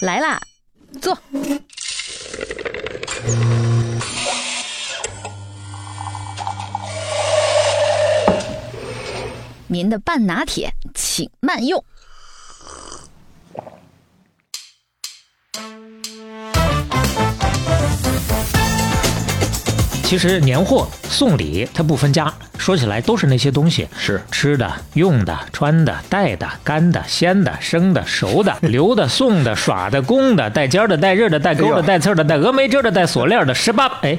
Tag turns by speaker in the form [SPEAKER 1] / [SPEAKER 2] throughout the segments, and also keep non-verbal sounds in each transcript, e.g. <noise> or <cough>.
[SPEAKER 1] 来啦，坐。您的半拿铁，请慢用。
[SPEAKER 2] 其实年货送礼它不分家，说起来都是那些东西，
[SPEAKER 3] 是
[SPEAKER 2] 吃的、用的、穿的、带的、干的、鲜的、生的、熟的、留的、送的、耍的、供的、带尖儿的、带刃儿的、带钩
[SPEAKER 3] 哎
[SPEAKER 2] 的、
[SPEAKER 3] 呦
[SPEAKER 2] 带刺儿的、带峨眉针儿的、 <laughs> 带锁链儿的，十八哎，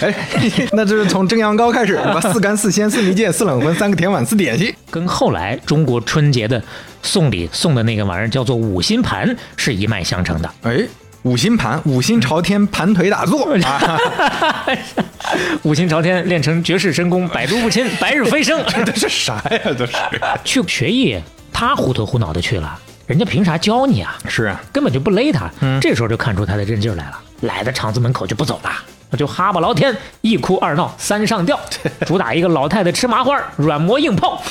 [SPEAKER 3] 哎， <laughs> 那这是从蒸羊羔开始，把四干、四鲜、四蜜饯、四冷荤三个甜碗、四点心，
[SPEAKER 2] 跟后来中国春节的送礼送的那个玩意儿叫做五星盘是一脉相承的。
[SPEAKER 3] 哎，五星盘，五星朝天，盘腿打坐啊，
[SPEAKER 2] 五星朝天练成绝世神功，百毒不侵，百日飞升。
[SPEAKER 3] 啊这是啥呀？这是
[SPEAKER 2] <laughs> 去学艺，他糊头糊脑的去了，人家凭啥教你啊？
[SPEAKER 3] 是啊，
[SPEAKER 2] 根本就不勒他。
[SPEAKER 3] 嗯
[SPEAKER 2] 这时候就看出他的真劲儿来了，来到厂子门口就不走了。那就哈巴劳天，一哭二闹三上吊，主打一个老太太吃麻花，软磨硬泡，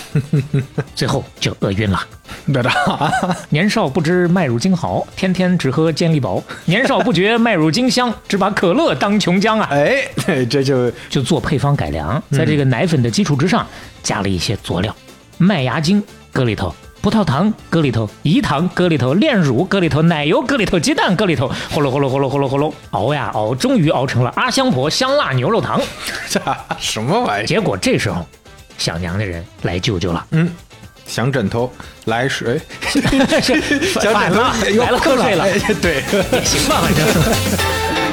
[SPEAKER 2] 最后就饿晕了。
[SPEAKER 3] 哪吒，
[SPEAKER 2] 年少不知麦乳精好，天天只喝健力宝。年少不觉麦乳精香，只把可乐当琼浆啊！
[SPEAKER 3] 哎，这就
[SPEAKER 2] 就做配方改良，在这个奶粉的基础之上加了一些佐料，麦芽精搁里头。葡萄糖搁里头，饴糖搁里头，炼乳搁里头，奶油搁里头，鸡蛋搁里头，呼噜呼噜呼噜呼噜呼噜，熬呀熬，终于熬成了阿香婆香辣牛肉糖。
[SPEAKER 3] 这什么玩意？
[SPEAKER 2] 结果这时候，想娘的人来舅舅了，
[SPEAKER 3] 想枕头，来水，
[SPEAKER 2] 是
[SPEAKER 3] 想
[SPEAKER 2] 反
[SPEAKER 3] 枕头
[SPEAKER 2] 了，
[SPEAKER 3] 哎呦
[SPEAKER 2] 来了瞌睡了，
[SPEAKER 3] 哎对，
[SPEAKER 2] 也行吧，反正。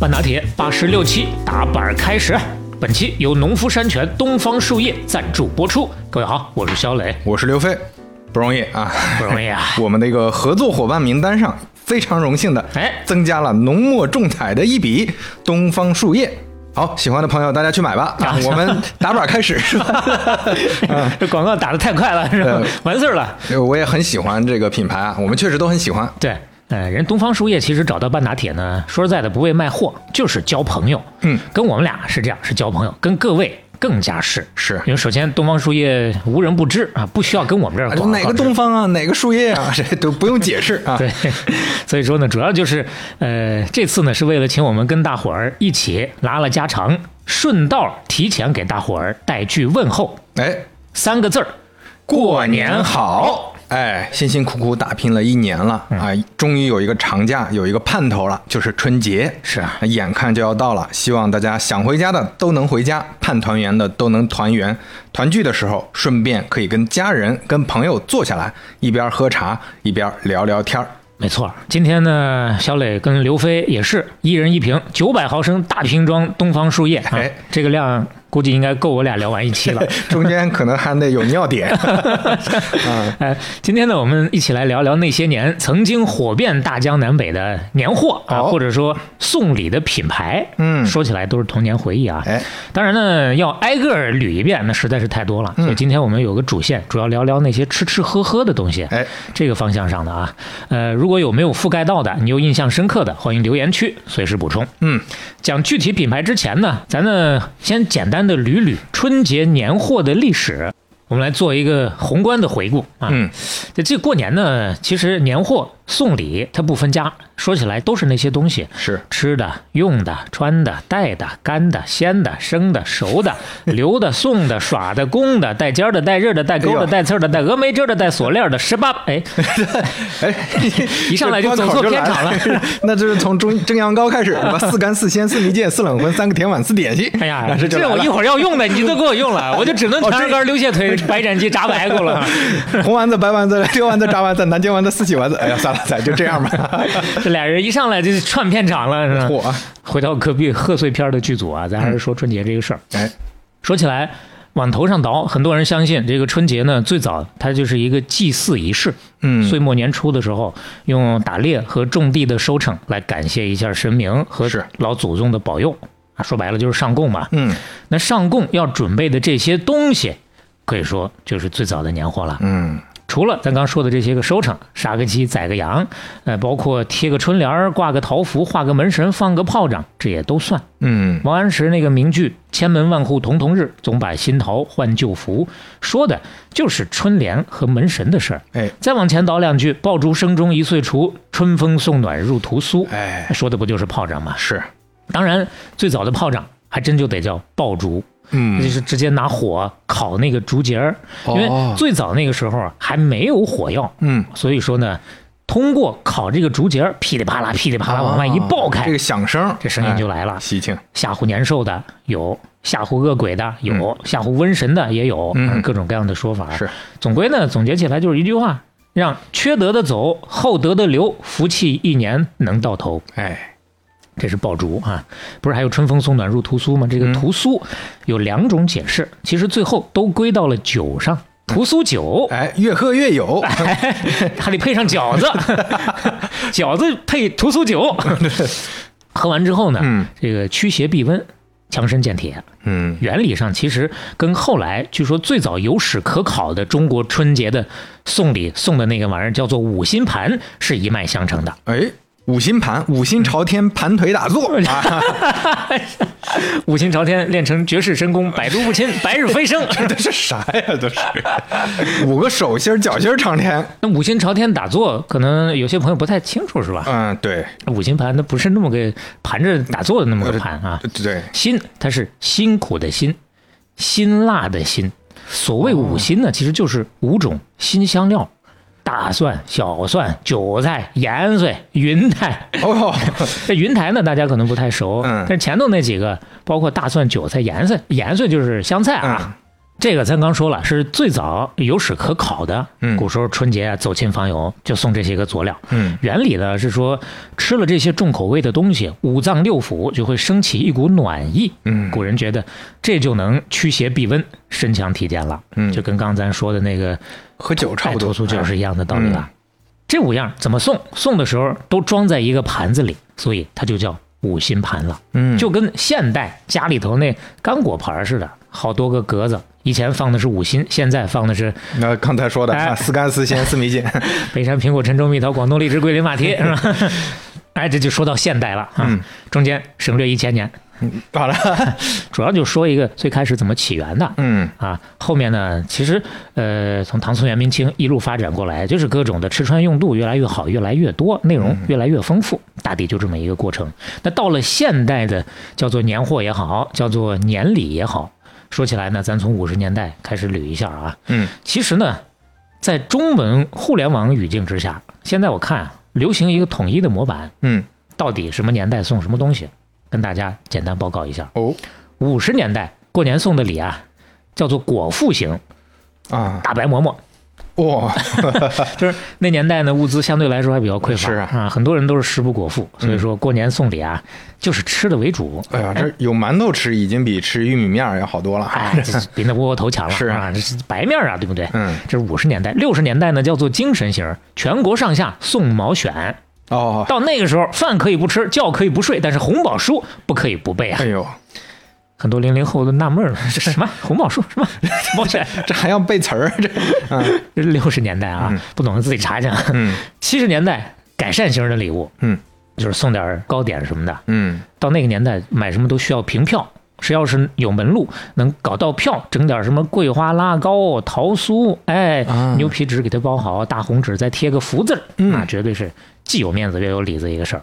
[SPEAKER 2] 半拿铁八十六期打板儿开始，本期由农夫山泉东方树叶赞助播出。各位好，我是肖磊，
[SPEAKER 3] 我是刘飞，不容易啊，
[SPEAKER 2] 不容易啊。
[SPEAKER 3] 我们的一个合作伙伴名单上，非常荣幸的，
[SPEAKER 2] 哎
[SPEAKER 3] 增加了浓墨重彩的一笔，东方树叶。好，喜欢的朋友大家去买吧。啊、我们打板 <laughs> 开始，是吧？
[SPEAKER 2] 这广告打得太快了，是吧
[SPEAKER 3] 嗯？
[SPEAKER 2] 完事儿了。
[SPEAKER 3] 我也很喜欢这个品牌啊，我们确实都很喜欢。
[SPEAKER 2] 对，呃，人东方树叶其实找到半打铁呢，说实在的，不为卖货，就是交朋友。
[SPEAKER 3] 嗯，
[SPEAKER 2] 跟我们俩是这样，是交朋友，跟各位更加是
[SPEAKER 3] 是
[SPEAKER 2] 因为首先东方树叶无人不知啊，不需要跟我们这儿
[SPEAKER 3] 啊，
[SPEAKER 2] 广
[SPEAKER 3] 就
[SPEAKER 2] 告
[SPEAKER 3] 哪个
[SPEAKER 2] 告知
[SPEAKER 3] 东方啊，哪个树叶啊， <laughs> 这都不用解释啊。
[SPEAKER 2] 对，所以说呢，主要就是呃，这次呢是为了请我们跟大伙儿一起拉了家常，顺道提前给大伙儿带句问候，
[SPEAKER 3] 哎，
[SPEAKER 2] 三个字儿，
[SPEAKER 3] 过年好！哎，辛辛苦苦打拼了一年了
[SPEAKER 2] 嗯
[SPEAKER 3] 啊、终于有一个长假，有一个盼头了，就是春节。
[SPEAKER 2] 是啊
[SPEAKER 3] 眼看就要到了，希望大家想回家的都能回家，盼团圆的都能团圆。团聚的时候，顺便可以跟家人、跟朋友坐下来，一边喝茶一边聊聊天儿。
[SPEAKER 2] 没错，今天呢，小磊跟刘飞也是一人一瓶九百毫升大瓶装东方树叶，啊
[SPEAKER 3] 哎
[SPEAKER 2] 这个量估计应该够我俩聊完一期了。
[SPEAKER 3] <laughs> 中间可能还得有
[SPEAKER 2] <laughs>
[SPEAKER 3] 尿点。 <laughs> 啊
[SPEAKER 2] 哎，今天呢，我们一起来聊聊那些年曾经火遍大江南北的年货啊，
[SPEAKER 3] 好
[SPEAKER 2] 或者说送礼的品牌。
[SPEAKER 3] 哦嗯
[SPEAKER 2] 说起来都是童年回忆啊。
[SPEAKER 3] 哎，
[SPEAKER 2] 当然呢，要挨个儿捋一遍，那实在是太多了。
[SPEAKER 3] 嗯
[SPEAKER 2] 所以今天我们有个主线，主要聊聊那些吃吃喝喝的东西。
[SPEAKER 3] 哎，
[SPEAKER 2] 这个方向上的啊，呃，如果有没有覆盖到的，你有印象深刻的，欢迎留言区随时补充。
[SPEAKER 3] 嗯，
[SPEAKER 2] 讲具体品牌之前呢，咱呢先简单的捋捋春节年货的历史。我们来做一个宏观的回顾啊，
[SPEAKER 3] 嗯，
[SPEAKER 2] 这这过年呢，其实年货送礼它不分家，说起来都是那些东西，
[SPEAKER 3] 是
[SPEAKER 2] 吃的、用的、穿的、带的、干的、鲜的、生的、熟
[SPEAKER 3] <laughs>
[SPEAKER 2] 的、留的、送的、耍的、供的、带尖儿的、带刃儿的、带钩
[SPEAKER 3] 哎
[SPEAKER 2] 的、
[SPEAKER 3] 呦
[SPEAKER 2] 带刺儿的、带峨眉针儿的、带锁链儿的，十八哎，
[SPEAKER 3] <laughs> 哎，
[SPEAKER 2] <laughs> 一上来就走错片场了。
[SPEAKER 3] <laughs> 那这是从蒸蒸羊羔开始，把四干、四鲜、四蜜饯、四冷荤三个甜碗、四点心。
[SPEAKER 2] 哎呀，
[SPEAKER 3] 这就
[SPEAKER 2] 这
[SPEAKER 3] 来
[SPEAKER 2] 我
[SPEAKER 3] 了
[SPEAKER 2] 一会儿要用的，你都给我用了，我就只能
[SPEAKER 3] 哦
[SPEAKER 2] 长
[SPEAKER 3] 这
[SPEAKER 2] 杆儿、溜蟹腿、白斩鸡、炸白骨
[SPEAKER 3] <laughs>
[SPEAKER 2] 了。
[SPEAKER 3] 红丸子、白丸子、溜丸子、炸丸子、南京丸子、四喜丸子。哎呀，算了，算了，就这样
[SPEAKER 2] <laughs>
[SPEAKER 3] 吧。
[SPEAKER 2] 这俩人一上来就串片场了，是吧？
[SPEAKER 3] 嚯，
[SPEAKER 2] 回到隔壁贺岁片的剧组啊，咱还是说春节这个事儿。
[SPEAKER 3] 哎，
[SPEAKER 2] 说起来，往头上倒，很多人相信这个春节呢，最早它就是一个祭祀仪式。
[SPEAKER 3] 嗯
[SPEAKER 2] 岁末年初的时候，用打猎和种地的收成来感谢一下神明和
[SPEAKER 3] 是
[SPEAKER 2] 老祖宗的保佑啊，说白了就是上供嘛。
[SPEAKER 3] 嗯
[SPEAKER 2] 那上供要准备的这些东西，可以说就是最早的年货了。
[SPEAKER 3] 嗯，
[SPEAKER 2] 除了咱刚说的这些个收成，杀个鸡、宰个羊，呃，包括贴个春联儿、挂个桃符、画个门神、放个炮仗，这也都算。
[SPEAKER 3] 嗯
[SPEAKER 2] 王安石那个名句“千门万户曈曈日，总把新桃换旧符”，说的就是春联和门神的事儿。
[SPEAKER 3] 哎
[SPEAKER 2] 再往前倒两句，“爆竹声中一岁除，春风送暖入屠苏”，
[SPEAKER 3] 哎
[SPEAKER 2] 说的不就是炮仗吗？
[SPEAKER 3] 是，
[SPEAKER 2] 当然，最早的炮仗还真就得叫爆竹，那就
[SPEAKER 3] 嗯
[SPEAKER 2] 是直接拿火烤那个竹节儿，因为
[SPEAKER 3] 哦
[SPEAKER 2] 最早那个时候啊还没有火药，
[SPEAKER 3] 嗯，
[SPEAKER 2] 所以说呢，通过烤这个竹节儿，噼里啪啦、噼里啪啦往外一爆开，
[SPEAKER 3] 啊哦这个响声，
[SPEAKER 2] 这声音就来了
[SPEAKER 3] 哎喜庆。
[SPEAKER 2] 吓唬年兽的有，吓唬恶鬼的有，吓唬瘟神的也有，啊
[SPEAKER 3] 嗯
[SPEAKER 2] 各种各样的说法。
[SPEAKER 3] 是，
[SPEAKER 2] 总归呢，总结起来就是一句话：让缺德的走，厚德的留，福气一年能到头。
[SPEAKER 3] 哎，
[SPEAKER 2] 这是爆竹啊，不是还有春风送暖入屠苏吗？这个
[SPEAKER 3] 嗯
[SPEAKER 2] 屠苏有两种解释，其实最后都归到了酒上，屠苏酒。
[SPEAKER 3] 哎，越喝越
[SPEAKER 2] <laughs>
[SPEAKER 3] 有，
[SPEAKER 2] 哎还得配上饺
[SPEAKER 3] <laughs>
[SPEAKER 2] 子，饺子配屠苏酒，喝完之后呢，
[SPEAKER 3] 嗯
[SPEAKER 2] 这个驱邪避瘟，强身健体。
[SPEAKER 3] 嗯，
[SPEAKER 2] 原理上其实跟后来据说最早有史可考的中国春节的送礼送的那个玩意儿叫做五心盘是一脉相承的。
[SPEAKER 3] 哎，五心盘，五心朝天，盘腿打
[SPEAKER 2] <laughs>
[SPEAKER 3] 坐啊，
[SPEAKER 2] 五心朝天，练成绝世神功，百毒不侵，百日飞升。 <laughs>
[SPEAKER 3] <laughs> 这是啥呀？这是 <laughs> 五个手心儿脚心儿朝天，
[SPEAKER 2] 那五心朝天打坐，可能有些朋友不太清楚是吧？
[SPEAKER 3] 嗯，对
[SPEAKER 2] 五心盘它不是那么个盘着打坐的那么个盘啊，
[SPEAKER 3] 对，
[SPEAKER 2] 辛它是辛苦的辛，辛辣的辛。所谓五辛呢，其实就是五种辛香料：大蒜、小蒜、韭菜、盐碎、云苔。
[SPEAKER 3] 哦，
[SPEAKER 2] 这云苔呢，大家可能不太熟，
[SPEAKER 3] 嗯
[SPEAKER 2] 但是前头那几个，包括大蒜、韭菜、盐碎，盐碎就是香菜啊。
[SPEAKER 3] 嗯
[SPEAKER 2] 这个咱刚说了，是最早有史可考的。
[SPEAKER 3] 嗯
[SPEAKER 2] 古时候春节啊，走亲访友就送这些个佐料。
[SPEAKER 3] 嗯，
[SPEAKER 2] 原理呢是说，吃了这些重口味的东西，五脏六腑就会升起一股暖意。
[SPEAKER 3] 嗯
[SPEAKER 2] 古人觉得这就能驱邪避瘟、身强体健了。
[SPEAKER 3] 嗯
[SPEAKER 2] 就跟刚咱说的那个
[SPEAKER 3] 和酒差
[SPEAKER 2] 拜
[SPEAKER 3] 不多，啊
[SPEAKER 2] 屠苏酒是一样的道理
[SPEAKER 3] 哎嗯
[SPEAKER 2] 吧？这五样怎么送？送的时候都装在一个盘子里，所以它就叫五心盘了。
[SPEAKER 3] 嗯，
[SPEAKER 2] 就跟现代家里头那干果盘儿似的，好多个格子。以前放的是五心，现在放的是
[SPEAKER 3] 那刚才说的
[SPEAKER 2] 哎
[SPEAKER 3] 啊，四干四鲜四米碱，
[SPEAKER 2] 北山苹果、陈州蜜桃、广东荔枝、桂林马
[SPEAKER 3] <laughs>
[SPEAKER 2] 蹄，是吧？哎，这就说到现代了啊，
[SPEAKER 3] 嗯
[SPEAKER 2] 中间省略一千年，
[SPEAKER 3] 好了，
[SPEAKER 2] <laughs> 主要就说一个最开始怎么起源的。
[SPEAKER 3] 嗯
[SPEAKER 2] 啊，后面呢，其实呃，从唐宋元明清一路发展过来，就是各种的吃穿用度越来越好，越来越多，内容越来越丰富，大抵就这么一个过程。那到了现代的，叫做年货也好，叫做年礼也好，说起来呢，咱从五十年代开始捋一下啊。
[SPEAKER 3] 嗯，
[SPEAKER 2] 其实呢，在中文互联网语境之下，现在我看啊流行一个统一的模板，
[SPEAKER 3] 嗯，
[SPEAKER 2] 到底什么年代送什么东西，跟大家简单报告一下。
[SPEAKER 3] 哦
[SPEAKER 2] 五十年代过年送的礼啊，叫做果腹型
[SPEAKER 3] 啊，
[SPEAKER 2] 大白馍馍。
[SPEAKER 3] 哇，
[SPEAKER 2] 就是那年代呢，物资相对来说还比较匮乏，
[SPEAKER 3] 是啊嗯
[SPEAKER 2] 很多人都是食不果腹，所以说过年送礼啊，就是吃的为主。
[SPEAKER 3] 哎呀，这有馒头吃已经比吃玉米面儿要好多了，啊
[SPEAKER 2] 哎，这是比那窝窝头强了，
[SPEAKER 3] <laughs> 是啊
[SPEAKER 2] 啊，这是白面啊，对不对？
[SPEAKER 3] 嗯，
[SPEAKER 2] 这是五十年代，六十年代呢叫做精神型，全国上下送毛选。
[SPEAKER 3] 哦，
[SPEAKER 2] 到那个时候，饭可以不吃，觉可以不睡，但是红宝书不可以不背啊
[SPEAKER 3] 哎。呦，
[SPEAKER 2] 很多零零后都纳闷了，这什么红宝书？什
[SPEAKER 3] <laughs>
[SPEAKER 2] 么毛选？
[SPEAKER 3] <laughs> 这还要背词儿，这，嗯
[SPEAKER 2] 这六十年代啊，不懂的自己查去啊。
[SPEAKER 3] 嗯
[SPEAKER 2] 七十年代改善型的礼物，
[SPEAKER 3] 嗯，
[SPEAKER 2] 就是送点儿糕点什么的。
[SPEAKER 3] 嗯，
[SPEAKER 2] 到那个年代买什么都需要凭票，只要是有门路能搞到票，整点什么桂花拉糕、桃酥，哎，
[SPEAKER 3] 啊
[SPEAKER 2] 牛皮纸给它包好，大红纸再贴个福字儿，
[SPEAKER 3] 嗯
[SPEAKER 2] 那绝对是既有面子又有里子一个事儿。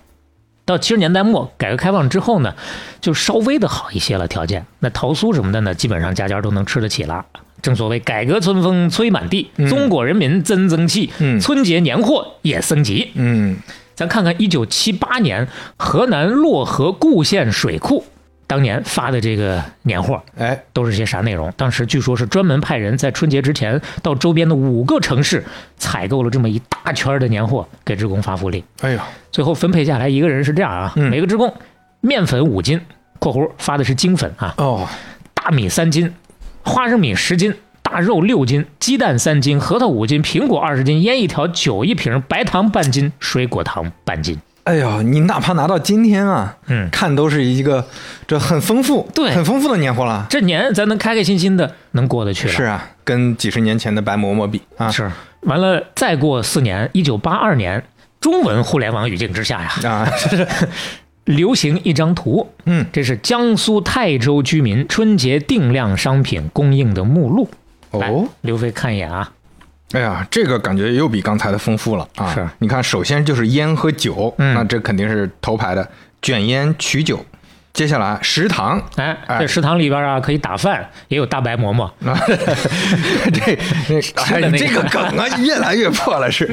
[SPEAKER 2] 到七十年代末，改革开放之后呢，就稍微的好一些了条件。那桃酥什么的呢，基本上家家都能吃得起了。正所谓改革春风吹满地，
[SPEAKER 3] 嗯
[SPEAKER 2] 中国人民真争气，
[SPEAKER 3] 嗯
[SPEAKER 2] 春节年货也升级。
[SPEAKER 3] 嗯，
[SPEAKER 2] 咱看看一九七八年河南漯河固县水库当年发的这个年货
[SPEAKER 3] 哎，
[SPEAKER 2] 都是些啥内容？当时据说是专门派人在春节之前到周边的五个城市采购了这么一大圈儿的年货给职工发福利，
[SPEAKER 3] 哎呦，
[SPEAKER 2] 最后分配下来一个人是这样啊，
[SPEAKER 3] 嗯
[SPEAKER 2] 每个职工面粉五斤（括弧发的是精粉啊），
[SPEAKER 3] 哦，
[SPEAKER 2] 大米三斤，花生米十斤，大肉六斤，鸡蛋三斤，核桃五斤，苹果二十斤，烟一条，酒一瓶，白糖半斤，水果糖半斤。
[SPEAKER 3] 哎呦，你哪怕拿到今天啊，
[SPEAKER 2] 嗯
[SPEAKER 3] 看都是一个这很丰富，
[SPEAKER 2] 对
[SPEAKER 3] 很丰富的年货了。
[SPEAKER 2] 这年咱能开开心心的，能过得去了。
[SPEAKER 3] 是啊，跟几十年前的白馍馍比啊，
[SPEAKER 2] 是，完了，再过四年，一九八二年，中文互联网语境之下呀，
[SPEAKER 3] 啊， <laughs>
[SPEAKER 2] 流行一张图，
[SPEAKER 3] 嗯，
[SPEAKER 2] 这是江苏泰州居民春节定量商品供应的目录。来
[SPEAKER 3] 哦，，
[SPEAKER 2] 刘飞看一眼啊，
[SPEAKER 3] 哎呀，这个感觉又比刚才的丰富了啊！
[SPEAKER 2] 是
[SPEAKER 3] 你看，首先就是烟和酒，
[SPEAKER 2] 嗯
[SPEAKER 3] 那这肯定是头牌的，卷烟、曲酒。接下来食堂，
[SPEAKER 2] 哎，
[SPEAKER 3] 哎
[SPEAKER 2] 这食堂里边啊可以打饭，也有大白馍馍。
[SPEAKER 3] 啊， <laughs> 这这
[SPEAKER 2] 的
[SPEAKER 3] 哎
[SPEAKER 2] 那个
[SPEAKER 3] 这个梗啊，越来越破了，
[SPEAKER 2] <laughs>
[SPEAKER 3] 是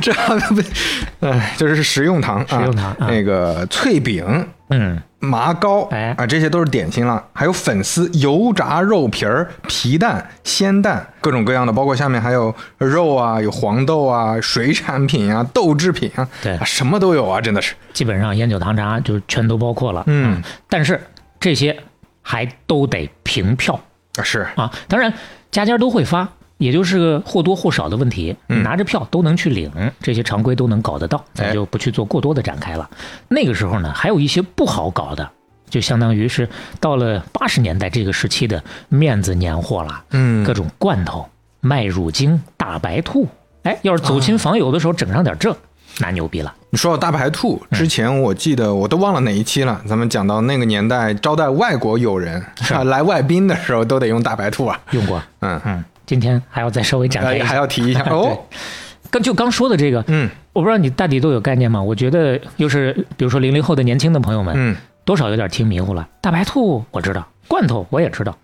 [SPEAKER 3] 这样的不？哎，就是食用糖啊，
[SPEAKER 2] 食用糖啊
[SPEAKER 3] 那个脆饼、
[SPEAKER 2] 嗯，
[SPEAKER 3] 麻糕，
[SPEAKER 2] 哎
[SPEAKER 3] 啊，这些都是点心了，还有粉丝、油炸肉皮儿、皮蛋、鲜蛋，各种各样的，包括下面还有肉啊，有黄豆啊、水产品啊、 <laughs> 豆制品啊，
[SPEAKER 2] 对
[SPEAKER 3] 啊什么都有啊，真的是，
[SPEAKER 2] 基本上烟酒糖茶就全都包括了。
[SPEAKER 3] 嗯，
[SPEAKER 2] 但是这些还都得凭票
[SPEAKER 3] 啊是，
[SPEAKER 2] 啊，当然家家都会发。也就是个或多或少的问题，
[SPEAKER 3] 嗯
[SPEAKER 2] 拿着票都能去领，这些常规都能搞得到，咱
[SPEAKER 3] 哎
[SPEAKER 2] 就不去做过多的展开了。那个时候呢，还有一些不好搞的，就相当于是到了八十年代这个时期的面子年货了。
[SPEAKER 3] 嗯
[SPEAKER 2] 各，种罐头、麦乳精、大白兔。哎，要是走亲访友的时候整上点这，那牛逼了。
[SPEAKER 3] 你说到大白兔
[SPEAKER 2] 嗯
[SPEAKER 3] 之前，我记得我都忘了哪一期了，咱们讲到那个年代招待外国友人啊来外宾的时候都得用大白兔啊，
[SPEAKER 2] 用过，
[SPEAKER 3] 嗯，
[SPEAKER 2] 嗯，今天还要再稍微展开一
[SPEAKER 3] 哎
[SPEAKER 2] 下。
[SPEAKER 3] 还要
[SPEAKER 2] <laughs>
[SPEAKER 3] 提一下哦，
[SPEAKER 2] 刚就刚说的这个，
[SPEAKER 3] 嗯
[SPEAKER 2] 我不知道你大抵都有概念吗？我觉得又是比如说零零后的年轻的朋友们，
[SPEAKER 3] 嗯，
[SPEAKER 2] 多少有点听迷糊了。大白兔我知道，罐头我也知道，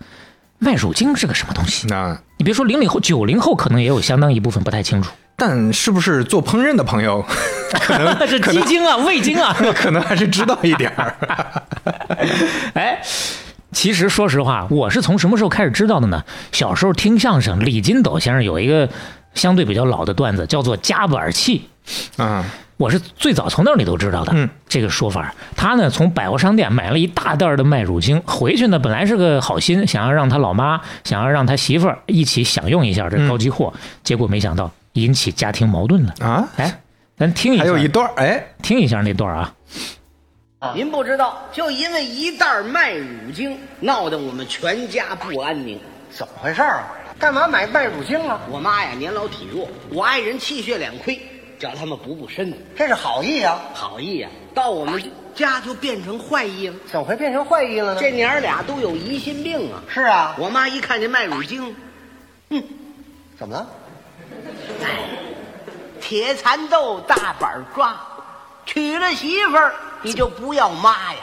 [SPEAKER 2] 麦乳精是个什么东西？
[SPEAKER 3] 那
[SPEAKER 2] 你别说零零后，九零后可能也有相当一部分不太清楚。
[SPEAKER 3] 但是不是做烹饪的朋友 <laughs> 可能
[SPEAKER 2] <laughs> 那是鸡精啊，味精啊。
[SPEAKER 3] 可能还是知道一点
[SPEAKER 2] <laughs>
[SPEAKER 3] 儿。
[SPEAKER 2] 哎，其实说实话，我是从什么时候开始知道的呢？小时候听相声，李金斗先生有一个相对比较老的段子，叫做“夹板气
[SPEAKER 3] 啊，”，
[SPEAKER 2] 我是最早从那里头知道的。
[SPEAKER 3] 嗯，
[SPEAKER 2] 这个说法，他呢从百货商店买了一大袋儿的麦乳精，回去呢本来是个好心，想要让他老妈，想要让他媳妇儿一起享用一下这高级货，结果没想到引起家庭矛盾了。
[SPEAKER 3] 嗯啊，
[SPEAKER 2] 哎，咱听一下，
[SPEAKER 3] 还有一段儿，哎，
[SPEAKER 2] 听一下那段儿啊，
[SPEAKER 4] 啊
[SPEAKER 5] 您不知道，就因为一袋麦乳精，闹得我们全家不安宁。
[SPEAKER 4] 怎么回事儿啊？干嘛买麦乳精啊？
[SPEAKER 5] 我妈呀，年老体弱，我爱人气血两亏，叫他们补补身子。
[SPEAKER 4] 这是好意啊，
[SPEAKER 5] 好意呀、到我们家就变成坏意了。
[SPEAKER 4] 怎么会变成坏意了呢？
[SPEAKER 5] 这娘儿俩都有疑心病啊！
[SPEAKER 4] 是啊，
[SPEAKER 5] 我妈一看见麦乳精，
[SPEAKER 4] 怎么了？
[SPEAKER 5] 铁蚕豆大板抓，娶了媳妇儿你就不要妈呀！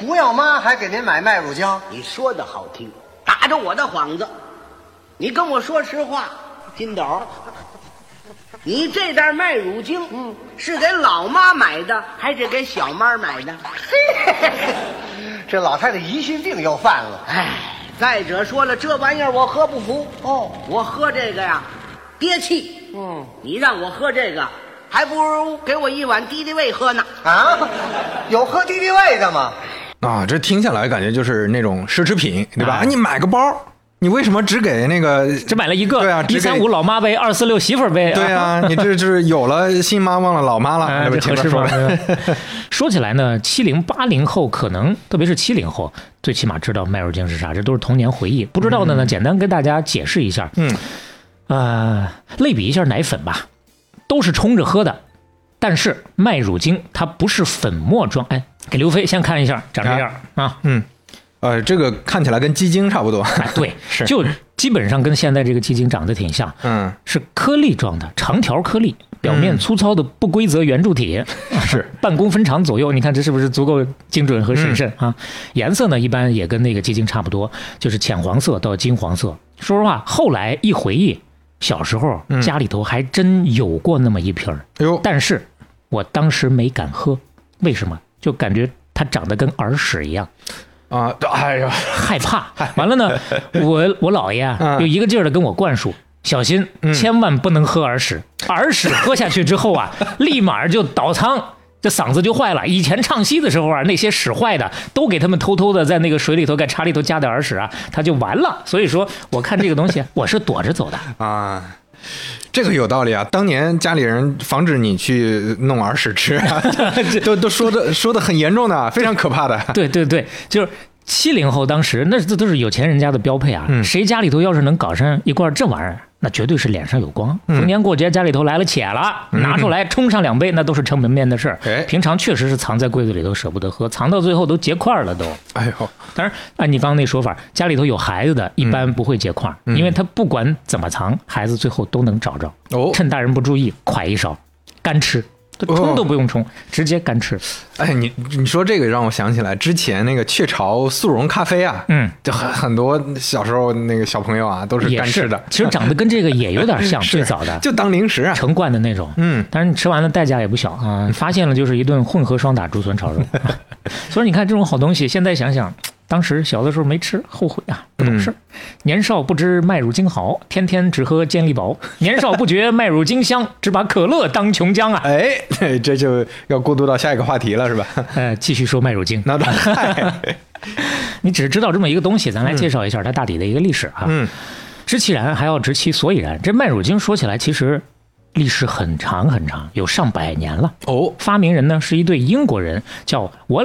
[SPEAKER 4] 不要妈还给您买麦乳精？
[SPEAKER 5] 你说的好听，打着我的幌子，你跟我说实话，金斗，你这袋麦乳精，嗯，是给老妈买的还是给小妈买的？
[SPEAKER 4] 这老太太疑心病又犯了。
[SPEAKER 5] 哎，再者说了，这玩意儿我喝不服
[SPEAKER 4] 哦，
[SPEAKER 5] 我喝这个呀，憋气。
[SPEAKER 4] 嗯
[SPEAKER 5] 你让我喝这个，还不如给我一碗敌敌畏喝呢。
[SPEAKER 4] 啊，有喝敌敌畏的吗？
[SPEAKER 3] 啊，这听下来感觉就是那种奢侈品，对吧？
[SPEAKER 2] 哎
[SPEAKER 3] 你买个包，你为什么只给那个？
[SPEAKER 2] 只买了一个，
[SPEAKER 3] 对啊，
[SPEAKER 2] 一
[SPEAKER 3] 只
[SPEAKER 2] 三
[SPEAKER 3] 给
[SPEAKER 2] 五。老妈呗，二四六媳妇儿呗，
[SPEAKER 3] 对啊， <laughs> 你这就是有了新妈忘了老妈了，
[SPEAKER 2] 哎，
[SPEAKER 3] 对吧？
[SPEAKER 2] 这合
[SPEAKER 3] 前
[SPEAKER 2] 适
[SPEAKER 3] 面说
[SPEAKER 2] 吗
[SPEAKER 3] 了，？ <laughs>
[SPEAKER 2] 说起来呢，七零八零后可能，特别是七零后，最起码知道麦乳精是啥，这都是童年回忆。不知道的呢，简单跟大家解释一下，
[SPEAKER 3] 嗯，
[SPEAKER 2] 呃，类比一下奶粉吧，都是冲着喝的，但是麦乳精它不是粉末状。哎，给刘飞先看一下，长这样啊，
[SPEAKER 3] 嗯，呃，这个看起来跟鸡精差不多， <laughs>
[SPEAKER 2] 哎，对，
[SPEAKER 3] 是
[SPEAKER 2] 就基本上跟现在这个鸡精长得挺像，
[SPEAKER 3] 嗯，
[SPEAKER 2] 是颗粒状的长条颗粒，表面
[SPEAKER 3] 嗯
[SPEAKER 2] 粗糙的不规则圆柱体，
[SPEAKER 3] <laughs> 是，
[SPEAKER 2] 半公分长左右，你看这是不是足够精准和神圣、
[SPEAKER 3] 嗯
[SPEAKER 2] 啊？颜色呢，一般也跟那个鸡精差不多，就是浅黄色到金黄色。说实话，后来一回忆，小时候
[SPEAKER 3] 嗯
[SPEAKER 2] 家里头还真有过那么一瓶儿，
[SPEAKER 3] 哎呦，
[SPEAKER 2] 但是我当时没敢喝，为什么？就感觉它长得跟耳屎一样，
[SPEAKER 3] 啊，哎呦，
[SPEAKER 2] 害怕。完了呢，我我姥爷啊，
[SPEAKER 3] 嗯
[SPEAKER 2] 就一个劲儿的跟我灌输。小心，
[SPEAKER 3] 嗯
[SPEAKER 2] 千万不能喝耳屎。耳屎喝下去之后啊，立马就倒仓，这嗓子就坏了。以前唱戏的时候啊，那些使坏的都给他们偷偷的在那个水里头、在茶里头加点耳 <laughs> 啊屎啊，他就完了。所以说，我看这个东西，我是躲着走的。
[SPEAKER 3] 啊，这个有道理啊。当年家里人防止你去弄耳屎吃啊， <laughs> 都都说的说的很严重的，非常可怕
[SPEAKER 2] <laughs>
[SPEAKER 3] <laughs> 的。
[SPEAKER 2] 对对对，就是七零后当时那这都是有钱人家的标配啊。
[SPEAKER 3] 嗯
[SPEAKER 2] 谁家里头要是能搞上一罐这玩意儿，那绝对是脸上有光。
[SPEAKER 3] 嗯
[SPEAKER 2] 逢年过节家里头来了且了，拿出来冲上两杯，那都是撑门面的事儿。
[SPEAKER 3] 哎
[SPEAKER 2] 平常确实是藏在柜子里头舍不得喝，藏到最后都结块儿了都。
[SPEAKER 3] 哎呦，
[SPEAKER 2] 当然，按你刚刚那说法，家里头有孩子的，一般不会结块儿，
[SPEAKER 3] 嗯
[SPEAKER 2] 因为他不管怎么藏，孩子最后都能找着。
[SPEAKER 3] 哦
[SPEAKER 2] 趁大人不注意，㧟一勺，干吃，都冲都不用冲，直接干吃。
[SPEAKER 3] 哎，你你说这个让我想起来之前那个雀巢速溶咖啡啊，
[SPEAKER 2] 嗯，
[SPEAKER 3] 就很很多小时候那个小朋友啊都是
[SPEAKER 2] 也
[SPEAKER 3] 干
[SPEAKER 2] 是
[SPEAKER 3] 吃的，
[SPEAKER 2] 其实长得跟这个也有点
[SPEAKER 3] <laughs>
[SPEAKER 2] 像，最早的
[SPEAKER 3] 就当零食啊。
[SPEAKER 2] 成罐的那种。
[SPEAKER 3] 嗯，
[SPEAKER 2] 但是你吃完了代价也不小啊、发现了就是一顿混合双打竹笋炒肉。 <laughs> 所以你看这种好东西，现在想想，当时小的时候没吃，后悔啊，不懂事儿。
[SPEAKER 3] 嗯
[SPEAKER 2] 年少不知麦乳精好，天天只喝健力宝。年少不觉麦乳精香，只把可乐当琼浆啊。 <laughs>
[SPEAKER 3] 哎，嘿这就要过渡到下一个话题了，是吧？
[SPEAKER 2] 呃，继续说麦乳精，
[SPEAKER 3] 那当
[SPEAKER 2] <laughs>
[SPEAKER 3] 然，
[SPEAKER 2] 你只知道这么一个东西，咱来介绍一下它大抵的一个历史啊。
[SPEAKER 3] 嗯，
[SPEAKER 2] 知其然还要知其所以然。这麦乳精说起来，其实历史很长很长，有上百年了。
[SPEAKER 3] 哦，
[SPEAKER 2] 发明人呢是一对英国人，叫我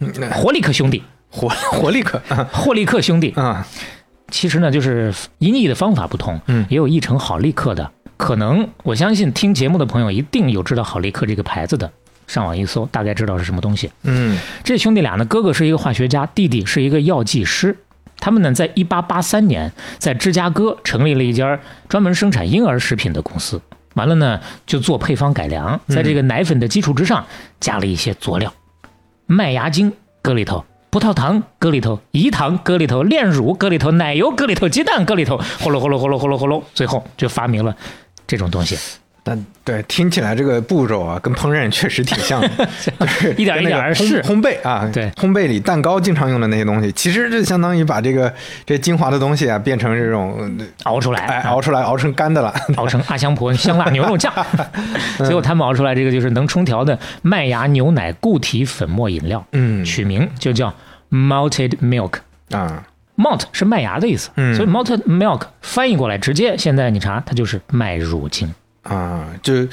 [SPEAKER 3] 嗯
[SPEAKER 2] 活嗯力克兄弟，
[SPEAKER 3] 活活力可啊
[SPEAKER 2] 霍利克兄弟。
[SPEAKER 3] 啊，
[SPEAKER 2] 其实呢，就是音译的方法不同，
[SPEAKER 3] 嗯
[SPEAKER 2] 也有译成好利克的。可能我相信听节目的朋友一定有知道好利克这个牌子的，上网一搜大概知道是什么东西。
[SPEAKER 3] 嗯，
[SPEAKER 2] 这兄弟俩呢，哥哥是一个化学家，弟弟是一个药剂师。他们呢，在1883年在芝加哥成立了一家专门生产婴儿食品的公司。完了呢，就做配方改良，在这个奶粉的基础之上加了一些佐料，麦芽精搁里头，葡萄糖搁里头，饴糖搁里头，炼乳搁里头，奶油搁里头，鸡蛋搁里头，呼噜呼噜呼噜呼噜呼噜，最后就发明了这种东西。
[SPEAKER 3] 但对，听起来这个步骤啊，跟烹饪确实挺像
[SPEAKER 2] <laughs>
[SPEAKER 3] 的，就是
[SPEAKER 2] 一点一
[SPEAKER 3] 跟那
[SPEAKER 2] 点
[SPEAKER 3] 个
[SPEAKER 2] 儿
[SPEAKER 3] 烘
[SPEAKER 2] 是
[SPEAKER 3] 烘焙啊，
[SPEAKER 2] 对
[SPEAKER 3] 烘焙里蛋糕经常用的那些东西，其实这相当于把这个这精华的东西啊，变成这种
[SPEAKER 2] 熬出来，
[SPEAKER 3] 哎熬出来熬成干的了，
[SPEAKER 2] 熬成阿香婆香辣牛肉
[SPEAKER 3] <laughs>
[SPEAKER 2] 酱，最后他们熬出来这个就是能冲调的麦芽牛奶固体粉末饮料，
[SPEAKER 3] <laughs> 嗯
[SPEAKER 2] 取名就叫 malted milk。
[SPEAKER 3] 啊，
[SPEAKER 2] malt 是麦芽的意思，
[SPEAKER 3] 嗯
[SPEAKER 2] 所以 malted milk 翻译过来，直接现在你查它就是麦乳精，
[SPEAKER 3] 啊，就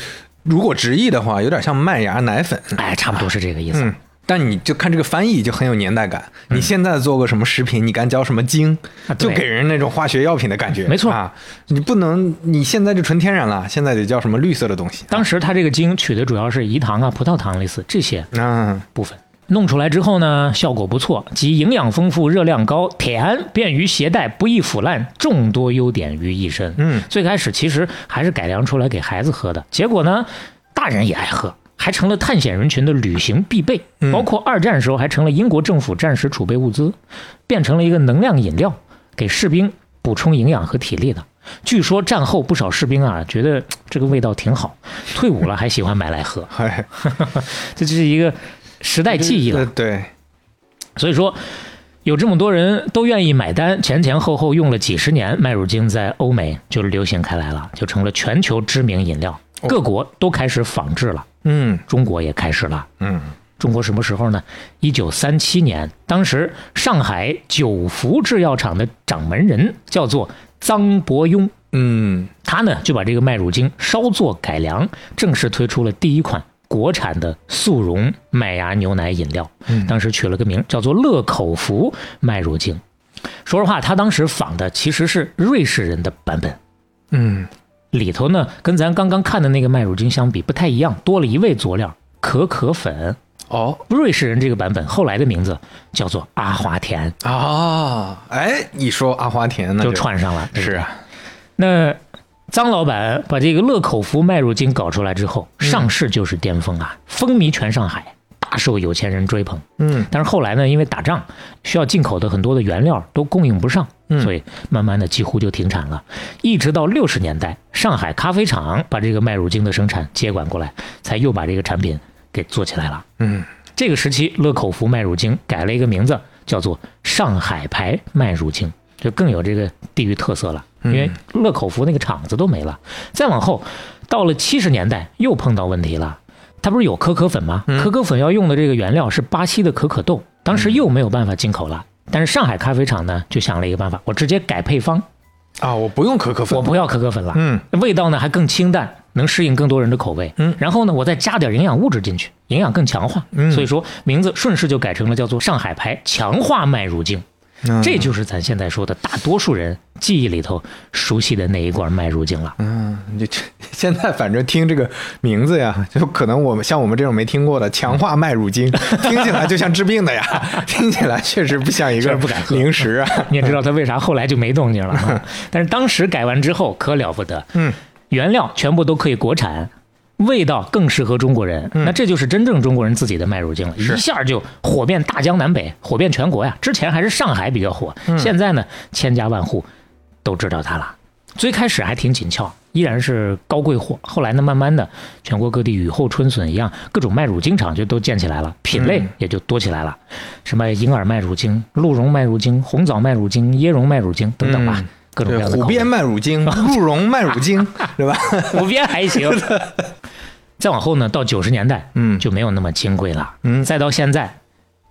[SPEAKER 3] 如果直译的话，有点像麦芽奶粉。
[SPEAKER 2] 哎，差不多是这个意思。
[SPEAKER 3] 嗯，但你就看这个翻译就很有年代感。你现在做个什么食品，你敢叫什么精
[SPEAKER 2] 嗯啊，
[SPEAKER 3] 就
[SPEAKER 2] 对
[SPEAKER 3] 给人那种化学药品的感觉。
[SPEAKER 2] 没错
[SPEAKER 3] 啊，你不能，你现在就纯天然了，现在得叫什么绿色的东西。
[SPEAKER 2] 当时它这个精取的主要是饴糖啊、葡萄糖类似这些
[SPEAKER 3] 啊，
[SPEAKER 2] 部分。弄出来之后呢，效果不错，即营养丰富、热量高，铁胺便于携带，不易腐烂，众多优点于一身。
[SPEAKER 3] 嗯，
[SPEAKER 2] 最开始其实还是改良出来给孩子喝的，结果呢，大人也爱喝。还成了探险人群的旅行必备，包括二战时候还成了英国政府战时储备物资，变成了一个能量饮料，给士兵补充营养和体力的。据说战后不少士兵啊，觉得嘖这个味道挺好，退伍了还喜欢买来喝，
[SPEAKER 3] 哎，
[SPEAKER 2] 这就是一个时代记忆了
[SPEAKER 3] 呃。对，
[SPEAKER 2] 所以说，有这么多人都愿意买单，前前后后用了几十年，麦乳精在欧美就流行开来了，就成了全球知名饮料，各国都开始仿制了，
[SPEAKER 3] 嗯
[SPEAKER 2] 中国也开始了。
[SPEAKER 3] 嗯，
[SPEAKER 2] 中国什么时候呢？一九三七年，当时上海九福制药厂的掌门人叫做臧伯庸，
[SPEAKER 3] 嗯，
[SPEAKER 2] 他呢就把这个麦乳精稍作改良，正式推出了第一款国产的速溶麦芽牛奶饮料，当时取了个名叫做乐口福麦乳精。说实话，他当时仿的其实是瑞士人的版本，
[SPEAKER 3] 嗯，
[SPEAKER 2] 里头呢跟咱刚刚看的那个麦乳精相比不太一样，多了一味佐料可可粉。
[SPEAKER 3] 哦
[SPEAKER 2] 瑞士人这个版本后来的名字叫做阿华田，
[SPEAKER 3] 啊，哎，一说阿华田呢，
[SPEAKER 2] 就串上了。对不
[SPEAKER 3] 是
[SPEAKER 2] 对
[SPEAKER 3] 啊，
[SPEAKER 2] 那张老板把这个乐口福麦乳精搞出来之后，上市就是巅峰啊，风靡全上海，大受有钱人追捧。
[SPEAKER 3] 嗯
[SPEAKER 2] 但是后来呢，因为打仗需要进口的很多的原料都供应不上，所以慢慢的几乎就停产了。一直到六十年代，上海咖啡厂把这个麦乳精的生产接管过来，才又把这个产品给做起来了。
[SPEAKER 3] 嗯，
[SPEAKER 2] 这个时期，乐口福麦乳精改了一个名字，叫做上海牌麦乳精，就更有这个地域特色了。因为乐口福那个厂子都没了，再往后，到了七十年代又碰到问题了。它不是有可可粉吗？可可粉要用的这个原料是巴西的可可豆，当时又没有办法进口了。但是上海咖啡厂呢，就想了一个办法，我直接改配方，
[SPEAKER 3] 啊，我不用可可粉，
[SPEAKER 2] 我不要可可粉了，
[SPEAKER 3] 嗯，
[SPEAKER 2] 味道呢还更清淡，能适应更多人的口味，嗯，然后呢，我再加点营养物质进去，营养更强化，嗯，所以说名字顺势就改成了叫做上海牌强化麦乳精，
[SPEAKER 3] 嗯
[SPEAKER 2] 这就是咱现在说的大多数人记忆里头熟悉的那一罐麦乳精了。
[SPEAKER 3] 嗯， <laughs> 你这现在反正听这个名字呀，就可能我们像我们这种没听过的强化麦乳精， <laughs> 听起来就像治病的呀， <laughs> 听起来确实不像一
[SPEAKER 2] 确
[SPEAKER 3] 个
[SPEAKER 2] 实不敢喝
[SPEAKER 3] 零食啊。
[SPEAKER 2] 你也知道他为啥后来就没动静了、
[SPEAKER 3] <laughs>
[SPEAKER 2] 啊。但是当时改完之后可了不得，
[SPEAKER 3] 嗯，
[SPEAKER 2] 原料全部都可以国产，味道更适合中国人。那这就是真正中国人自己的麦乳精了，一下就火遍大江南北，火遍全国呀。之前还是上海比较火，现在呢千家万户都知道它了。最开始还挺紧俏，依然是高贵货。后来呢，慢慢的，全国各地雨后春笋一样，各种麦乳精厂就都建起来了，品类也就多起来了，什么银耳麦乳精、鹿茸麦乳精、红枣麦乳精、椰蓉麦乳精等等吧，
[SPEAKER 3] 嗯
[SPEAKER 2] 各种各
[SPEAKER 3] 对，
[SPEAKER 2] 样的口
[SPEAKER 3] 虎
[SPEAKER 2] 味
[SPEAKER 3] 鞭麦
[SPEAKER 2] <laughs>
[SPEAKER 3] 乳精、鹿茸麦乳精，对吧？
[SPEAKER 2] 虎鞭还
[SPEAKER 3] <laughs>
[SPEAKER 2] 行。再往后呢，到九十年代，
[SPEAKER 3] 嗯
[SPEAKER 2] 就没有那么金贵了，
[SPEAKER 3] 嗯
[SPEAKER 2] 再到现在，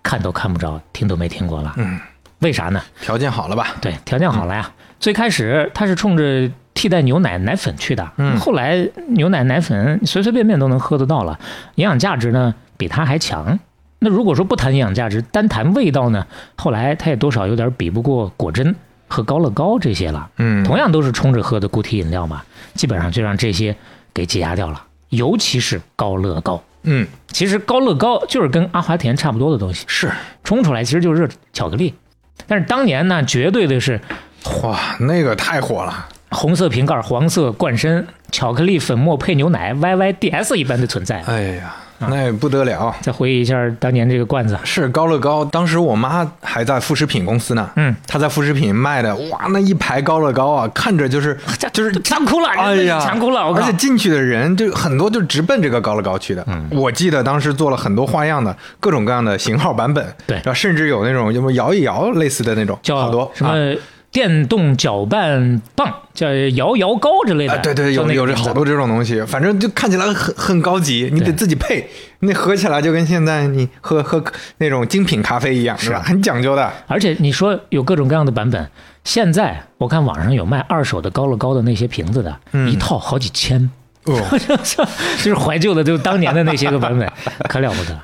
[SPEAKER 2] 看都看不着，听都没听过了，
[SPEAKER 3] 嗯，
[SPEAKER 2] 为啥呢？
[SPEAKER 3] 条件好了吧？
[SPEAKER 2] 对，条件好了呀。最开始它是冲着替代牛奶奶粉去的，
[SPEAKER 3] 嗯
[SPEAKER 2] 后来牛奶奶粉随随便便都能喝得到了，营养价值呢比它还强。那如果说不谈营养价值，单谈味道呢，后来它也多少有点比不过果珍和高乐高这些了。
[SPEAKER 3] 嗯
[SPEAKER 2] 同样都是冲着喝的固体饮料嘛，基本上就让这些给挤压掉了，尤其是高乐高。
[SPEAKER 3] 嗯，
[SPEAKER 2] 其实高乐高就是跟阿华田差不多的东西，
[SPEAKER 3] 是
[SPEAKER 2] 冲出来其实就是热巧克力。但是当年呢，绝对的是
[SPEAKER 3] 哇，那个太火了。
[SPEAKER 2] 红色瓶盖、黄色罐身、巧克力粉末配牛奶，YYDS 一般的存在。
[SPEAKER 3] 哎呀，
[SPEAKER 2] 啊
[SPEAKER 3] 那不得了。
[SPEAKER 2] 再回忆一下当年这个罐子，
[SPEAKER 3] 是高乐高，当时我妈还在副食品公司呢，
[SPEAKER 2] 嗯，
[SPEAKER 3] 她在副食品卖的，哇，那一排高乐高啊，看着就是就是
[SPEAKER 2] 馋哭了，
[SPEAKER 3] 哎呀，
[SPEAKER 2] 馋哭了，我
[SPEAKER 3] 而
[SPEAKER 2] 靠
[SPEAKER 3] 且！进去的人就很多，就直奔这个高乐高去的。
[SPEAKER 2] 嗯
[SPEAKER 3] 我记得当时做了很多花样的，各种各样的型号版本，
[SPEAKER 2] 对
[SPEAKER 3] 然后甚至有那种什么摇一摇类似的那种，好
[SPEAKER 2] 叫
[SPEAKER 3] 多
[SPEAKER 2] 什
[SPEAKER 3] 啊
[SPEAKER 2] 么电动搅拌棒，叫摇摇膏之类
[SPEAKER 3] 啊
[SPEAKER 2] 的。
[SPEAKER 3] 对对，
[SPEAKER 2] 就
[SPEAKER 3] 有
[SPEAKER 2] 那个
[SPEAKER 3] 有这
[SPEAKER 2] 名字
[SPEAKER 3] 好多这种东西，反正就看起来很很高级，你得
[SPEAKER 2] 对
[SPEAKER 3] 自己配，那喝起来就跟现在你喝喝那种精品咖啡一样，是
[SPEAKER 2] 啊
[SPEAKER 3] 吧？很讲究的。
[SPEAKER 2] 而且你说有各种各样的版本，现在我看网上有卖二手的高乐高的那些瓶子的，一套好几千， <laughs>
[SPEAKER 3] 哦，
[SPEAKER 2] 就是怀旧的，就是当年的那些个版本，可了不得。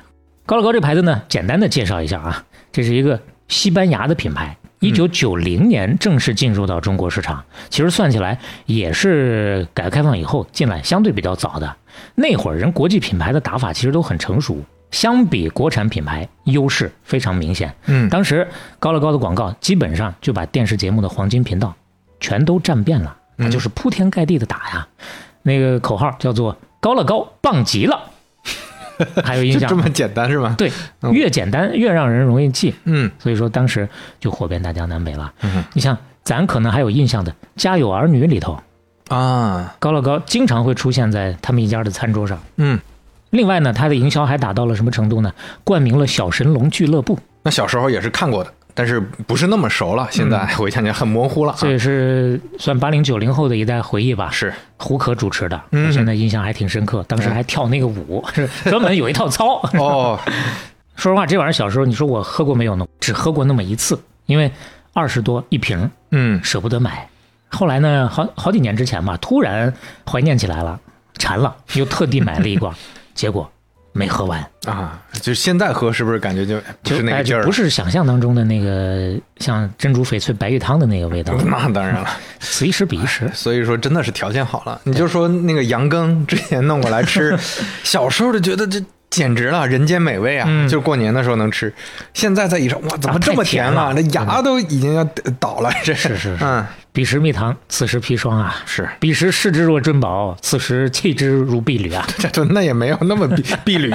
[SPEAKER 2] 高乐高这牌子呢，简单的介绍一下啊，这是一个西班牙的品牌，一九九零年正式进入到中国市场。其实算起来也是改革开放以后进来相对比较早的。那会儿人国际品牌的打法其实都很成熟，相比国产品牌优势非常明显。
[SPEAKER 3] 嗯
[SPEAKER 2] 当时高乐高的广告基本上就把电视节目的黄金频道全都占遍了，
[SPEAKER 3] 嗯
[SPEAKER 2] 那就是铺天盖地的打呀。那个口号叫做“高乐高棒极了”，
[SPEAKER 3] <laughs>
[SPEAKER 2] 还有印
[SPEAKER 3] 就
[SPEAKER 2] 象
[SPEAKER 3] 这
[SPEAKER 2] 吗？
[SPEAKER 3] 么嗯简单是吗？，
[SPEAKER 2] 对，越简单越让人容易记，
[SPEAKER 3] 嗯
[SPEAKER 2] 所以说当时就火遍大江南北了。你像咱可能还有印象的《家有儿女》里头，
[SPEAKER 3] 啊，
[SPEAKER 2] 高乐高经常会出现在他们一家的餐桌上。
[SPEAKER 3] 嗯，
[SPEAKER 2] 另外呢，它的营销还达到了什么程度呢？冠名了小神龙俱乐部，
[SPEAKER 3] 那小时候也是看过的，但是不是那么熟了，现 <laughs> 在回想起来很模糊了啊。
[SPEAKER 2] 嗯这也是算八零九零后的一代回忆吧。
[SPEAKER 3] 是，
[SPEAKER 2] 胡可主持的，
[SPEAKER 3] 嗯
[SPEAKER 2] 我现在印象还挺深刻。当时还跳那个舞，是专门有一套
[SPEAKER 3] <laughs>
[SPEAKER 2] 操。
[SPEAKER 3] 哦，
[SPEAKER 2] 说实话，这玩意儿小时候你说我喝过没有呢？只喝过那么一次，因为二十多一瓶，
[SPEAKER 3] 嗯，
[SPEAKER 2] 舍不得买。后来呢，好好几年之前吧，突然怀念起来了，馋了，又特地买了一
[SPEAKER 3] <laughs>
[SPEAKER 2] 罐，结果没喝完，
[SPEAKER 3] 啊，就现在喝是不是感觉就不
[SPEAKER 2] 就是
[SPEAKER 3] 那
[SPEAKER 2] 哎
[SPEAKER 3] 个劲
[SPEAKER 2] 就
[SPEAKER 3] 儿？
[SPEAKER 2] 不，是想象当中的那个像珍珠翡翠白玉汤的那个味道，
[SPEAKER 3] <laughs> 那当然了。
[SPEAKER 2] 此一时彼一时。
[SPEAKER 3] 所以说真的是条件好了。你就说那个羊羹之前弄过
[SPEAKER 2] <laughs>
[SPEAKER 3] 来吃，小时候就觉得这。简直了，人间美味啊！
[SPEAKER 2] 嗯
[SPEAKER 3] 就过年的时候能吃，现在再一尝，哇，怎么
[SPEAKER 2] 啊
[SPEAKER 3] 这么
[SPEAKER 2] 太甜
[SPEAKER 3] 啊？
[SPEAKER 2] 了嗯
[SPEAKER 3] 这牙都已经要倒了，这是
[SPEAKER 2] 是是
[SPEAKER 3] 嗯，
[SPEAKER 2] 彼时蜜糖，此时砒霜啊！
[SPEAKER 3] 是 <laughs>
[SPEAKER 2] 彼时视之若珍宝，此时弃之如敝履啊！
[SPEAKER 3] 这就那也没有那么
[SPEAKER 2] <laughs>
[SPEAKER 3] 碧碧绿，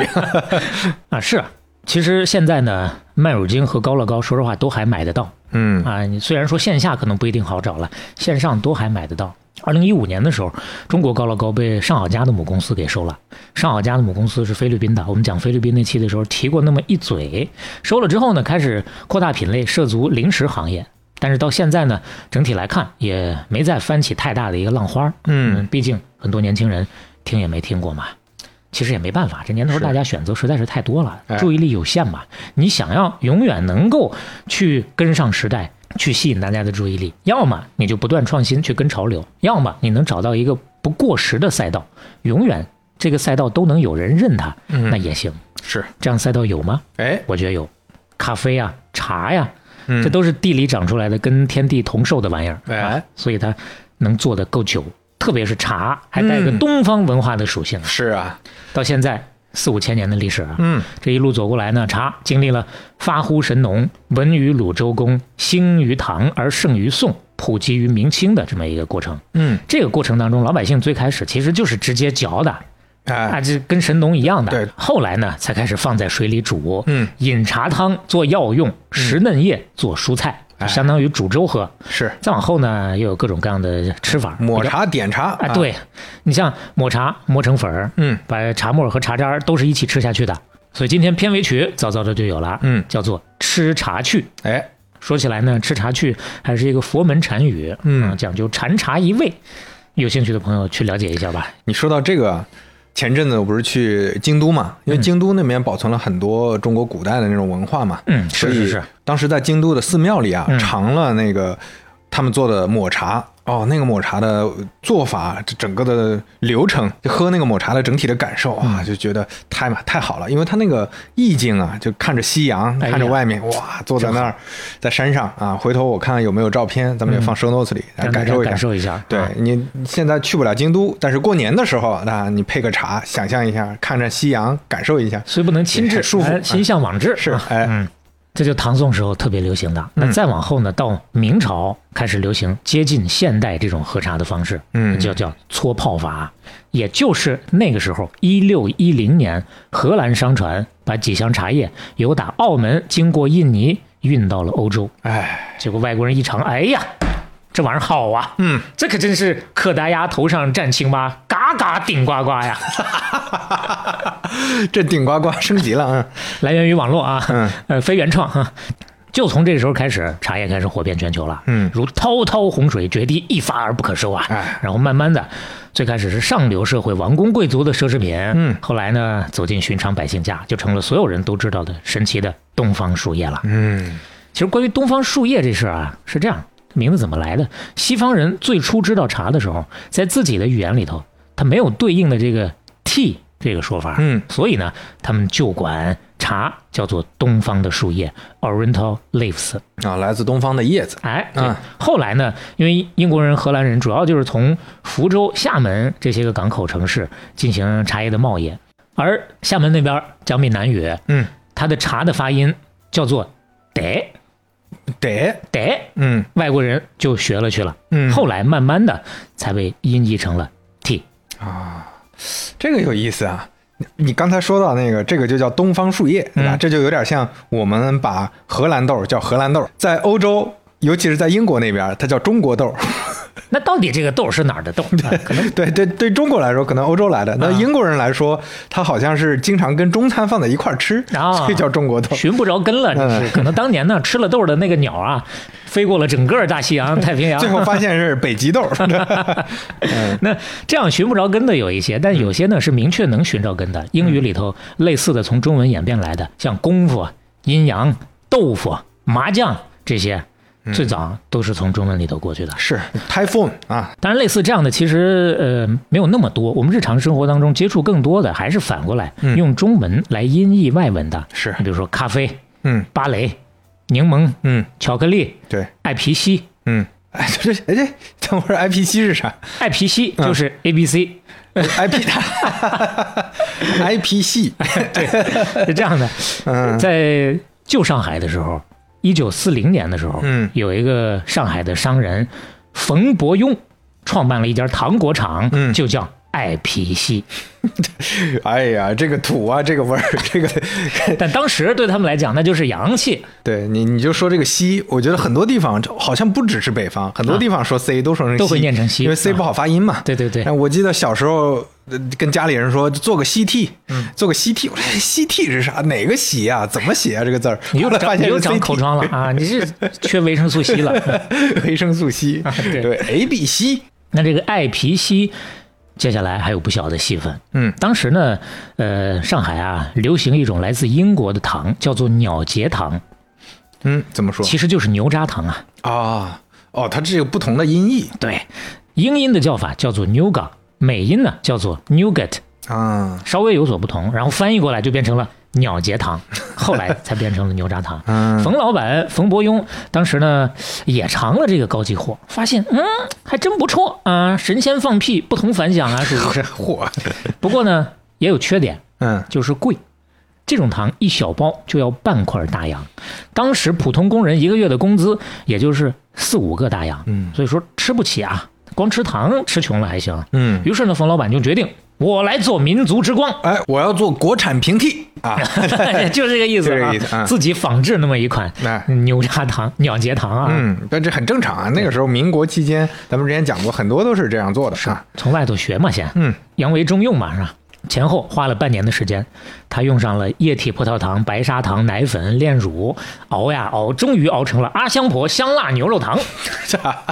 [SPEAKER 2] 啊，是啊。其实现在呢，麦乳精和高乐高，说实话都还买得到
[SPEAKER 3] 嗯
[SPEAKER 2] 啊。你虽然说线下可能不一定好找了，线上都还买得到。二零一五年的时候，中国高乐高被上好佳的母公司给收了。上好佳的母公司是菲律宾的，我们讲菲律宾那期的时候提过那么一嘴。收了之后呢，开始扩大品类，涉足零食行业。但是到现在呢，整体来看也没再翻起太大的一个浪花儿。
[SPEAKER 3] 嗯，
[SPEAKER 2] 毕竟很多年轻人听也没听过嘛。其实也没办法，这年头
[SPEAKER 3] 是
[SPEAKER 2] 大家选择实在是太多了
[SPEAKER 3] 哎，
[SPEAKER 2] 注意力有限嘛。你想要永远能够去跟上时代，去吸引大家的注意力，要么你就不断创新去跟潮流，要么你能找到一个不过时的赛道，永远这个赛道都能有人认它，
[SPEAKER 3] 嗯
[SPEAKER 2] 那也行。
[SPEAKER 3] 是，
[SPEAKER 2] 这样赛道有吗？
[SPEAKER 3] 哎，
[SPEAKER 2] 我觉得有，咖啡啊、茶呀、
[SPEAKER 3] 嗯
[SPEAKER 2] 这都是地里长出来的，跟天地同寿的玩意儿，
[SPEAKER 3] 哎
[SPEAKER 2] 所以它能做的够久。特别是茶，还带着
[SPEAKER 3] 嗯
[SPEAKER 2] 东方文化的属性啊，
[SPEAKER 3] 是啊，
[SPEAKER 2] 到现在四五千年的历史啊。
[SPEAKER 3] 嗯，
[SPEAKER 2] 这一路走过来呢，茶经历了发乎神农、闻于鲁周公、兴于唐，而盛于宋，普及于明清的这么一个过程。
[SPEAKER 3] 嗯，
[SPEAKER 2] 这个过程当中，老百姓最开始其实就是直接嚼的，啊，
[SPEAKER 3] 哎，
[SPEAKER 2] 这跟神农一样的。
[SPEAKER 3] 对
[SPEAKER 2] 后来呢，才开始放在水里煮，
[SPEAKER 3] 嗯，
[SPEAKER 2] 饮茶汤做药用，食嫩叶做蔬菜，
[SPEAKER 3] 哎
[SPEAKER 2] 相当于煮粥喝。
[SPEAKER 3] 是
[SPEAKER 2] 再往后呢，又有各种各样的吃法，
[SPEAKER 3] 抹茶点茶
[SPEAKER 2] 啊，，对，你像抹茶磨成粉儿，
[SPEAKER 3] 嗯，
[SPEAKER 2] 把茶沫和茶渣儿都是一起吃下去的。所以今天片尾曲早早的就有了，
[SPEAKER 3] 嗯
[SPEAKER 2] 叫做《吃茶去》。
[SPEAKER 3] 哎，
[SPEAKER 2] 说起来呢，吃茶去还是一个佛门禅语，
[SPEAKER 3] 嗯
[SPEAKER 2] 啊讲究禅茶一味。有兴趣的朋友去了解一下吧。
[SPEAKER 3] 你说到这个，前阵子我不是去京都嘛，
[SPEAKER 2] 嗯
[SPEAKER 3] 因为京都那边保存了很多中国古代的那种文化嘛，
[SPEAKER 2] 嗯是是是。
[SPEAKER 3] 当时在京都的寺庙里啊，
[SPEAKER 2] 嗯
[SPEAKER 3] 尝了那个他们做的抹茶。哦，那个抹茶的做法，这整个的流程，就喝那个抹茶的整体的感受
[SPEAKER 2] 嗯
[SPEAKER 3] 啊，就觉得太嘛太好了，因为它那个意境啊，就看着夕阳，
[SPEAKER 2] 哎呀
[SPEAKER 3] 看着外面，哇，坐在那儿，在山上啊，回头我看有没有照片，咱们也放 show notes 里，来
[SPEAKER 2] 嗯让大
[SPEAKER 3] 感
[SPEAKER 2] 家
[SPEAKER 3] 受一下，
[SPEAKER 2] 感受一下，
[SPEAKER 3] 对
[SPEAKER 2] 啊
[SPEAKER 3] 你你现在去不了京都，但是过年的时候，那你配个茶，想象一下，看着夕阳，感受一下。
[SPEAKER 2] 虽不能亲
[SPEAKER 3] 也
[SPEAKER 2] 至，
[SPEAKER 3] 舒服
[SPEAKER 2] 哎心向往之。
[SPEAKER 3] 是
[SPEAKER 2] 啊
[SPEAKER 3] 哎
[SPEAKER 2] 嗯，这就唐宋时候特别流行的。那
[SPEAKER 3] 嗯
[SPEAKER 2] 再往后呢，到明朝开始流行接近现代这种喝茶的方式，
[SPEAKER 3] 嗯
[SPEAKER 2] 叫叫搓泡法。也就是那个时候，一六一零年，荷兰商船把几箱茶叶由打澳门经过印尼运到了欧洲，
[SPEAKER 3] 哎，
[SPEAKER 2] 结果外国人一尝，哎呀，这玩意儿好啊！
[SPEAKER 3] 嗯，
[SPEAKER 2] 这可真是柯达鸭头上站青蛙，嘎嘎顶呱呱呀！
[SPEAKER 3] 这顶呱呱升级了啊！
[SPEAKER 2] 来源于网络啊，
[SPEAKER 3] 嗯
[SPEAKER 2] 呃，非原创哈。就从这时候开始，茶叶开始火遍全球了，
[SPEAKER 3] 嗯
[SPEAKER 2] 如滔滔洪水，决堤一发而不可收啊。
[SPEAKER 3] 哎
[SPEAKER 2] 然后慢慢的，最开始是上流社会王公贵族的奢侈品，
[SPEAKER 3] 嗯
[SPEAKER 2] 后来呢，走进寻常百姓家，就成了所有人都知道的神奇的东方树叶了。
[SPEAKER 3] 嗯
[SPEAKER 2] 其实关于东方树叶这事儿啊，是这样，名字怎么来的？西方人最初知道茶的时候，在自己的语言里头，他没有对应的这个 tea 这个说法，
[SPEAKER 3] 嗯
[SPEAKER 2] 所以呢，他们就管茶叫做东方的树叶 （Oriental leaves）。
[SPEAKER 3] 啊，来自东方的叶子。
[SPEAKER 2] 哎，对
[SPEAKER 3] 嗯
[SPEAKER 2] 后来呢，因为英国人、荷兰人主要就是从福州、厦门这些个港口城市进行茶叶的贸易，而厦门那边儿讲闽南语，
[SPEAKER 3] 嗯，
[SPEAKER 2] 它的茶的发音叫做“得
[SPEAKER 3] 得，
[SPEAKER 2] 得”，
[SPEAKER 3] 嗯
[SPEAKER 2] 外国人就学了去了，
[SPEAKER 3] 嗯
[SPEAKER 2] 后来慢慢的才被音译成了 t。
[SPEAKER 3] 啊，这个有意思啊。你你刚才说到那个，这个就叫东方树叶，对吧？
[SPEAKER 2] 嗯
[SPEAKER 3] 这就有点像我们把荷兰豆叫荷兰豆，在欧洲，尤其是在英国那边，它叫中国豆。 <laughs>
[SPEAKER 2] 那到底这个豆是哪儿的豆？啊可能
[SPEAKER 3] 对对，对中国来说可能欧洲来的，那
[SPEAKER 2] 啊
[SPEAKER 3] 英国人来说，他好像是经常跟中餐放在一块儿吃，
[SPEAKER 2] 啊
[SPEAKER 3] 所以叫中国
[SPEAKER 2] <laughs>
[SPEAKER 3] 豆。
[SPEAKER 2] 寻不着根了，这是
[SPEAKER 3] 嗯
[SPEAKER 2] 可能当年呢吃了豆的那个鸟啊，飞过了整个大西洋、太平洋，
[SPEAKER 3] 最后发现是北极豆，嗯
[SPEAKER 2] <laughs> 那这样寻不着根的有一些，但有些呢是明确能寻着根的。英语里头类似的从中文演变来的，像功夫、啊阴阳、豆腐、啊麻将这些，
[SPEAKER 3] 嗯
[SPEAKER 2] 最早都是从中文里头过去的。
[SPEAKER 3] 是 typhoon 啊，
[SPEAKER 2] 当然，类似这样的其实呃没有那么多。我们日常生活当中接触更多的还是反过来、
[SPEAKER 3] 嗯
[SPEAKER 2] 用中文来音译外文的。
[SPEAKER 3] 是
[SPEAKER 2] 你比如说咖啡、
[SPEAKER 3] 嗯
[SPEAKER 2] 芭蕾、柠檬、
[SPEAKER 3] 嗯，
[SPEAKER 2] 巧克力、
[SPEAKER 3] 对，
[SPEAKER 2] 爱皮西。
[SPEAKER 3] 嗯，哎，这这哎这，等会儿 IP 七是啥 <laughs>
[SPEAKER 2] 爱皮西
[SPEAKER 3] 嗯
[SPEAKER 2] 就是 A B C，、
[SPEAKER 3] ？IP 它 IP 系，
[SPEAKER 2] 是这样的。
[SPEAKER 3] 嗯
[SPEAKER 2] 在旧上海的时候，一九四零年的时候，
[SPEAKER 3] 嗯
[SPEAKER 2] 有一个上海的商人冯伯庸创办了一家糖果厂，
[SPEAKER 3] 嗯
[SPEAKER 2] 就叫爱皮西。
[SPEAKER 3] <laughs> 哎呀，这个土啊，这个味儿，这个，
[SPEAKER 2] 但当时对他们来讲，那就是洋气。
[SPEAKER 3] 对你你就说这个西，我觉得很多地方好像不只是北方，很多地方说 C 都说成
[SPEAKER 2] 啊都会念成西
[SPEAKER 3] 因为 C
[SPEAKER 2] 啊
[SPEAKER 3] 不好发音嘛，
[SPEAKER 2] 对对对
[SPEAKER 3] 哎，我记得小时候呃跟家里人说做个西 T，做
[SPEAKER 2] 嗯
[SPEAKER 3] 个西 T，我说哎西 T 是啥？哪个西啊？怎么写啊？这个字儿？
[SPEAKER 2] 你又
[SPEAKER 3] 后来发
[SPEAKER 2] 长
[SPEAKER 3] 现
[SPEAKER 2] 你
[SPEAKER 3] 是
[SPEAKER 2] 又长
[SPEAKER 3] CT
[SPEAKER 2] 口
[SPEAKER 3] <laughs>
[SPEAKER 2] 疮了啊！你是缺维生素 C 了。
[SPEAKER 3] 维生素 C，
[SPEAKER 2] 啊对
[SPEAKER 3] 对 A B C，
[SPEAKER 2] 那这个爱皮西接下来还有不小的戏份。
[SPEAKER 3] 嗯
[SPEAKER 2] 当时呢，呃，上海啊流行一种来自英国的糖，叫做鸟结糖，
[SPEAKER 3] 嗯，怎么说
[SPEAKER 2] 其实就是牛轧糖啊。
[SPEAKER 3] 啊？哦，它这个不同的音译
[SPEAKER 2] 对，英音的叫法叫做 nougat，美音呢叫做 nougat，
[SPEAKER 3] 啊， <laughs>
[SPEAKER 2] 稍微有所不同，然后翻译过来就变成了鸟结糖，后来才变成了牛轧糖。
[SPEAKER 3] <laughs> 嗯，
[SPEAKER 2] 冯老板冯伯庸当时呢也尝了这个高级货，发现嗯还真不错啊，神仙放屁不同凡响啊，是不是？
[SPEAKER 3] 嚯，
[SPEAKER 2] 不过呢也有缺点，
[SPEAKER 3] 嗯
[SPEAKER 2] 就是贵。这种糖一小包就要半块大洋，当时普通工人一个月的工资也就是四五个大洋，
[SPEAKER 3] 嗯
[SPEAKER 2] 所以说吃不起啊，光吃糖吃穷了还行。
[SPEAKER 3] 嗯，
[SPEAKER 2] 于是呢，冯老板就决定我来做民族之光，
[SPEAKER 3] 哎，我要做国产平替啊，
[SPEAKER 2] <laughs> 就这个意思
[SPEAKER 3] 就这
[SPEAKER 2] 啊，
[SPEAKER 3] 个意思啊
[SPEAKER 2] 自己仿制那么一款
[SPEAKER 3] 哎
[SPEAKER 2] 牛轧糖、鸟结糖啊，
[SPEAKER 3] 嗯，但这很正常啊。那个时候民国期间，咱们之前讲过，很多都是这样做的啊。
[SPEAKER 2] 从外头学嘛先，
[SPEAKER 3] 嗯，
[SPEAKER 2] 洋为中用嘛是吧？前后花了半年的时间，他用上了液体葡萄糖、白砂糖、奶粉、炼乳，熬呀熬，终于熬成了阿香婆香辣牛肉糖，
[SPEAKER 3] <laughs>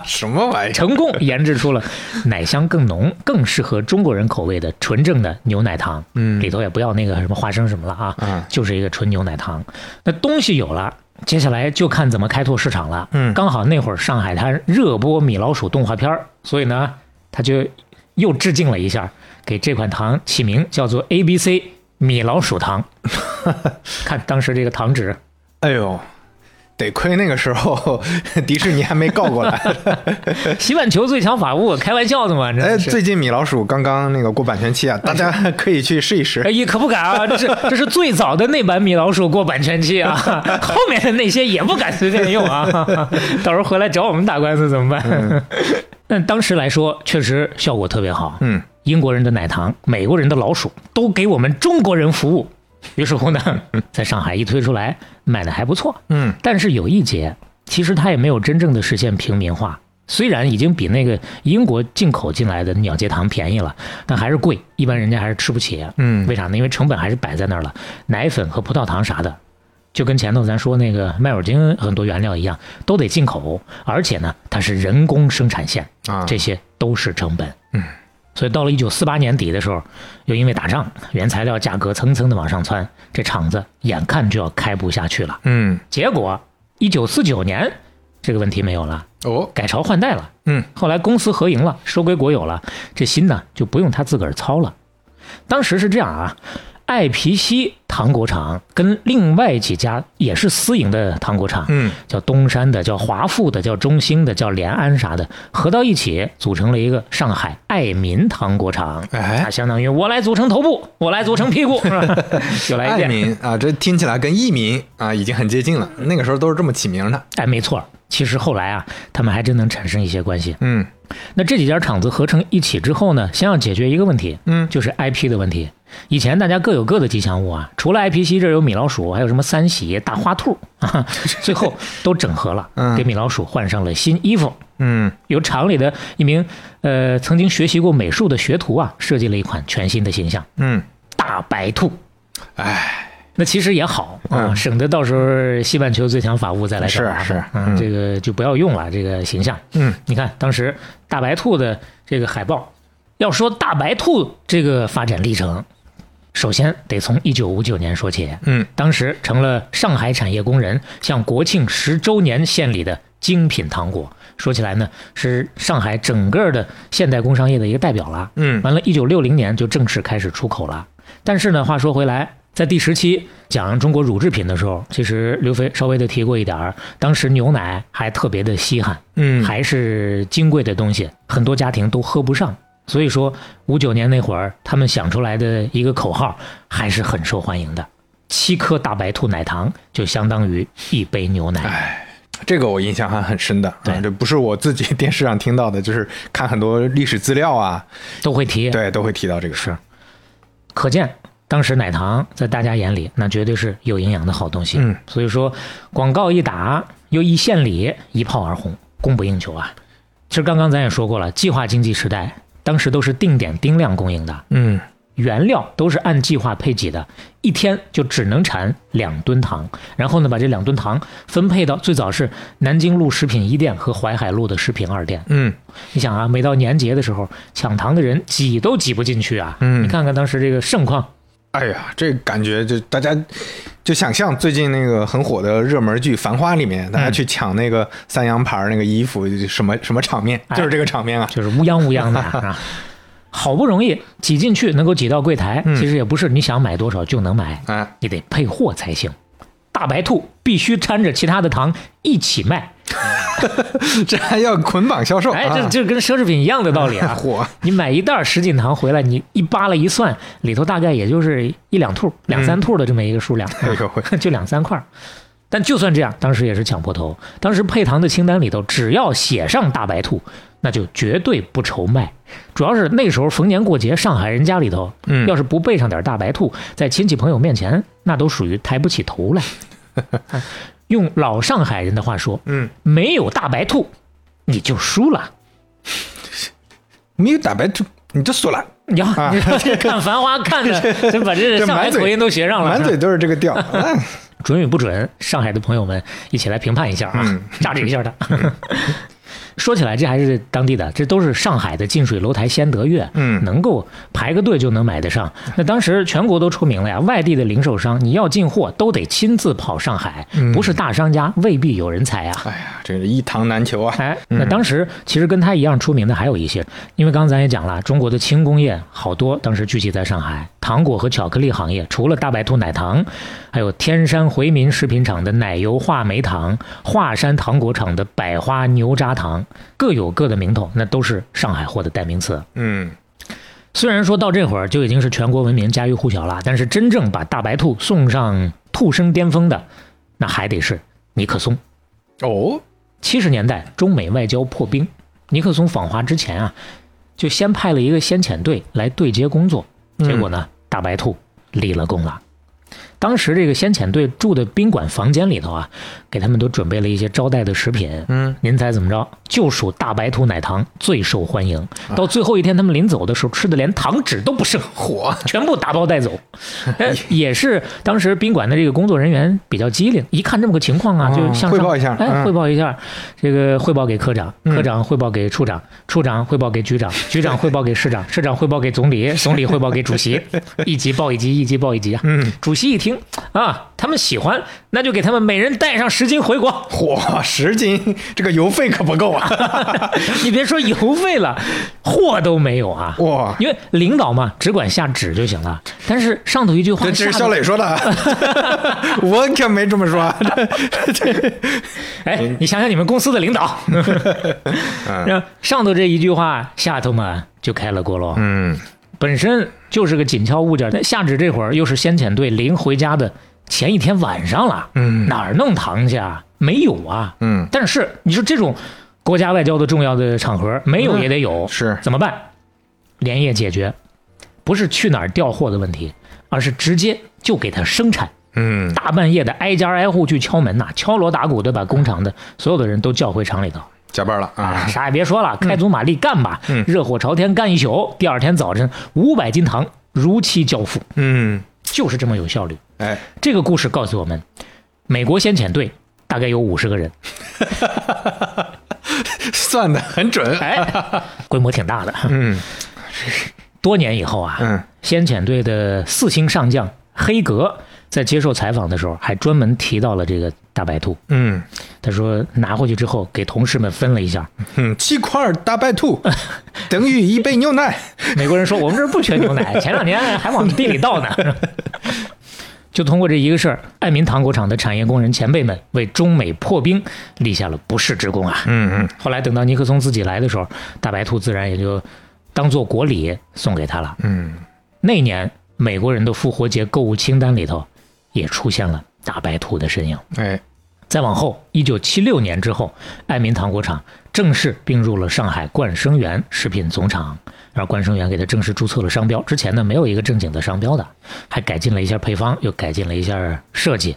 [SPEAKER 3] 什么玩意儿？
[SPEAKER 2] 成功研制出了奶香更浓、更适合中国人口味的纯正的牛奶糖。
[SPEAKER 3] 嗯
[SPEAKER 2] 里头也不要那个什么花生什么了啊，
[SPEAKER 3] 嗯
[SPEAKER 2] 就是一个纯牛奶糖。那东西有了。接下来就看怎么开拓市场了。
[SPEAKER 3] 嗯
[SPEAKER 2] 刚好那会儿上海滩热播米老鼠动画片儿，所以呢，他就又致敬了一下，给这款糖起名叫做 A B C 米老鼠
[SPEAKER 3] <laughs>
[SPEAKER 2] 糖。看当时这个糖纸，
[SPEAKER 3] 哎呦，得亏那个时候 <laughs> 迪士尼还没告
[SPEAKER 2] <laughs>
[SPEAKER 3] 过来。
[SPEAKER 2] 洗碗球最强法务，开玩笑的嘛，
[SPEAKER 3] 哎，
[SPEAKER 2] 这是。
[SPEAKER 3] 最近米老鼠刚刚那个过版权期啊，大家可以去试一
[SPEAKER 2] 哎
[SPEAKER 3] 试。
[SPEAKER 2] 呀，可不敢啊！这是这是最早的那版米老鼠过版权期啊， <laughs> 后面的那些也不敢随便用啊， <laughs> 到时候回来找我们打官司怎么办？ <laughs> 但当时来说，确实效果特别好。
[SPEAKER 3] 嗯，
[SPEAKER 2] 英国人的奶糖，美国人的老鼠，都给我们中国人服务。于是乎呢，在上海一推出来，卖的还不错。
[SPEAKER 3] 嗯，
[SPEAKER 2] 但是有一节，其实它也没有真正的实现平民化。虽然已经比那个英国进口进来的鸟结糖便宜了，但还是贵，一般人家还是吃不起。
[SPEAKER 3] 嗯
[SPEAKER 2] 为啥呢？因为成本还是摆在那儿了，奶粉和葡萄糖啥的，就跟前头咱说那个麦乳精很多原料一样，都得进口，而且呢，它是人工生产线，
[SPEAKER 3] 啊，
[SPEAKER 2] 这些都是成本。
[SPEAKER 3] 嗯，
[SPEAKER 2] 所以到了一九四八年底的时候，又因为打仗，原材料价格蹭蹭的往上窜，这厂子眼看就要开不下去了。
[SPEAKER 3] 嗯，
[SPEAKER 2] 结果一九四九年这个问题没有了，
[SPEAKER 3] 哦，
[SPEAKER 2] 改朝换代了。
[SPEAKER 3] 嗯，
[SPEAKER 2] 后来公私合营了，收归国有了，这心呢就不用他自个儿操了。当时是这样啊，艾皮西糖果厂跟另外几家也是私营的糖果厂，
[SPEAKER 3] 嗯，
[SPEAKER 2] 叫东山的、叫华富的、叫中兴的、叫联安啥的，合到一起组成了一个上海爱民糖果厂。
[SPEAKER 3] 哎
[SPEAKER 2] 啊，相当于我来组成头部，我来组成屁股，是吧？
[SPEAKER 3] <laughs>
[SPEAKER 2] 又来一
[SPEAKER 3] 爱
[SPEAKER 2] 遍。
[SPEAKER 3] 民啊，这听起来跟艺民啊已经很接近了。那个时候都是这么起名的。
[SPEAKER 2] 哎，没错。其实后来啊，他们还真能产生一些关系。
[SPEAKER 3] 嗯
[SPEAKER 2] 那这几家厂子合成一起之后呢，先要解决一个问题，
[SPEAKER 3] 嗯
[SPEAKER 2] 就是 IP 的问题。以前大家各有各的吉祥物啊，除了 IP 西这有米老鼠，还有什么三喜、大花兔，
[SPEAKER 3] <laughs>
[SPEAKER 2] 啊、最后都整合了，
[SPEAKER 3] 嗯
[SPEAKER 2] 给米老鼠换上了新衣服。
[SPEAKER 3] 嗯，
[SPEAKER 2] 由厂里的一名呃曾经学习过美术的学徒啊，设计了一款全新的形象
[SPEAKER 3] 嗯，
[SPEAKER 2] ——大白兔。
[SPEAKER 3] 哎，
[SPEAKER 2] 那其实也好啊，
[SPEAKER 3] 嗯
[SPEAKER 2] 省得到时候西半球最强法务再来找
[SPEAKER 3] 是
[SPEAKER 2] 麻烦
[SPEAKER 3] 是
[SPEAKER 2] 嗯，
[SPEAKER 3] 嗯
[SPEAKER 2] 这个就不要用了这个形象。
[SPEAKER 3] 嗯，
[SPEAKER 2] 你看当时大白兔的这个海报，要说大白兔这个发展历程，首先得从一九五九年说起。
[SPEAKER 3] 嗯，
[SPEAKER 2] 当时成了上海产业工人向国庆十周年献礼的精品糖果。说起来呢，是上海整个的现代工商业的一个代表了。
[SPEAKER 3] 嗯
[SPEAKER 2] 完了，一九六零年就正式开始出口了。但是呢，话说回来，在第十期讲中国乳制品的时候，其实刘飞稍微的提过一点儿，当时牛奶还特别的稀罕，
[SPEAKER 3] 嗯
[SPEAKER 2] 还是金贵的东西，很多家庭都喝不上。所以说，五九年那会儿，他们想出来的一个口号还是很受欢迎的。七颗大白兔奶糖就相当于一杯牛奶，
[SPEAKER 3] 哎这个我印象还很深的。
[SPEAKER 2] 对
[SPEAKER 3] 啊，这不是我自己电视上听到的，就是看很多历史资料啊，
[SPEAKER 2] 都会提。
[SPEAKER 3] 对，都会提到这个。
[SPEAKER 2] 是，可见当时奶糖在大家眼里那绝对是有营养的好东西。
[SPEAKER 3] 嗯，
[SPEAKER 2] 所以说广告一打又一献礼，一炮而红，供不应求啊。其实刚刚咱也说过了，计划经济时代当时都是定点定量供应的，
[SPEAKER 3] 嗯
[SPEAKER 2] 原料都是按计划配给的，一天就只能产两吨糖。然后呢，把这两吨糖分配到最早是南京路食品一店和淮海路的食品二店。
[SPEAKER 3] 嗯，
[SPEAKER 2] 你想啊，每到年节的时候，抢糖的人挤都挤不进去啊。
[SPEAKER 3] 嗯
[SPEAKER 2] 你看看当时这个盛况，
[SPEAKER 3] 哎呀，这感觉就大家就想象最近那个很火的热门剧《繁花》里面，大家去抢那个三羊牌儿那个衣服，就什么什么场面，
[SPEAKER 2] 哎
[SPEAKER 3] 就是这个场面啊。
[SPEAKER 2] 就是乌泱乌泱的啊。好不容易挤进去，能够挤到柜台，其实也不是你想买多少就能买，
[SPEAKER 3] 哎，
[SPEAKER 2] 你得配货才行。大白兔必须掺着其他的糖一起卖，
[SPEAKER 3] <laughs> 这还要捆绑销售啊？
[SPEAKER 2] 哎，这这跟奢侈品一样的道理
[SPEAKER 3] <laughs>
[SPEAKER 2] 啊！
[SPEAKER 3] 火，
[SPEAKER 2] 你买一袋儿十斤糖回来，你一扒拉一算，里头大概也就是一两兔、两三兔的这么一个数量，
[SPEAKER 3] 嗯
[SPEAKER 2] 啊
[SPEAKER 3] 哎呦喂，
[SPEAKER 2] <laughs> 就两三块儿。但就算这样，当时也是抢破头。当时配糖的清单里头，只要写上大白兔，那就绝对不愁卖。主要是那时候逢年过节，上海人家里头，
[SPEAKER 3] 嗯
[SPEAKER 2] 要是不备上点大白兔，在亲戚朋友面前，那都属于抬不起头
[SPEAKER 3] <laughs>
[SPEAKER 2] 来。啊用老上海人的话说，
[SPEAKER 3] 嗯，
[SPEAKER 2] 没有大白兔，你就输了。
[SPEAKER 3] 没有打白兔，你就输了，
[SPEAKER 2] 你要、
[SPEAKER 3] 啊
[SPEAKER 2] 你说这 <laughs> 看《繁花》看的，这把这
[SPEAKER 3] <laughs> 这
[SPEAKER 2] 上海
[SPEAKER 3] 满嘴
[SPEAKER 2] 口音都学上了，
[SPEAKER 3] 满
[SPEAKER 2] 啊是吧
[SPEAKER 3] 嘴都是这个调。哎
[SPEAKER 2] 准与不准，上海的朋友们一起来评判一下啊
[SPEAKER 3] 嗯，
[SPEAKER 2] <laughs> 炸这一下的。 <laughs> 说起来，这还是当地的，这都是上海的近水楼台先得月，
[SPEAKER 3] 嗯
[SPEAKER 2] 能够排个队就能买得上。那当时全国都出名了呀，外地的零售商你要进货都得亲自跑上海，
[SPEAKER 3] 嗯
[SPEAKER 2] 不是大商家未必有人才啊。
[SPEAKER 3] 哎呀，这是一糖难求啊！
[SPEAKER 2] 哎，那当时其实跟他一样出名的还有一些，因为刚才咱也讲了，中国的轻工业好多当时聚集在上海，糖果和巧克力行业除了大白兔奶糖，还有天山回民食品厂的奶油话梅糖、华山糖果厂的百花牛轧糖，各有各的名头，那都是上海货的代名词。
[SPEAKER 3] 嗯，
[SPEAKER 2] 虽然说到这会儿就已经是全国闻名、家喻户晓了，但是真正把大白兔送上兔生巅峰的，那还得是尼克松。
[SPEAKER 3] 哦，
[SPEAKER 2] 七十年代中美外交破冰，尼克松访华之前啊，就先派了一个先遣队来对接工作，结果
[SPEAKER 3] 嗯
[SPEAKER 2] 呢，大白兔立了功了。当时这个先遣队住的宾馆房间里头啊，给他们都准备了一些招待的食品。
[SPEAKER 3] 嗯，
[SPEAKER 2] 您猜怎么着？就属大白兔奶糖最受欢迎。
[SPEAKER 3] 啊
[SPEAKER 2] 到最后一天，他们临走的时候吃的连糖纸都不剩，
[SPEAKER 3] 火，
[SPEAKER 2] 全部打包带走。哎也是当时宾馆的这个工作人员比较机灵，一看这么个情况啊，
[SPEAKER 3] 哦
[SPEAKER 2] 就向上
[SPEAKER 3] 汇报一下
[SPEAKER 2] 哎，
[SPEAKER 3] 嗯
[SPEAKER 2] 汇报一下，这个汇报给科长，科长汇报给处长，处长汇报给
[SPEAKER 3] <laughs>
[SPEAKER 2] 局长，局长汇报给市长，市长汇报给总理，总理汇报给主席，一级报一级，一级报一级啊。
[SPEAKER 3] 嗯，
[SPEAKER 2] 主席一听啊，他们喜欢，那就给他们每人带上十斤回国。 <laughs>
[SPEAKER 3] 火十斤，这个油费可不够 <laughs> 啊！
[SPEAKER 2] 你别说邮费了，货都没有啊。
[SPEAKER 3] 哇，
[SPEAKER 2] 因为领导嘛，只管下旨就行了。但是上头一句话，
[SPEAKER 3] 这这是
[SPEAKER 2] 下
[SPEAKER 3] 肖
[SPEAKER 2] 头
[SPEAKER 3] 磊 <laughs> 说的，我可没这么说。这这，
[SPEAKER 2] <laughs> 哎，你想想你们公司的领导，然后上头这一句话，下头嘛就开了锅喽。
[SPEAKER 3] 嗯，
[SPEAKER 2] 本身就是个紧俏物件，但下旨这会儿又是先遣队临回家的前一天晚上了，
[SPEAKER 3] 嗯
[SPEAKER 2] 哪儿弄糖去啊？没有啊，
[SPEAKER 3] 嗯
[SPEAKER 2] 但是你说这种国家外交的重要的场合，没有也得有，
[SPEAKER 3] 嗯是
[SPEAKER 2] 怎么办？连夜解决，不是去哪儿调货的问题，而是直接就给它生产。
[SPEAKER 3] 嗯，
[SPEAKER 2] 大半夜的挨家挨户去敲门呐、敲锣打鼓的把工厂的所有的人都叫回厂里头。
[SPEAKER 3] 加班了
[SPEAKER 2] 啊，
[SPEAKER 3] 啊！
[SPEAKER 2] 啥也别说了，开足马力干吧，
[SPEAKER 3] 嗯
[SPEAKER 2] 热火朝天干一宿，第二天早晨五百斤糖如期交付，
[SPEAKER 3] 嗯，
[SPEAKER 2] 就是这么有效率。
[SPEAKER 3] 哎，
[SPEAKER 2] 这个故事告诉我们，美国先遣队大概有五十个
[SPEAKER 3] <laughs>
[SPEAKER 2] 人，
[SPEAKER 3] 算的很准。
[SPEAKER 2] 哎，规模挺大的。 <laughs>
[SPEAKER 3] 嗯
[SPEAKER 2] 多年以后啊，
[SPEAKER 3] 嗯，
[SPEAKER 2] 先遣队的四星上将黑格在接受采访的时候，还专门提到了这个大白兔。
[SPEAKER 3] 嗯
[SPEAKER 2] 他说拿回去之后给同事们分了一下，
[SPEAKER 3] 嗯，七块大白兔等于一杯牛奶。
[SPEAKER 2] <laughs> 美国人说我们这儿不缺牛
[SPEAKER 3] <laughs>
[SPEAKER 2] 奶，前两年还往地里倒呢。 <laughs> 就通过这一个事儿，爱民糖果厂的产业工人前辈们为中美破冰立下了不世之功啊。
[SPEAKER 3] 嗯嗯，
[SPEAKER 2] 后来等到尼克松自己来的时候，大白兔自然也就当做国礼送给他了。
[SPEAKER 3] 嗯，
[SPEAKER 2] 那年美国人的复活节购物清单里头也出现了大白兔的身影。
[SPEAKER 3] 哎，
[SPEAKER 2] 再往后，一九七六年之后，爱民糖果厂正式并入了上海冠生园食品总厂，而冠生园给它正式注册了商标。之前呢，没有一个正经的商标的，还改进了一下配方，又改进了一下设计，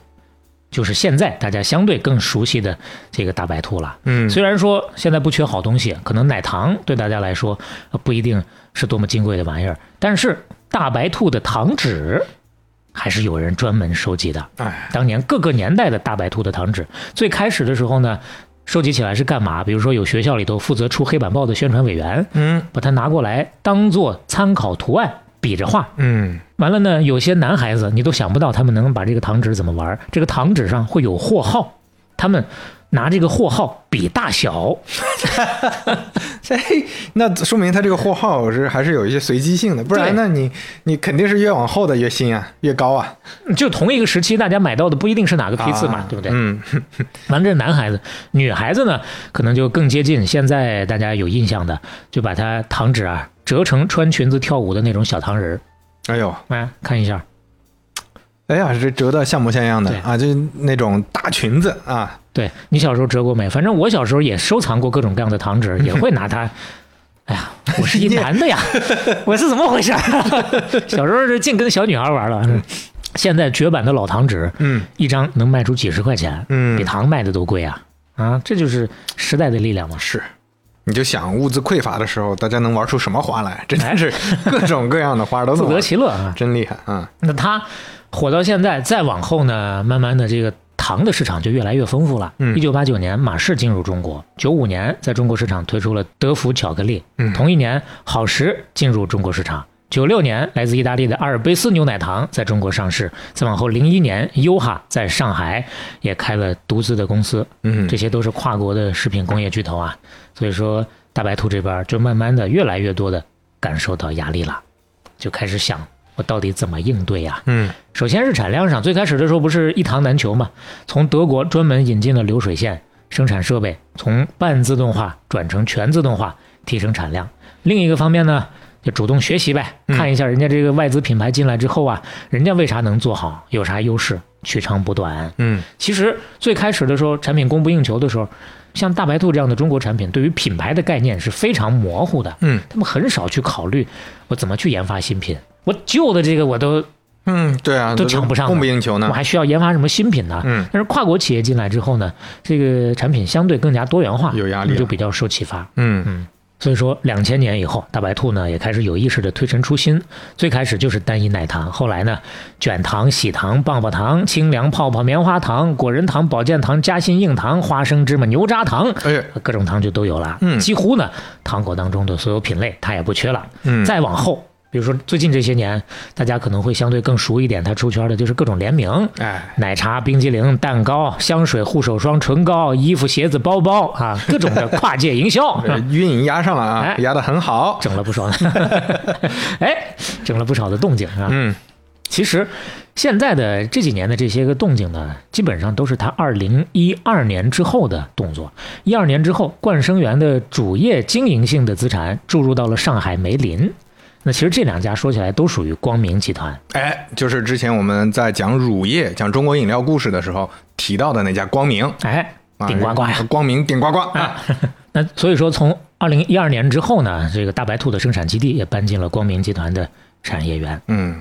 [SPEAKER 2] 就是现在大家相对更熟悉的这个大白兔了。
[SPEAKER 3] 嗯
[SPEAKER 2] 虽然说现在不缺好东西，可能奶糖对大家来说呃不一定是多么金贵的玩意儿，但是大白兔的糖纸，还是有人专门收集的。
[SPEAKER 3] 哎，
[SPEAKER 2] 当年各个年代的大白兔的糖纸，最开始的时候呢，收集起来是干嘛？比如说有学校里头负责出黑板报的宣传委员，
[SPEAKER 3] 嗯
[SPEAKER 2] 把它拿过来当做参考图案，比着画。
[SPEAKER 3] 嗯，
[SPEAKER 2] 完了呢，有些男孩子你都想不到他们能把这个糖纸怎么玩儿。这个糖纸上会有货号，他们拿这个货号比大小， <laughs>
[SPEAKER 3] 这那说明他这个货号是还是有一些随机性的，不然呢，你你肯定是越往后的越新啊，越高啊，
[SPEAKER 2] 就同一个时期大家买到的不一定是哪个批次嘛，
[SPEAKER 3] 啊
[SPEAKER 2] 对不对？
[SPEAKER 3] 嗯，
[SPEAKER 2] 完了，这是男孩子，女孩子呢，可能就更接近现在大家有印象的，就把它糖纸啊折成穿裙子跳舞的那种小糖人儿，
[SPEAKER 3] 哎呦，
[SPEAKER 2] 哎，看一下，
[SPEAKER 3] 哎呀，这折的像模像样的
[SPEAKER 2] 对
[SPEAKER 3] 啊，就那种大裙子啊，
[SPEAKER 2] 对你小时候折过没？反正我小时候也收藏过各种各样的糖纸，也会拿它。哎呀，我是一男 <laughs> 的呀，我是怎么回事儿？ <laughs> 小时候是净跟小女孩玩了。嗯现在绝版的老糖纸，
[SPEAKER 3] 嗯
[SPEAKER 2] 一张能卖出几十块钱，比
[SPEAKER 3] 嗯，
[SPEAKER 2] 糖卖的都贵啊！啊，这就是时代的力量嘛。
[SPEAKER 3] 是。你就想物资匮乏的时候，大家能玩出什么花来？真的是各种各样的花
[SPEAKER 2] <laughs>
[SPEAKER 3] 都
[SPEAKER 2] 自
[SPEAKER 3] 能
[SPEAKER 2] 哎得
[SPEAKER 3] 玩，
[SPEAKER 2] 其乐啊！
[SPEAKER 3] 真厉害啊！
[SPEAKER 2] 那它火到现在，再往后呢，慢慢的这个糖的市场就越来越丰富了。
[SPEAKER 3] 嗯
[SPEAKER 2] 一九八九年，马氏进入中国；九五年，在中国市场推出了德芙巧克力；
[SPEAKER 3] 嗯
[SPEAKER 2] 同一年，好时进入中国市场。九六年，来自意大利的阿尔卑斯牛奶糖在中国上市。再往后，零一年，优哈在上海也开了独资的公司。
[SPEAKER 3] 嗯
[SPEAKER 2] 这些都是跨国的食品工业巨头啊。所以说，大白兔这边就慢慢的越来越多的感受到压力了，就开始想我到底怎么应对呀、
[SPEAKER 3] 嗯
[SPEAKER 2] 首先是产量上，最开始的时候不是一糖难求嘛，从德国专门引进了流水线生产设备，从半自动化转成全自动化，提升产量。另一个方面呢，就主动学习呗，
[SPEAKER 3] 嗯
[SPEAKER 2] 看一下人家这个外资品牌进来之后啊，人家为啥能做好，有啥优势，取长补短。
[SPEAKER 3] 嗯
[SPEAKER 2] 其实最开始的时候，产品供不应求的时候，像大白兔这样的中国产品，对于品牌的概念是非常模糊的，
[SPEAKER 3] 嗯
[SPEAKER 2] 他们很少去考虑我怎么去研发新品。我旧的这个我都
[SPEAKER 3] 嗯，对啊，
[SPEAKER 2] 都抢不上
[SPEAKER 3] 供不
[SPEAKER 2] 呢
[SPEAKER 3] 应求呢
[SPEAKER 2] 我。还需要研发什么新品呢？
[SPEAKER 3] 嗯
[SPEAKER 2] 但是跨国企业进来之后呢，这个产品相对更加多元化，
[SPEAKER 3] 有压力了啊
[SPEAKER 2] 那么就比较受启发。
[SPEAKER 3] 嗯
[SPEAKER 2] 所以说，两千年以后，大白兔呢也开始有意识的推陈出新。最开始就是单一奶糖，后来呢，卷糖、喜糖、棒棒糖、清凉泡泡、棉花糖、果仁糖、保健糖、夹心硬糖、花生芝麻、牛轧糖，
[SPEAKER 3] 哎呀
[SPEAKER 2] 各种糖就都有了。
[SPEAKER 3] 嗯
[SPEAKER 2] 几乎呢，糖果当中的所有品类它也不缺了。
[SPEAKER 3] 嗯
[SPEAKER 2] 再往后，比如说最近这些年，大家可能会相对更熟一点，它出圈的就是各种联名， <laughs>
[SPEAKER 3] 哎，
[SPEAKER 2] 奶茶、冰激凌、蛋糕、香水、护手霜、唇膏、衣服、鞋子、包包啊，各种的跨界营销。
[SPEAKER 3] 这运营压上了啊
[SPEAKER 2] 哎，
[SPEAKER 3] 压的很好。
[SPEAKER 2] 整了不少， <laughs> 哎，整了不少的动静啊。
[SPEAKER 3] 嗯
[SPEAKER 2] 其实现在的这几年的这些个动静呢，基本上都是他二零一二年之后的动作。一二年之后，冠生园的主业经营性的资产注入到了上海梅林。那其实这两家说起来都属于光明集团，
[SPEAKER 3] 哎，就是之前我们在讲乳业、讲中国饮料故事的时候提到的那家光明，
[SPEAKER 2] 哎，
[SPEAKER 3] 啊
[SPEAKER 2] 顶呱呱呀。
[SPEAKER 3] 光明顶呱呱啊，
[SPEAKER 2] 那所以说，从二零一二年之后呢，这个大白兔的生产基地也搬进了光明集团的产业园。
[SPEAKER 3] 嗯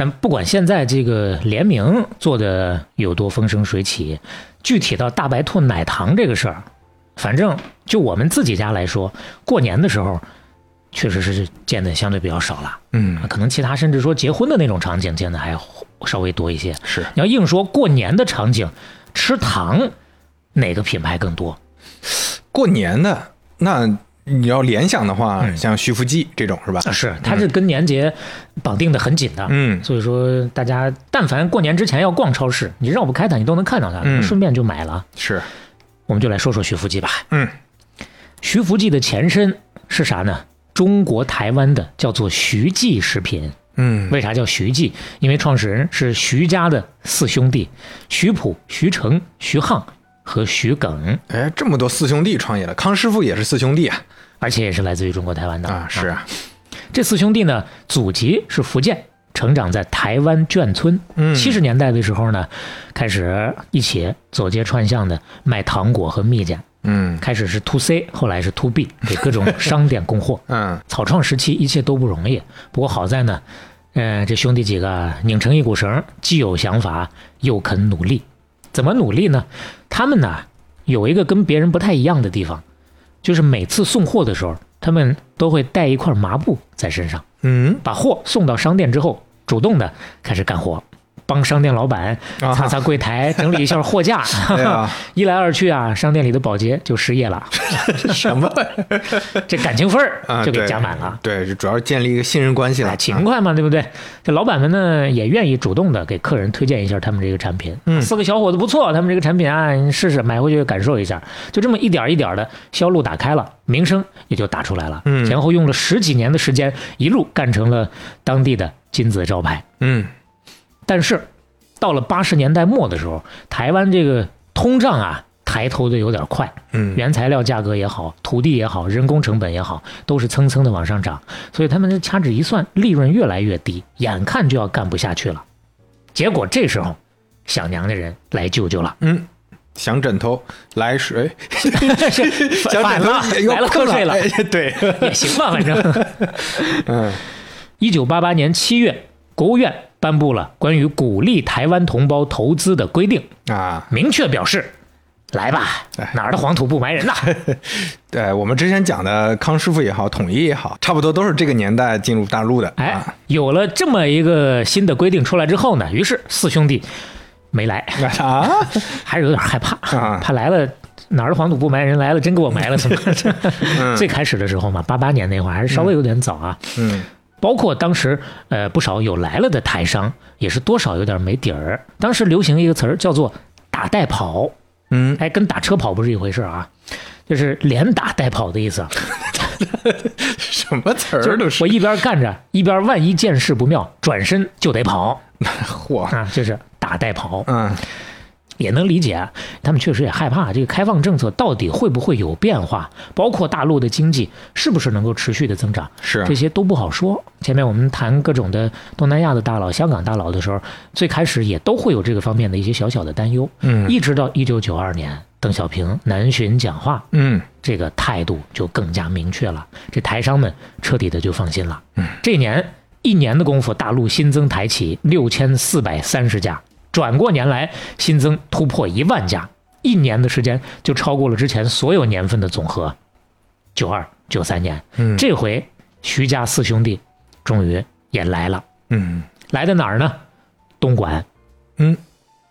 [SPEAKER 2] 但不管现在这个联名做的有多风生水起，具体到大白兔奶糖这个事儿，反正就我们自己家来说，过年的时候确实是见的相对比较少了。
[SPEAKER 3] 嗯
[SPEAKER 2] 可能其他甚至说结婚的那种场景见的还稍微多一些。
[SPEAKER 3] 是，
[SPEAKER 2] 你要硬说过年的场景吃糖，哪个品牌更多？
[SPEAKER 3] 过年的那你要联想的话，像徐福记这种是吧？
[SPEAKER 2] 嗯啊，是，它是跟年节绑定的很紧的。
[SPEAKER 3] 嗯
[SPEAKER 2] 所以说大家但凡过年之前要逛超市，你绕不开它，你都能看到它，
[SPEAKER 3] 嗯
[SPEAKER 2] 顺便就买了。
[SPEAKER 3] 是，
[SPEAKER 2] 我们就来说说徐福记吧。
[SPEAKER 3] 嗯
[SPEAKER 2] 徐福记的前身是啥呢？中国台湾的叫做徐记食品。
[SPEAKER 3] 嗯
[SPEAKER 2] 为啥叫徐记？因为创始人是徐家的四兄弟：徐普、徐成、徐沆和徐耿，
[SPEAKER 3] 哎，这么多四兄弟创业了，康师傅也是四兄弟啊
[SPEAKER 2] 而且也是来自于中国台湾的
[SPEAKER 3] 啊是啊，
[SPEAKER 2] 这四兄弟呢，祖籍是福建，成长在台湾眷村。
[SPEAKER 3] 嗯
[SPEAKER 2] 七十年代的时候呢，开始一起走街串巷的卖糖果和蜜饯，
[SPEAKER 3] 嗯
[SPEAKER 2] 开始是 to C，后来是 to B，给各种商店供货。
[SPEAKER 3] 嗯
[SPEAKER 2] 草创时期一切都不容易，不过好在呢，呃，这兄弟几个啊拧成一股绳儿，既有想法又肯努力。怎么努力呢？他们呢有一个跟别人不太一样的地方，就是每次送货的时候，他们都会带一块麻布在身上，
[SPEAKER 3] 嗯，
[SPEAKER 2] 把货送到商店之后，主动的开始干活，帮商店老板
[SPEAKER 3] 啊
[SPEAKER 2] 擦擦柜台，整理一下货架。
[SPEAKER 3] <laughs> 哎呀
[SPEAKER 2] 一来二去啊，商店里的保洁就失业了，
[SPEAKER 3] <laughs> 什么
[SPEAKER 2] 这感情分儿
[SPEAKER 3] 啊？
[SPEAKER 2] 就给
[SPEAKER 3] 对
[SPEAKER 2] 加满了。
[SPEAKER 3] 对，就主要是建立一个信任关系了
[SPEAKER 2] 哎，。勤快嘛，对不对？这老板们呢也愿意主动的给客人推荐一下他们这个产品。
[SPEAKER 3] 嗯
[SPEAKER 2] 四个小伙子不错，他们这个产品啊，你试试买回去感受一下。就这么一点儿一点的销路打开了，名声也就打出来了。
[SPEAKER 3] 嗯
[SPEAKER 2] 前后用了十几年的时间，一路干成了当地的金字招牌。
[SPEAKER 3] 嗯，
[SPEAKER 2] 但是到了八十年代末的时候，台湾这个通胀啊抬头的有点快，
[SPEAKER 3] 嗯
[SPEAKER 2] 原材料价格也好，土地也好，人工成本也好，都是蹭蹭的往上涨，所以他们这掐指一算，利润越来越低，眼看就要干不下去了。结果这时候，想娘的人来救救了，
[SPEAKER 3] 嗯想枕头来水，哎
[SPEAKER 2] <laughs>
[SPEAKER 3] 想
[SPEAKER 2] 反
[SPEAKER 3] 枕
[SPEAKER 2] 了
[SPEAKER 3] 头也，要
[SPEAKER 2] 来了
[SPEAKER 3] 困
[SPEAKER 2] 瞌睡了，
[SPEAKER 3] 哎
[SPEAKER 2] <laughs>
[SPEAKER 3] 对，
[SPEAKER 2] 也行吧，反正。
[SPEAKER 3] <laughs> 嗯
[SPEAKER 2] 一九八八年七月，国务院颁布了关于鼓励台湾同胞投资的规定，
[SPEAKER 3] 啊，
[SPEAKER 2] 明确表示。来吧，
[SPEAKER 3] 哎
[SPEAKER 2] 哪儿的黄土不埋人
[SPEAKER 3] <laughs>
[SPEAKER 2] 呐！
[SPEAKER 3] 对我们之前讲的康师傅也好，统一也好，差不多都是这个年代进入大陆的。
[SPEAKER 2] 哎
[SPEAKER 3] 啊， <laughs>
[SPEAKER 2] 有了这么一个新的规定出来之后呢，于是四兄弟没
[SPEAKER 3] <laughs>
[SPEAKER 2] 来，
[SPEAKER 3] 啊，
[SPEAKER 2] 还是有点害怕，
[SPEAKER 3] 啊
[SPEAKER 2] 怕来了哪儿的黄土不埋人，来了真给我埋了怎么
[SPEAKER 3] <laughs>
[SPEAKER 2] 办？ <laughs> 最开始的时候嘛，八八年那会儿还是稍微有点早啊。
[SPEAKER 3] 嗯
[SPEAKER 2] 包括当时，呃，不少有来了的台商，也是多少有点没底儿。当时流行一个词儿叫做“打带跑”，
[SPEAKER 3] 嗯，
[SPEAKER 2] 哎，跟打车跑不是一回事儿啊，就是连打带跑的意思啊。
[SPEAKER 3] 什么词儿
[SPEAKER 2] 就
[SPEAKER 3] 都
[SPEAKER 2] 是我
[SPEAKER 3] 是
[SPEAKER 2] 一边干着，一边万一见势不妙，转身就得跑
[SPEAKER 3] 嚯，
[SPEAKER 2] 啊，就是打带跑。
[SPEAKER 3] 嗯
[SPEAKER 2] 也能理解啊，他们确实也害怕这个开放政策到底会不会有变化，包括大陆的经济是不是能够持续的增长，
[SPEAKER 3] 是
[SPEAKER 2] 这些都不好说。前面我们谈各种的东南亚的大佬、香港大佬的时候，最开始也都会有这个方面的一些小小的担忧，
[SPEAKER 3] 嗯
[SPEAKER 2] 一直到一九九二年邓小平南巡讲话，
[SPEAKER 3] 嗯
[SPEAKER 2] 这个态度就更加明确了，这台商们彻底的就放心了。嗯，这年一年的功夫，大陆新增台企六千四百三十家，转过年来新增突破一万家，一年的时间就超过了之前所有年份的总和。九二九三年，
[SPEAKER 3] 嗯
[SPEAKER 2] 这回徐家四兄弟终于也来了，
[SPEAKER 3] 嗯
[SPEAKER 2] 来的哪儿呢？东莞。
[SPEAKER 3] 嗯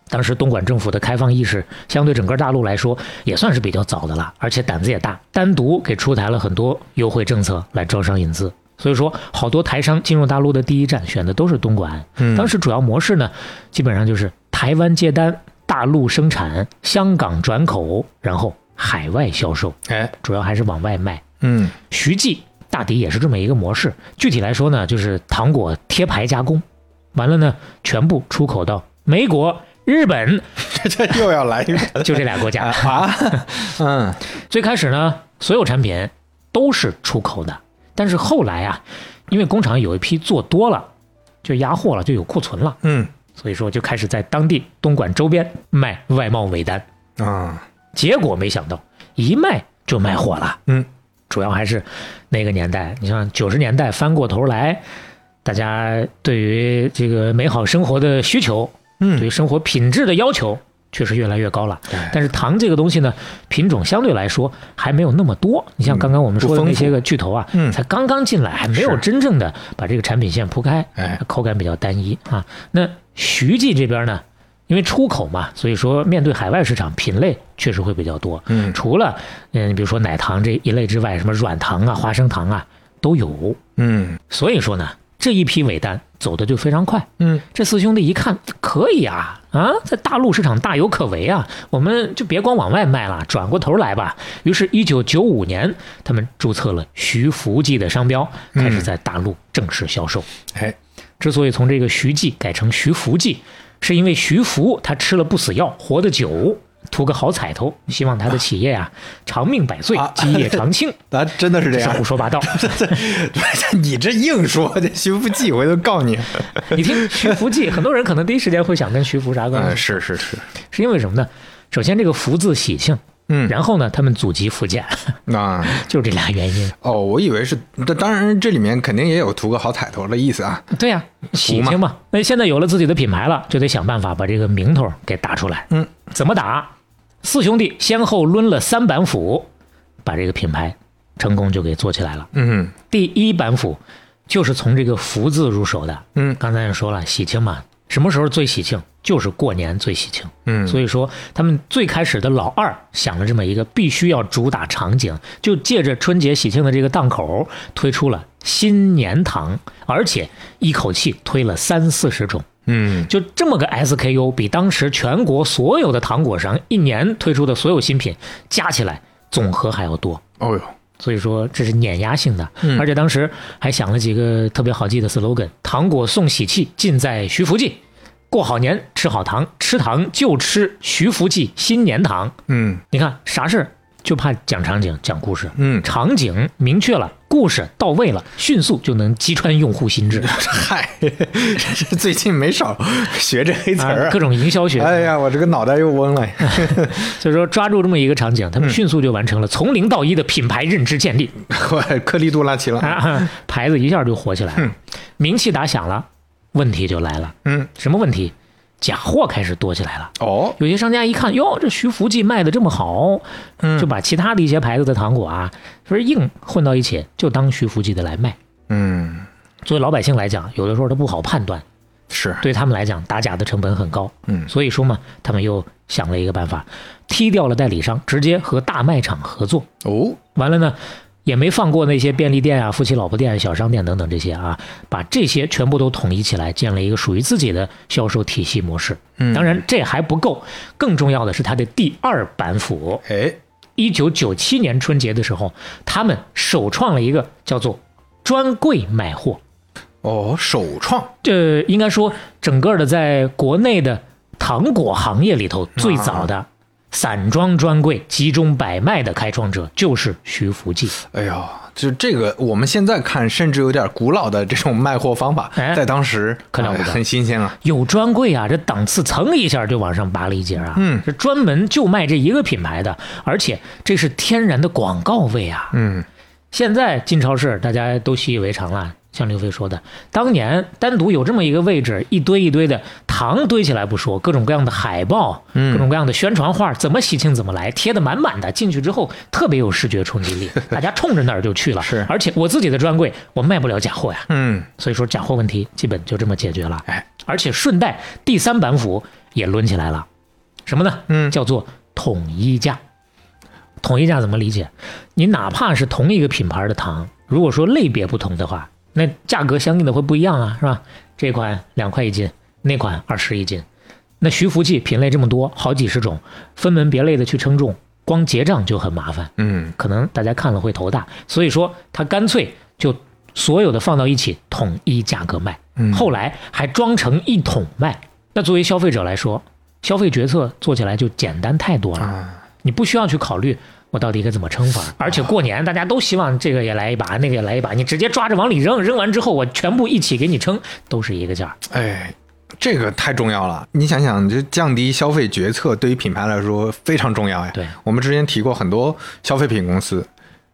[SPEAKER 2] 当时东莞政府的开放意识相对整个大陆来说也算是比较早的了，而且胆子也大，单独给出台了很多优惠政策来招商引资。所以说，好多台商进入大陆的第一站选的都是东莞。
[SPEAKER 3] 嗯
[SPEAKER 2] 当时主要模式呢，基本上就是台湾接单、大陆生产、香港转口，然后海外销售，
[SPEAKER 3] 哎
[SPEAKER 2] 主要还是往外卖。
[SPEAKER 3] 嗯
[SPEAKER 2] 徐记大抵也是这么一个模式。具体来说呢，就是糖果贴牌加工，完了呢，全部出口到美国、日本，
[SPEAKER 3] 这这又要来一个
[SPEAKER 2] 就这俩国
[SPEAKER 3] <laughs>
[SPEAKER 2] 家。
[SPEAKER 3] 啊，嗯
[SPEAKER 2] 最开始呢，所有产品都是出口的，但是后来啊，因为工厂有一批做多了，就压货了，就有库存了，
[SPEAKER 3] 嗯
[SPEAKER 2] 所以说就开始在当地东莞周边卖外贸尾单。
[SPEAKER 3] 啊
[SPEAKER 2] 结果没想到一卖就卖火了。
[SPEAKER 3] 嗯，
[SPEAKER 2] 主要还是那个年代，你像九十年代翻过头来，大家对于这个美好生活的需求，对
[SPEAKER 3] 嗯哎
[SPEAKER 2] 于生活品质的要求。确实越来越高了，但是糖这个东西呢，品种相对来说还没有那么多。你像刚刚我们说的那些个巨头啊，
[SPEAKER 3] 嗯
[SPEAKER 2] 才刚刚进来，还没有
[SPEAKER 3] 是
[SPEAKER 2] 真正的把这个产品线铺开，
[SPEAKER 3] 哎
[SPEAKER 2] 口感比较单一啊。那徐记这边呢，因为出口嘛，所以说面对海外市场，品类确实会比较多。
[SPEAKER 3] 嗯
[SPEAKER 2] 除了嗯，比如说奶糖这一类之外，什么软糖啊、花生糖啊都有。
[SPEAKER 3] 嗯
[SPEAKER 2] 所以说呢，这一批尾单走的就非常快。
[SPEAKER 3] 嗯
[SPEAKER 2] 这四兄弟一看可以啊啊，在大陆市场大有可为啊，我们就别光往外卖了，转过头来吧。于是，一九九五年，他们注册了徐福记的商标，开
[SPEAKER 3] 嗯
[SPEAKER 2] 始在大陆正式销售。
[SPEAKER 3] 哎
[SPEAKER 2] 之所以从这个徐记改成徐福记，是因为徐福他吃了不死药，活得久，图个好彩头，希望他的企业啊长命百岁
[SPEAKER 3] 啊，
[SPEAKER 2] 基业长
[SPEAKER 3] <laughs>
[SPEAKER 2] 青。
[SPEAKER 3] 咱真的是这
[SPEAKER 2] 这是
[SPEAKER 3] 样
[SPEAKER 2] 胡，说八
[SPEAKER 3] <laughs>
[SPEAKER 2] 道。
[SPEAKER 3] 你这硬说，这徐福记回头告你。
[SPEAKER 2] 你听徐福记，很多人可能第一时间会想跟徐福啥关
[SPEAKER 3] 嗯，
[SPEAKER 2] 系，
[SPEAKER 3] 是是是，
[SPEAKER 2] 是因为什么呢？首先，这个福字喜庆，
[SPEAKER 3] 嗯
[SPEAKER 2] 然后呢，他们祖籍福建， <laughs>
[SPEAKER 3] 那
[SPEAKER 2] 就是这俩原因。
[SPEAKER 3] 啊哦，我以为是，这当然这里面肯定也有图个好彩头的意思啊。
[SPEAKER 2] 对呀、喜
[SPEAKER 3] 福
[SPEAKER 2] 庆嘛。那现在有了自己的品牌了，就得想办法把这个名头给打出来。
[SPEAKER 3] 嗯，
[SPEAKER 2] 怎么打？四兄弟先后抡了三板斧，把这个品牌成功就给做起来了。
[SPEAKER 3] 嗯
[SPEAKER 2] 第一板斧就是从这个“福”字入手的。
[SPEAKER 3] 嗯
[SPEAKER 2] 刚才也说了，喜庆嘛，什么时候最喜庆？就是过年最喜庆。
[SPEAKER 3] 嗯
[SPEAKER 2] 所以说他们最开始的老二想了这么一个必须要主打场景，就借着春节喜庆的这个档口推出了新年堂，而且一口气推了三四十种。
[SPEAKER 3] 嗯
[SPEAKER 2] 就这么个 SKU，比当时全国所有的糖果商一年推出的所有新品加起来总和还要多。
[SPEAKER 3] 哦哟，
[SPEAKER 2] 所以说这是碾压性的，
[SPEAKER 3] 嗯
[SPEAKER 2] 而且当时还想了几个特别好记的 slogan：糖果送喜气，尽在徐福记；过好年吃好糖，吃糖就吃徐福记新年糖。
[SPEAKER 3] 嗯
[SPEAKER 2] 你看啥事儿就怕讲场景、讲故事，
[SPEAKER 3] 嗯，
[SPEAKER 2] 场景明确了，故事到位了，迅速就能击穿用户
[SPEAKER 3] <laughs>
[SPEAKER 2] 心智，
[SPEAKER 3] 嗨，这最近没少学这黑词
[SPEAKER 2] 啊
[SPEAKER 3] 儿
[SPEAKER 2] 各
[SPEAKER 3] 啊。
[SPEAKER 2] 种营销学。
[SPEAKER 3] 哎呀，我这个脑袋又嗡了。
[SPEAKER 2] 所以说抓住这么一个场景，
[SPEAKER 3] 嗯
[SPEAKER 2] 他们迅速就完成了从零到一的品牌认知建立，
[SPEAKER 3] 我颗粒度拉齐了。
[SPEAKER 2] 啊， <laughs> 牌子一下就火起来了，名气打响了，问题就来了，
[SPEAKER 3] 嗯，
[SPEAKER 2] 什么问题？假货开始多起来了。
[SPEAKER 3] 哦，
[SPEAKER 2] 有些商家一看，哟，这徐福记卖的这么好，
[SPEAKER 3] 嗯
[SPEAKER 2] 就把其他的一些牌子的糖果啊，就是硬混到一起，就当徐福记的来卖。
[SPEAKER 3] 嗯，
[SPEAKER 2] 作为老百姓来讲，有的时候他不好判断，
[SPEAKER 3] 是，
[SPEAKER 2] 对他们来讲，打假的成本很高。
[SPEAKER 3] 嗯
[SPEAKER 2] 所以说嘛，他们又想了一个办法，踢掉了代理商，直接和大卖场合作。
[SPEAKER 3] 哦，
[SPEAKER 2] 完了呢，也没放过那些便利店啊、夫妻老婆店、小商店等等这些啊，把这些全部都统一起来，建了一个属于自己的销售体系模式。
[SPEAKER 3] 嗯
[SPEAKER 2] 当然这还不够，更重要的是它的第二板斧。
[SPEAKER 3] 哎，
[SPEAKER 2] 一九九七年春节的时候，他们首创了一个叫做“专柜卖货
[SPEAKER 3] 哦，首创，”，
[SPEAKER 2] 这应该说整个的在国内的糖果行业里头最早的。散装专柜集中摆卖的开创者就是徐福记，
[SPEAKER 3] 哎呦，就这个我们现在看，甚至有点古老的这种卖货方法，
[SPEAKER 2] 哎
[SPEAKER 3] 在当时
[SPEAKER 2] 可了不
[SPEAKER 3] 哎
[SPEAKER 2] 得
[SPEAKER 3] 很新鲜啊。
[SPEAKER 2] 有专柜啊，这档次层一下就往上拔了一截啊。
[SPEAKER 3] 嗯
[SPEAKER 2] 是专门就卖这一个品牌的，而且这是天然的广告位啊。
[SPEAKER 3] 嗯
[SPEAKER 2] 现在进超市大家都习以为常了。像刘飞说的，当年单独有这么一个位置，一堆一堆的糖堆起来不说，各种各样的海报，
[SPEAKER 3] 嗯
[SPEAKER 2] 各种各样的宣传画，怎么喜庆怎么来，贴的满满的。进去之后特别有视觉冲击
[SPEAKER 3] <laughs>
[SPEAKER 2] 力，大家冲着那儿就去了。
[SPEAKER 3] 是
[SPEAKER 2] 而且我自己的专柜，我卖不了假货呀。
[SPEAKER 3] 嗯，
[SPEAKER 2] 所以说假货问题基本就这么解决了。
[SPEAKER 3] 哎，
[SPEAKER 2] 而且顺带第三板斧也抡起来了，什么呢？
[SPEAKER 3] 嗯
[SPEAKER 2] 叫做统一价。统一价怎么理解？你哪怕是同一个品牌的糖，如果说类别不同的话，那价格相应的会不一样啊，是吧？这款两块一斤，那款二十一斤。那徐福记品类这么多，好几十种，分门别类的去称重，光结账就很麻烦。
[SPEAKER 3] 嗯，
[SPEAKER 2] 可能大家看了会头大，所以说他干脆就所有的放到一起统一价格卖，
[SPEAKER 3] 嗯
[SPEAKER 2] 后来还装成一桶卖。那作为消费者来说，消费决策做起来就简单太多了，你不需要去考虑。我到底该怎么称法？而且过年大家都希望这个也来一把，那个也来一把，你直接抓着往里扔，扔完之后我全部一起给你称，都是一个价儿。
[SPEAKER 3] 哎，这个太重要了。你想想，就降低消费决策对于品牌来说非常重要呀。
[SPEAKER 2] 对，
[SPEAKER 3] 我们之前提过很多消费品公司。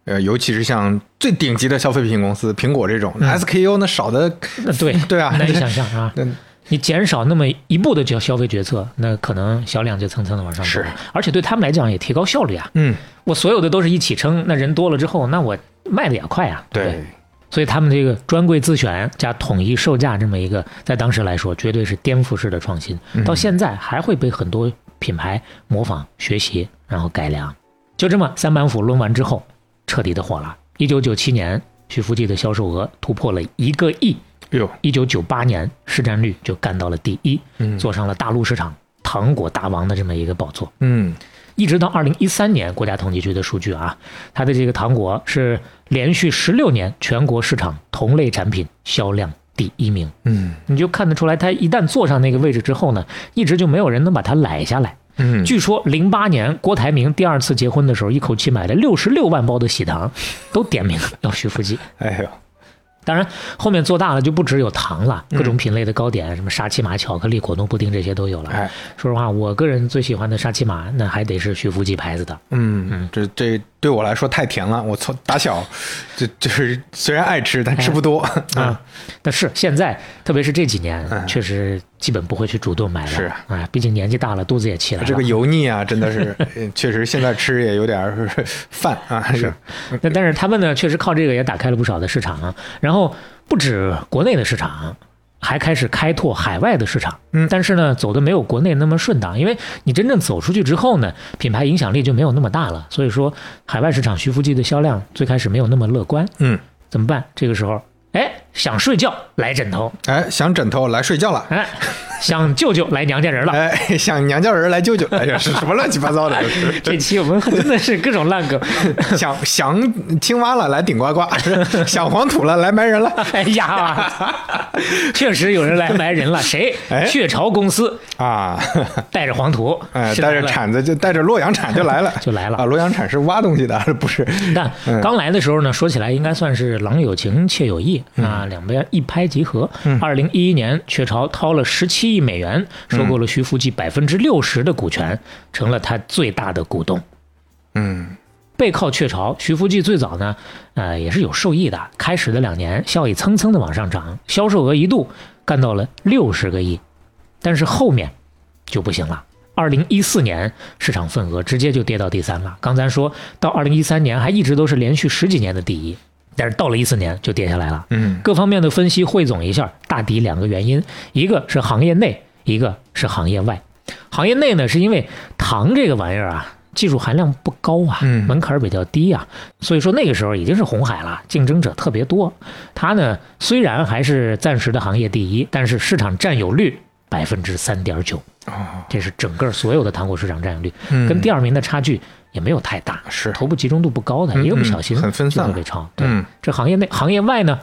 [SPEAKER 3] 呃，尤其是像最顶级的消费品公司，苹果这种、SKU 那少的，
[SPEAKER 2] 那对
[SPEAKER 3] <laughs> 对啊
[SPEAKER 2] 难以想象啊。
[SPEAKER 3] 嗯
[SPEAKER 2] 你减少那么一步的消消费决策，那可能小两就蹭蹭的往上走
[SPEAKER 3] 是，
[SPEAKER 2] 而且对他们来讲也提高效率啊。
[SPEAKER 3] 嗯，
[SPEAKER 2] 我所有的都是一起称，那人多了之后，那我卖的也快啊。不
[SPEAKER 3] 对，
[SPEAKER 2] 所以他们这个专柜自选加统一售价这么一个，在当时来说绝对是颠覆式的创新，
[SPEAKER 3] 嗯
[SPEAKER 2] 到现在还会被很多品牌模仿、学习，然后改良。就这么三板斧抡完之后，彻底的火了。一九九七年，徐福记的销售额突破了一个亿，
[SPEAKER 3] 哟，
[SPEAKER 2] 一九九八年市占率就干到了第一，坐上了大陆市场糖果大王的这么一个宝座。
[SPEAKER 3] 嗯，
[SPEAKER 2] 一直到二零一三年，国家统计局的数据啊，它的这个糖果是连续十六年全国市场同类产品销量第一名。
[SPEAKER 3] 嗯，
[SPEAKER 2] 你就看得出来，它一旦坐上那个位置之后呢，一直就没有人能把它揽下来。
[SPEAKER 3] 嗯，
[SPEAKER 2] 据说零八年郭台铭第二次结婚的时候，一口气买了六十六万包的喜糖，都点名要徐福记。
[SPEAKER 3] 哎呦，
[SPEAKER 2] 当然，后面做大了就不只有糖了，
[SPEAKER 3] 嗯
[SPEAKER 2] 各种品类的糕点，什么沙琪玛、巧克力、果冻、布丁这些都有了。
[SPEAKER 3] 哎，
[SPEAKER 2] 说实话，我个人最喜欢的沙琪玛，那还得是徐福记牌子的。
[SPEAKER 3] 嗯，这这对我来说太甜了，我从打小就就是虽然爱吃，但吃不多。 <laughs>
[SPEAKER 2] 啊，但是现在，特别是这几年，
[SPEAKER 3] 嗯
[SPEAKER 2] 确实基本不会去主动买了。
[SPEAKER 3] 是啊
[SPEAKER 2] 哎，毕竟年纪大了，肚子也起来了。
[SPEAKER 3] 这个油腻啊，真的是，呃确实现在吃也有点儿 <laughs> 犯啊。是，
[SPEAKER 2] 那但是他们呢，确实靠这个也打开了不少的市场，然后不止国内的市场。还开始开拓海外的市场，
[SPEAKER 3] 嗯
[SPEAKER 2] 但是呢，走的没有国内那么顺当，因为你真正走出去之后呢，品牌影响力就没有那么大了，所以说海外市场徐福记的销量最开始没有那么乐观，
[SPEAKER 3] 嗯，
[SPEAKER 2] 怎么办？这个时候，哎，想睡觉来枕头，
[SPEAKER 3] 哎，想枕头来睡觉了，
[SPEAKER 2] 哎，想舅舅来娘家人了，
[SPEAKER 3] 哎，想娘家人来舅舅，哎呀，是什么乱七八糟的？
[SPEAKER 2] <laughs> 这期
[SPEAKER 3] <laughs>
[SPEAKER 2] 我们真的是各种烂梗，
[SPEAKER 3] 想想青蛙了来
[SPEAKER 2] <laughs>
[SPEAKER 3] 顶呱呱，是想黄土了来埋人了。
[SPEAKER 2] 哎
[SPEAKER 3] <laughs>
[SPEAKER 2] 呀，确实有人来埋人了，谁
[SPEAKER 3] 哎？
[SPEAKER 2] 雀巢公司
[SPEAKER 3] 啊， <laughs>
[SPEAKER 2] 带着黄土，
[SPEAKER 3] 哎，
[SPEAKER 2] 是
[SPEAKER 3] 带
[SPEAKER 2] 来
[SPEAKER 3] 着
[SPEAKER 2] 了。
[SPEAKER 3] 铲子就带着洛阳铲就来了，
[SPEAKER 2] <laughs> 就来了
[SPEAKER 3] 啊！洛阳铲是挖东西的，不是？
[SPEAKER 2] 但
[SPEAKER 3] 嗯
[SPEAKER 2] 刚来的时候呢，说起来应该算是郎有情妾有意啊，两边一拍即合。
[SPEAKER 3] 嗯
[SPEAKER 2] 二零一一年，雀巢掏了十七亿美元收购了徐福记百分之六十的股权，成了他最大的股东。
[SPEAKER 3] 嗯，
[SPEAKER 2] 背靠雀巢，徐福记最早呢，呃，也是有受益的。开始的两年，效益蹭蹭的往上涨，销售额一度干到了六十个亿，但是后面就不行了。二零一四年市场份额直接就跌到第三了。刚才说到二零一三年还一直都是连续十几年的第一，但是到了一四年就跌下来了。
[SPEAKER 3] 嗯，
[SPEAKER 2] 各方面的分析汇总一下，大抵两个原因，一个是行业内，一个是行业外。行业内呢，是因为糖这个玩意儿啊，技术含量不高啊，
[SPEAKER 3] 嗯
[SPEAKER 2] 门槛儿比较低啊，所以说那个时候已经是红海了，竞争者特别多。它呢虽然还是暂时的行业第一，但是市场占有率百分之三点九，
[SPEAKER 3] 哦，
[SPEAKER 2] 这是整个所有的糖果市场占有率，
[SPEAKER 3] 嗯
[SPEAKER 2] 跟第二名的差距也没有太大，
[SPEAKER 3] 是
[SPEAKER 2] 头部集中度不高的，
[SPEAKER 3] 嗯
[SPEAKER 2] 一个不小心
[SPEAKER 3] 嗯很分散
[SPEAKER 2] 就
[SPEAKER 3] 了
[SPEAKER 2] 会被超。对，
[SPEAKER 3] 嗯
[SPEAKER 2] 这行业内行业外呢，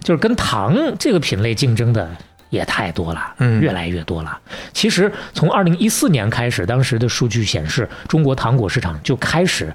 [SPEAKER 2] 就是跟糖这个品类竞争的也太多了，
[SPEAKER 3] 嗯
[SPEAKER 2] 越来越多了。其实从二零一四年开始，当时的数据显示，中国糖果市场就开始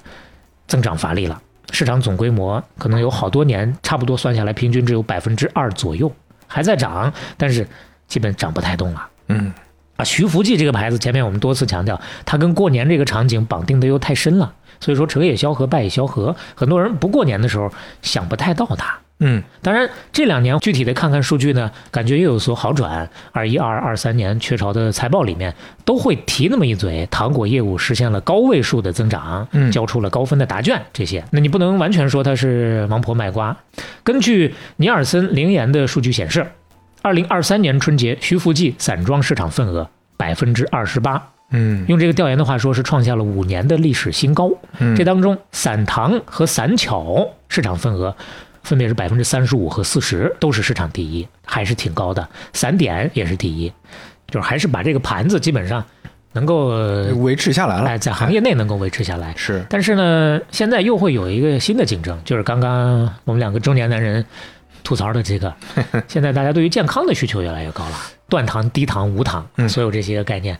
[SPEAKER 2] 增长乏力了，市场总规模可能有好多年，差不多算下来平均只有百分之二左右，还在涨，但是基本涨不太动了。
[SPEAKER 3] 嗯
[SPEAKER 2] 啊，徐福记这个牌子，前面我们多次强调，它跟过年这个场景绑定的又太深了，所以说成也萧何，败也萧何，很多人不过年的时候想不太到它。
[SPEAKER 3] 嗯
[SPEAKER 2] 当然，这两年具体的看看数据呢，感觉又有所好转。二一、二二三年雀巢的财报里面都会提那么一嘴，糖果业务实现了高位数的增长，
[SPEAKER 3] 嗯
[SPEAKER 2] 交出了高分的答卷这些。那你不能完全说它是王婆卖瓜。根据尼尔森灵研的数据显示，二零二三年春节徐福记散装市场份额百分之二十八，
[SPEAKER 3] 嗯
[SPEAKER 2] 用这个调研的话说，是创下了五年的历史新高。
[SPEAKER 3] 嗯
[SPEAKER 2] 这当中，散糖和散巧市场份额分别是百分之三十五和四十，都是市场第一，还是挺高的。散点也是第一，就是还是把这个盘子基本上能够呃
[SPEAKER 3] 维持下来了，
[SPEAKER 2] 哎在行业内能够维持下来。
[SPEAKER 3] 是
[SPEAKER 2] 但是呢，现在又会有一个新的竞争，就是刚刚我们两个中年男人吐槽的这个，现在大家对于健康的需求越来越高了，断糖、低糖、无糖，所有这些概念、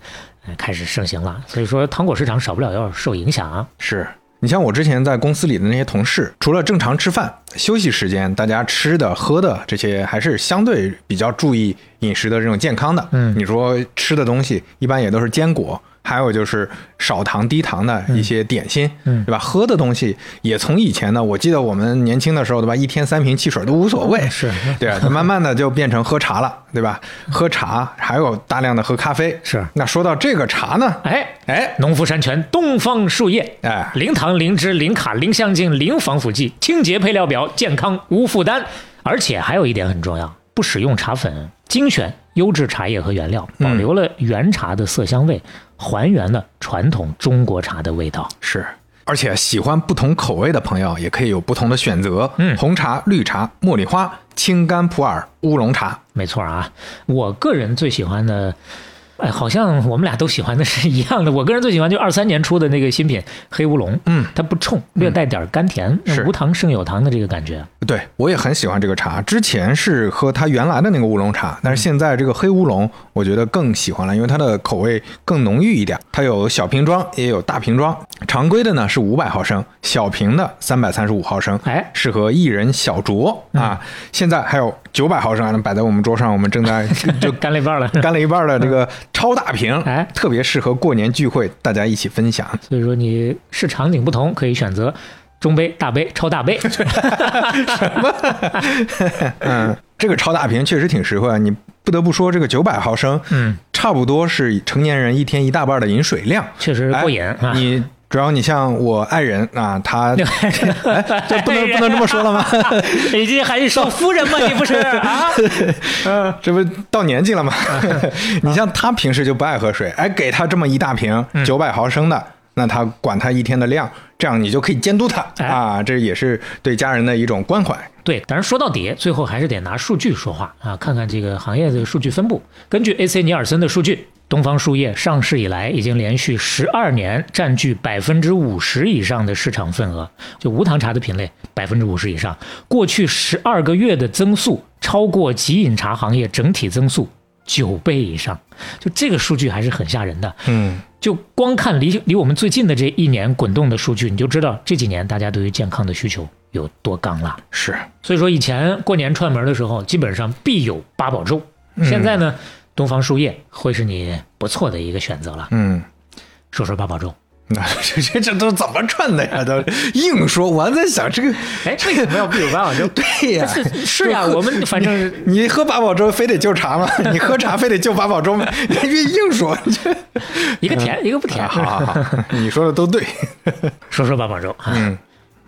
[SPEAKER 2] 呃开始盛行了。所以说，糖果市场少不了要受影响。啊
[SPEAKER 3] 是。你像我之前在公司里的那些同事，除了正常吃饭，休息时间大家吃的喝的这些还是相对比较注意饮食的这种健康的。
[SPEAKER 2] 嗯
[SPEAKER 3] 你说吃的东西一般也都是坚果，还有就是少糖低糖的一些点心，
[SPEAKER 2] 嗯
[SPEAKER 3] 对吧？喝的东西也从以前呢，我记得我们年轻的时候，对吧？一天三瓶汽水都无所谓，
[SPEAKER 2] 嗯是
[SPEAKER 3] <laughs> 对啊，慢慢的就变成喝茶了，对吧？喝茶还有大量的喝咖啡，
[SPEAKER 2] 是
[SPEAKER 3] 那说到这个茶呢，
[SPEAKER 2] 哎，
[SPEAKER 3] 哎，
[SPEAKER 2] 农夫山泉东方树叶，
[SPEAKER 3] 哎
[SPEAKER 2] 啊零糖、零脂、零卡、零香精、零防腐剂，清洁配料表，健康无负担。而且还有一点很重要，不使用茶粉，精选优质茶叶和原料，保留了原茶的色香味，还原了传统中国茶的味道。
[SPEAKER 3] 是，而且喜欢不同口味的朋友也可以有不同的选择。
[SPEAKER 2] 嗯
[SPEAKER 3] 红茶、绿茶、茉莉花、青柑普洱、乌龙茶。
[SPEAKER 2] 没错啊，我个人最喜欢的哎，好像我们俩都喜欢的是一样的。我个人最喜欢就二三年出的那个新品黑乌龙，
[SPEAKER 3] 嗯
[SPEAKER 2] 它不冲，略带点儿甘甜，
[SPEAKER 3] 是
[SPEAKER 2] 无糖胜有糖的这个感觉。
[SPEAKER 3] 对，我也很喜欢这个茶。之前是喝它原来的那个乌龙茶，但是现在这个黑乌龙，我觉得更喜欢了，因为它的口味更浓郁一点。它有小瓶装，也有大瓶装。常规的呢是五百毫升，小瓶的三百三十五毫升，
[SPEAKER 2] 哎嗯
[SPEAKER 3] 适合一人小酌啊。现在还有九百毫升，啊，摆在我们桌上，我们正在就
[SPEAKER 2] 就干了一半了。
[SPEAKER 3] <laughs> 干了一半的这个超大瓶，
[SPEAKER 2] 哎
[SPEAKER 3] 特别适合过年聚会，大家一起分享。
[SPEAKER 2] 所以说你视场景不同，可以选择中杯、大杯、超大杯。哎
[SPEAKER 3] 嗯，这个超大瓶确实挺实惠啊，你不得不说这个九百毫升，
[SPEAKER 2] 嗯，
[SPEAKER 3] 差不多是成年人一天一大半的饮水量，
[SPEAKER 2] 确实过瘾
[SPEAKER 3] 哎
[SPEAKER 2] 啊 <laughs>
[SPEAKER 3] 你主要你像我爱人啊，他哎这不能不能这么说了吗？
[SPEAKER 2] <laughs> 已经还是说夫人吗？你不是啊？
[SPEAKER 3] 这不到年纪了吗？ <laughs> 你像他平时就不爱喝水，哎，给他这么一大瓶
[SPEAKER 2] 嗯
[SPEAKER 3] 九百毫升的，那他管他一天的量，这样你就可以监督他
[SPEAKER 2] 哎
[SPEAKER 3] 啊，这也是对家人的一种关怀。
[SPEAKER 2] 对，当然说到底，最后还是得拿数据说话啊，看看这个行业的数据分布。根据 AC 尼尔森的数据，东方树叶上市以来已经连续十二年占据百分之五十以上的市场份额，就无糖茶的品类百分之五十以上。过去十二个月的增速超过极饮茶行业整体增速九倍以上，就这个数据还是很吓人的。
[SPEAKER 3] 嗯，
[SPEAKER 2] 就光看离离我们最近的这一年滚动的数据，你就知道这几年大家对于健康的需求有多刚了。
[SPEAKER 3] 是，
[SPEAKER 2] 所以说以前过年串门的时候，基本上必有八宝粥。现在呢，东方树叶会是你不错的一个选择了。
[SPEAKER 3] 嗯。
[SPEAKER 2] 说说八宝粥，
[SPEAKER 3] 那 <laughs> 这这这都怎么串的呀？都硬说，我还在想这个，
[SPEAKER 2] <laughs> 哎，为什么要必有八宝粥？嗯
[SPEAKER 3] 对呀，
[SPEAKER 2] 是 <laughs> 是呀，我们 <laughs> 反正
[SPEAKER 3] 你喝八宝粥非得就茶吗？你喝茶非得就八宝粥吗？你别硬说，你这
[SPEAKER 2] 一个甜一个不甜。
[SPEAKER 3] 好好好， <laughs> 你说的都对。
[SPEAKER 2] 说说八宝粥
[SPEAKER 3] 嗯
[SPEAKER 2] 啊。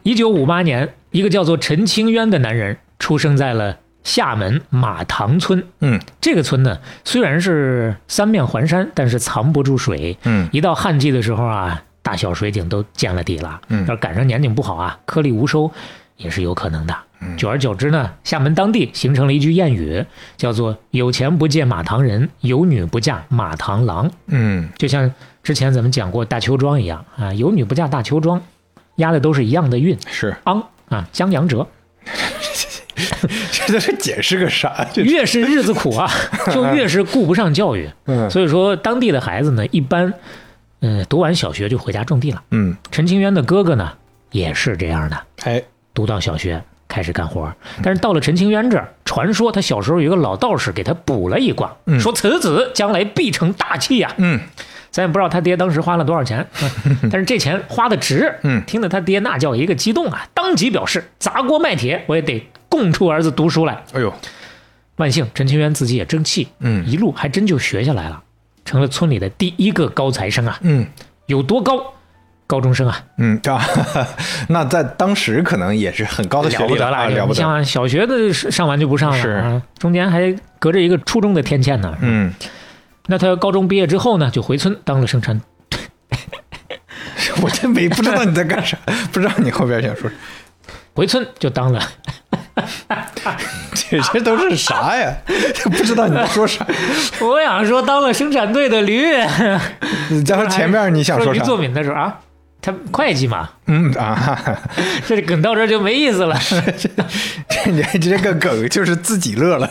[SPEAKER 2] 一九五八年，一个叫做陈清渊的男人出生在了厦门马塘村。
[SPEAKER 3] 嗯
[SPEAKER 2] 这个村呢，虽然是三面环山，但是藏不住水。
[SPEAKER 3] 嗯
[SPEAKER 2] 一到旱季的时候啊，大小水井都见了底了。
[SPEAKER 3] 嗯
[SPEAKER 2] 要是赶上年景不好啊，颗粒无收也是有可能的。
[SPEAKER 3] 嗯
[SPEAKER 2] 久而久之呢，厦门当地形成了一句谚语，叫做“有钱不借马塘人，有女不嫁马塘郎”。
[SPEAKER 3] 嗯
[SPEAKER 2] 就像之前咱们讲过大邱庄一样啊，有女不嫁大邱庄，押的都是一样的韵。
[SPEAKER 3] 是，
[SPEAKER 2] 昂啊，江洋折，
[SPEAKER 3] 这这解释个啥？这
[SPEAKER 2] 越是日子苦 <laughs> 啊，就越是顾不上教 <laughs> 育。
[SPEAKER 3] 嗯
[SPEAKER 2] 所以说，当地的孩子呢，一般，嗯、读完小学就回家种地了。
[SPEAKER 3] 嗯，
[SPEAKER 2] 陈清渊的哥哥呢，也是这样的，
[SPEAKER 3] 哎，
[SPEAKER 2] 读到小学开始干活，但是到了陈清渊这儿，传说他小时候有一个老道士给他卜了一卦，
[SPEAKER 3] 嗯
[SPEAKER 2] 说此子将来必成大器呀、
[SPEAKER 3] 嗯
[SPEAKER 2] 咱也不知道他爹当时花了多少
[SPEAKER 3] <laughs>
[SPEAKER 2] 钱，但是这钱花的值。
[SPEAKER 3] 嗯
[SPEAKER 2] 听得他爹那叫一个激动啊！当即表示砸锅卖铁，我也得供出儿子读书来。
[SPEAKER 3] 哎呦，
[SPEAKER 2] 万幸陈清渊自己也争气，
[SPEAKER 3] 嗯
[SPEAKER 2] 一路还真就学下来了，成了村里的第一个高材生啊！
[SPEAKER 3] 嗯
[SPEAKER 2] 有多高？高中生啊，
[SPEAKER 3] 嗯啊， <laughs> 那在当时可能也是很高的学
[SPEAKER 2] 了
[SPEAKER 3] 历
[SPEAKER 2] 不得
[SPEAKER 3] 啊
[SPEAKER 2] 了！
[SPEAKER 3] 了
[SPEAKER 2] 你
[SPEAKER 3] 不
[SPEAKER 2] 想
[SPEAKER 3] 得。
[SPEAKER 2] 啊小学的上完就不上了，
[SPEAKER 3] 是
[SPEAKER 2] 啊，中间还隔着一个初中的天堑呢。
[SPEAKER 3] 嗯， <laughs>
[SPEAKER 2] 那他高中毕业之后呢，就回村当了生产
[SPEAKER 3] 我真没不知道你在干啥，不知道你后边想说啥，
[SPEAKER 2] 回村就当了
[SPEAKER 3] 这这都是啥呀？ <laughs> 不知道你在说 <laughs> 啥。
[SPEAKER 2] <laughs> 我想说当了生产队的 <laughs> 驴。
[SPEAKER 3] 你再说前面你想
[SPEAKER 2] 说
[SPEAKER 3] 哎说
[SPEAKER 2] 驴
[SPEAKER 3] 啥？
[SPEAKER 2] 作敏的时候啊，他会计嘛，
[SPEAKER 3] 嗯啊，
[SPEAKER 2] 这梗到这儿就没意思 <laughs> 了。
[SPEAKER 3] 这你这个梗就是自己乐了， <laughs>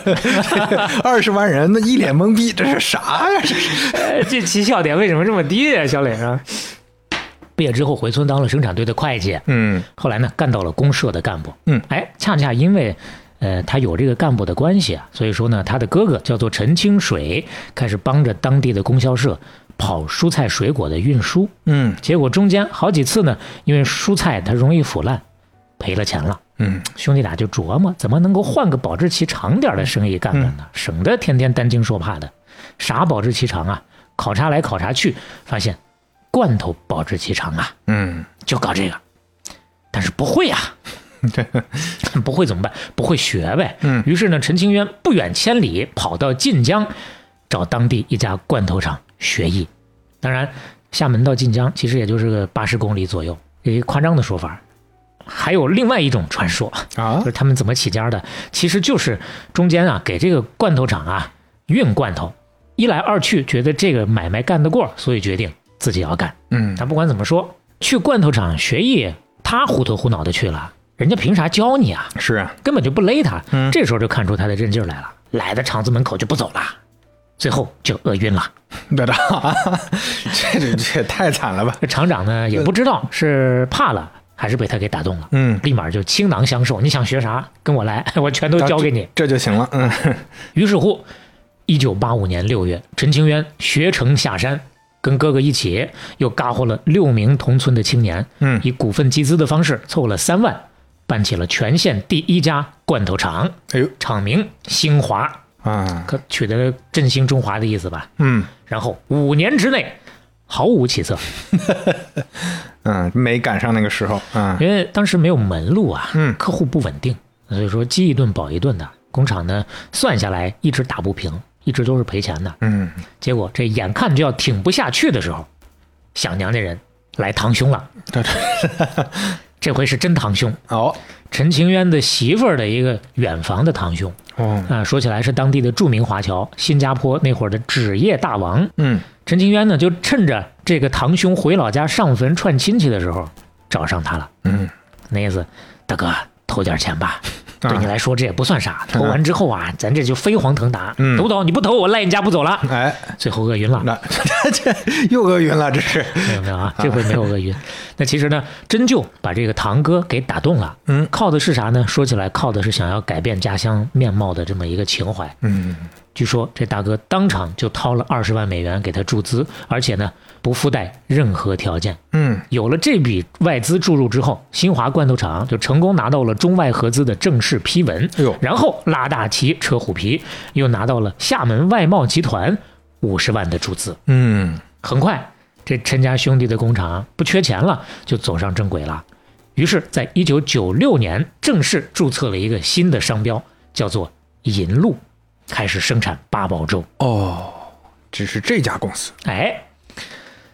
[SPEAKER 3] 二十万人那一脸懵逼，这是啥呀？这是
[SPEAKER 2] 呃这起笑点为什么这么低呀、小磊啊？毕业之后回村当了生产队的会计，
[SPEAKER 3] 嗯
[SPEAKER 2] 后来呢干到了公社的干部。
[SPEAKER 3] 嗯，
[SPEAKER 2] 哎，恰恰因为。呃，他有这个干部的关系啊，所以说呢，他的哥哥叫做陈清水，开始帮着当地的供销社跑蔬菜水果的运输。
[SPEAKER 3] 嗯
[SPEAKER 2] 结果中间好几次呢，因为蔬菜它容易腐烂，赔了钱了。
[SPEAKER 3] 嗯
[SPEAKER 2] 兄弟俩就琢磨怎么能够换个保质期长点儿的生意干干
[SPEAKER 3] 嗯
[SPEAKER 2] 呢，省得天天担惊受怕的。啥保质期长啊？考察来考察去，发现罐头保质期长啊，
[SPEAKER 3] 嗯，
[SPEAKER 2] 就搞这个。但是不会呀、不会怎么办？不会学呗。
[SPEAKER 3] 嗯
[SPEAKER 2] 于是呢，陈清渊不远千里跑到晋江，找当地一家罐头厂学艺。当然，厦门到晋江其实也就是个八十公里左右，有一个夸张的说法。还有另外一种传说，
[SPEAKER 3] 啊
[SPEAKER 2] 就是他们怎么起家的，其实就是中间啊给这个罐头厂啊运罐头，一来二去觉得这个买卖干得过，所以决定自己要干。
[SPEAKER 3] 嗯
[SPEAKER 2] 但不管怎么说，去罐头厂学艺，他糊头糊脑的去了，人家凭啥教你啊？
[SPEAKER 3] 是啊，
[SPEAKER 2] 根本就不勒他。
[SPEAKER 3] 嗯
[SPEAKER 2] 这时候就看出他的韧劲儿来了，来到厂子门口就不走了，最后就饿晕了。
[SPEAKER 3] 对的，这这这也太惨了吧？
[SPEAKER 2] 这厂长呢也不知道是怕了还是被他给打动了，
[SPEAKER 3] 嗯，
[SPEAKER 2] 立马就倾囊相授。你想学啥，跟我来， <laughs> 我全都教给你。
[SPEAKER 3] 啊这，这就行了。嗯，
[SPEAKER 2] 于是乎，一九八五年六月，陈清渊学成下山，跟哥哥一起又嘎获了六名同村的青年，
[SPEAKER 3] 嗯
[SPEAKER 2] 以股份集资的方式凑了三万，办起了全县第一家罐头厂，
[SPEAKER 3] 哎呦
[SPEAKER 2] 厂名兴华，
[SPEAKER 3] 啊，
[SPEAKER 2] 可取得振兴中华的意思吧。
[SPEAKER 3] 嗯
[SPEAKER 2] 然后五年之内毫无起色，
[SPEAKER 3] 嗯，没赶上那个时候啊。
[SPEAKER 2] 因为当时没有门路啊，
[SPEAKER 3] 嗯
[SPEAKER 2] 客户不稳定，所以说饥一顿饱一顿的。工厂呢，算下来一直打不平，一直都是赔钱的。
[SPEAKER 3] 嗯，
[SPEAKER 2] 结果这眼看就要挺不下去的时候，想娘家人来堂兄
[SPEAKER 3] <laughs>
[SPEAKER 2] 了，
[SPEAKER 3] 对对，
[SPEAKER 2] 这回是真堂兄，
[SPEAKER 3] 哦
[SPEAKER 2] 陈情渊的媳妇儿的一个远房的堂兄
[SPEAKER 3] 哦，
[SPEAKER 2] 啊、说起来是当地的著名华侨，新加坡那会儿的纸业大王。
[SPEAKER 3] 嗯，
[SPEAKER 2] 陈情渊呢，就趁着这个堂兄回老家上坟串亲戚的时候，找上他了。
[SPEAKER 3] 嗯，
[SPEAKER 2] 那意思，大哥投点钱吧，
[SPEAKER 3] 啊
[SPEAKER 2] 对你来说这也不算啥，投完之后啊，咱这就飞黄腾达，
[SPEAKER 3] 嗯
[SPEAKER 2] 投不投？你不投，我赖你家不走了。
[SPEAKER 3] 哎，
[SPEAKER 2] 最后饿晕了。
[SPEAKER 3] 那 <laughs> 这这又饿晕了，这是。
[SPEAKER 2] 没有没有啊， <laughs> 这回没有鳄鱼。那其实呢，真就把这个堂哥给打动了。
[SPEAKER 3] 嗯
[SPEAKER 2] 靠的是啥呢？说起来，靠的是想要改变家乡面貌的这么一个情怀。
[SPEAKER 3] 嗯，
[SPEAKER 2] 据说这大哥当场就掏了二十万美元给他注资，而且呢不附带任何条件。
[SPEAKER 3] 嗯
[SPEAKER 2] 有了这笔外资注入之后，新华罐头厂就成功拿到了中外合资的正式批文
[SPEAKER 3] 哎呦，
[SPEAKER 2] 然后拉大旗扯虎皮，又拿到了厦门外贸集团五十万的注资。
[SPEAKER 3] 嗯
[SPEAKER 2] 很快，这陈家兄弟的工厂不缺钱了，就走上正轨了。于是，在一九九六年正式注册了一个新的商标，叫做银鹭，开始生产八宝粥。
[SPEAKER 3] 哦，只是这家公司。
[SPEAKER 2] 哎，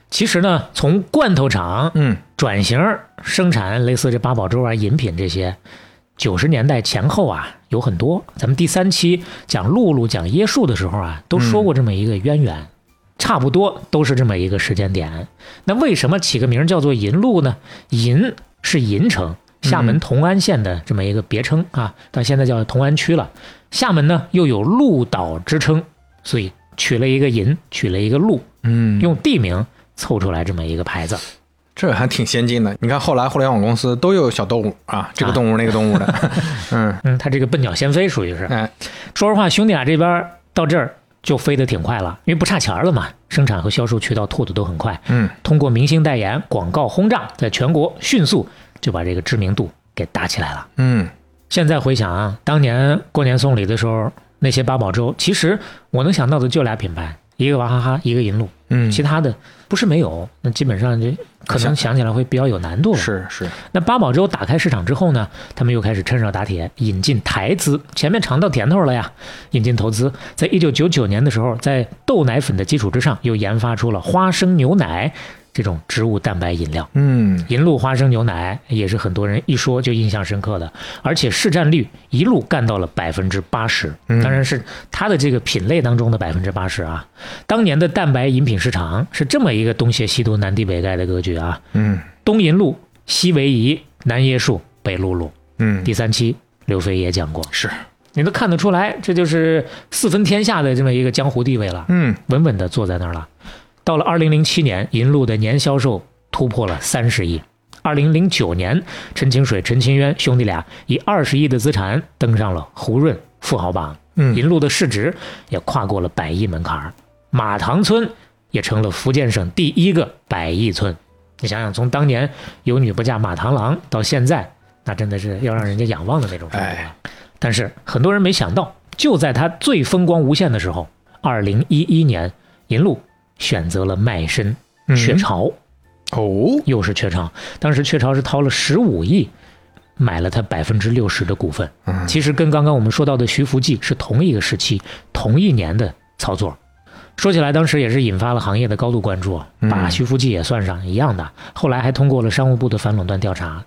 [SPEAKER 2] 其实呢，从罐头厂
[SPEAKER 3] 嗯
[SPEAKER 2] 转型生产类似这八宝粥啊、饮品这些，九十年代前后啊有很多。咱们第三期讲露露、讲椰树的时候啊，都说过这么一个渊源，差不多都是这么一个时间点。那为什么起个名儿叫做银鹭呢？银是银城，厦门同安县的这么一个别称啊，但现在叫同安区了。厦门呢又有鹭岛之称，所以取了一个银，取了一个鹭，
[SPEAKER 3] 嗯，
[SPEAKER 2] 用地名凑出来这么一个牌子。
[SPEAKER 3] 这还挺先进的。你看后来互联网公司都有小动物啊，这个
[SPEAKER 2] 啊
[SPEAKER 3] 动物那个动物的。 <laughs> 嗯，
[SPEAKER 2] 嗯，他这个笨鸟先飞属于是。
[SPEAKER 3] 哎，
[SPEAKER 2] 说实话，兄弟俩这边儿到这儿就飞得挺快了，因为不差钱儿了嘛，生产和销售渠道拓得都很快。
[SPEAKER 3] 嗯，
[SPEAKER 2] 通过明星代言、广告轰炸，在全国迅速就把这个知名度给打起来了。
[SPEAKER 3] 嗯
[SPEAKER 2] 现在回想啊，当年过年送礼的时候，那些八宝粥，其实我能想到的就俩品牌，一个娃哈哈，一个银鹭，
[SPEAKER 3] 嗯，
[SPEAKER 2] 其他的不是没有，那基本上就可能想起来会比较有难度了。
[SPEAKER 3] 是是，
[SPEAKER 2] 那八宝粥打开市场之后呢，他们又开始趁热打铁，引进台资。前面尝到甜头了呀，引进投资。在一九九九年的时候，在豆奶粉的基础之上，又研发出了花生牛奶这种植物蛋白饮料。
[SPEAKER 3] 嗯
[SPEAKER 2] 银鹭花生牛奶也是很多人一说就印象深刻的，而且市占率一路干到了百分之八十，
[SPEAKER 3] 嗯
[SPEAKER 2] 当然是它的这个品类当中的百分之八十啊。当年的蛋白饮品市场是这么一个东邪西毒南帝北丐的格局啊，
[SPEAKER 3] 嗯
[SPEAKER 2] 东银路、西维夷、南椰树、北露露。
[SPEAKER 3] 嗯，
[SPEAKER 2] 第三期刘飞也讲过，
[SPEAKER 3] 是，
[SPEAKER 2] 你都看得出来，这就是四分天下的这么一个江湖地位了，
[SPEAKER 3] 嗯
[SPEAKER 2] 稳稳的坐在那儿了。到了二零零七年，银鹭的年销售突破了三十亿。二零零九年，陈清水、陈清渊兄弟俩以二十亿的资产登上了胡润富豪榜，
[SPEAKER 3] 嗯
[SPEAKER 2] 银鹭的市值也跨过了百亿门槛儿，马塘村也成了福建省第一个百亿村。你想想，从当年有女不嫁马螳螂到现在，那真的是要让人家仰望的那种程度
[SPEAKER 3] 哎
[SPEAKER 2] 啊。但是很多人没想到，就在它最风光无限的时候，二零一一年，银鹭选择了卖身
[SPEAKER 3] 嗯
[SPEAKER 2] 雀巢，
[SPEAKER 3] 哦，
[SPEAKER 2] 又是雀巢。当时雀巢是掏了十五亿，买了它百分之六十的股份。
[SPEAKER 3] 嗯
[SPEAKER 2] 其实跟刚刚我们说到的徐福记是同一个时期、同一年的操作。说起来，当时也是引发了行业的高度关注，把徐福记也算上一样的。后来还通过了商务部的反垄断调查。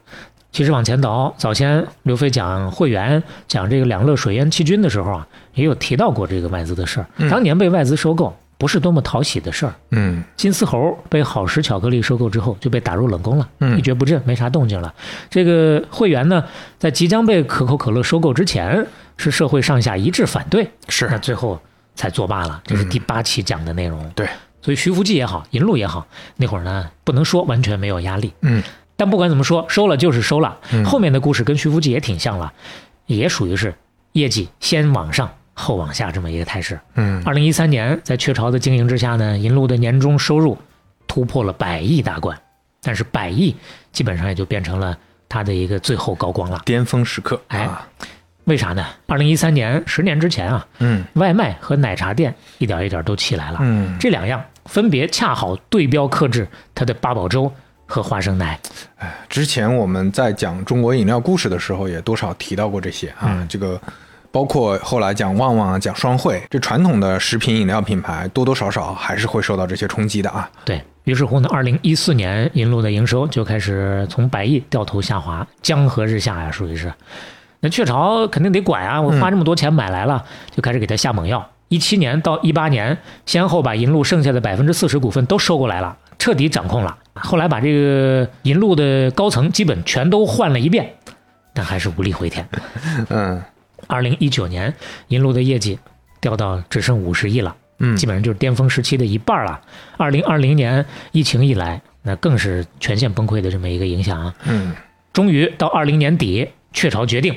[SPEAKER 2] 其实往前倒，早先刘飞讲汇源、讲这个两乐水淹七军的时候啊，也有提到过这个外资的事儿。当年被外资收购，不是多么讨喜的事儿。
[SPEAKER 3] 嗯
[SPEAKER 2] 金丝猴被好时巧克力收购之后，就被打入冷宫了，
[SPEAKER 3] 嗯
[SPEAKER 2] 一蹶不振，没啥动静了。这个会员呢，在即将被可口可乐收购之前，是社会上下一致反对，
[SPEAKER 3] 是嗯
[SPEAKER 2] 那最后才作罢了。这是第八期讲的内容。
[SPEAKER 3] 对，
[SPEAKER 2] 所以徐福记也好，银鹭也好，那会儿呢，不能说完全没有压力，
[SPEAKER 3] 嗯
[SPEAKER 2] 但不管怎么说，收了就是收了。后面的故事跟徐福记也挺像了，也属于是业绩先往上后往下这么一个态势。
[SPEAKER 3] 嗯
[SPEAKER 2] 二零一三年，在雀巢的经营之下呢，银鹭的年终收入突破了百亿大关，但是百亿基本上也就变成了它的一个最后高光了。
[SPEAKER 3] 巅峰时刻
[SPEAKER 2] 哎
[SPEAKER 3] 啊，
[SPEAKER 2] 为啥呢？二零一三年，十年之前啊，
[SPEAKER 3] 嗯
[SPEAKER 2] 外卖和奶茶店一点一点都起来了，
[SPEAKER 3] 嗯，
[SPEAKER 2] 这两样分别恰好对标克制它的八宝粥和花生奶。
[SPEAKER 3] 之前我们在讲中国饮料故事的时候，也多少提到过这些啊。
[SPEAKER 2] 嗯
[SPEAKER 3] 这个包括后来讲旺旺啊、讲双汇，这传统的食品饮料品牌多多少少还是会受到这些冲击的啊。
[SPEAKER 2] 对于是乎呢，二零一四年银鹭的营收就开始从百亿掉头下滑，江河日下呀、属于是。那雀巢肯定得管啊，我花这么多钱买来了，就开始给它下猛药。一七年到一八年，先后把银鹭剩下的百分之四十股份都收过来了，彻底掌控了。后来把这个银鹭的高层基本全都换了一遍，但还是无力回天。
[SPEAKER 3] 嗯
[SPEAKER 2] 二零一九年，银鹭的业绩掉到只剩五十亿了，
[SPEAKER 3] 嗯
[SPEAKER 2] 基本上就是巅峰时期的一半了。二零二零年疫情一来，那更是全线崩溃的这么一个影响啊。
[SPEAKER 3] 嗯
[SPEAKER 2] 终于到二零年底，雀巢决定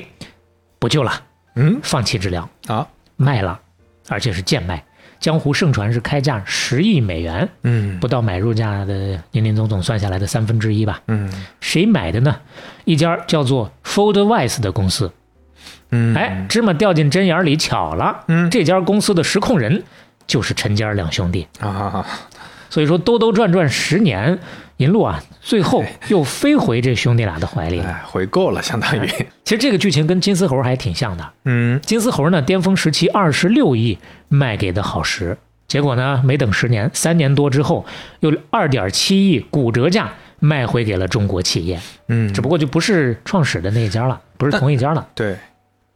[SPEAKER 2] 不救了，
[SPEAKER 3] 嗯，
[SPEAKER 2] 放弃治疗，
[SPEAKER 3] 好，
[SPEAKER 2] 卖了，而且是贱卖。江湖盛传是开价十亿美元，
[SPEAKER 3] 嗯
[SPEAKER 2] 不到买入价的林林总总算下来的三分之一吧。
[SPEAKER 3] 嗯
[SPEAKER 2] 谁买的呢？一家叫做 Foldwise 的公司，
[SPEAKER 3] 嗯，
[SPEAKER 2] 哎，芝麻掉进针眼儿里巧了，
[SPEAKER 3] 嗯
[SPEAKER 2] 这家公司的实控人就是陈家两兄弟，
[SPEAKER 3] 啊，
[SPEAKER 2] 所以说兜兜转转十年，银鹭啊，最后又飞回这兄弟俩的怀里了。
[SPEAKER 3] 哎，回购了，相当于，
[SPEAKER 2] 其实这个剧情跟金丝猴还挺像的，
[SPEAKER 3] <laughs> 嗯
[SPEAKER 2] 金丝猴呢，巅峰时期二十六亿卖给的好时，结果呢，没等十年，三年多之后，又二点七亿骨折价卖回给了中国企业，
[SPEAKER 3] 嗯，
[SPEAKER 2] 只不过就不是创始的那一家了，不是同一家了。
[SPEAKER 3] 对。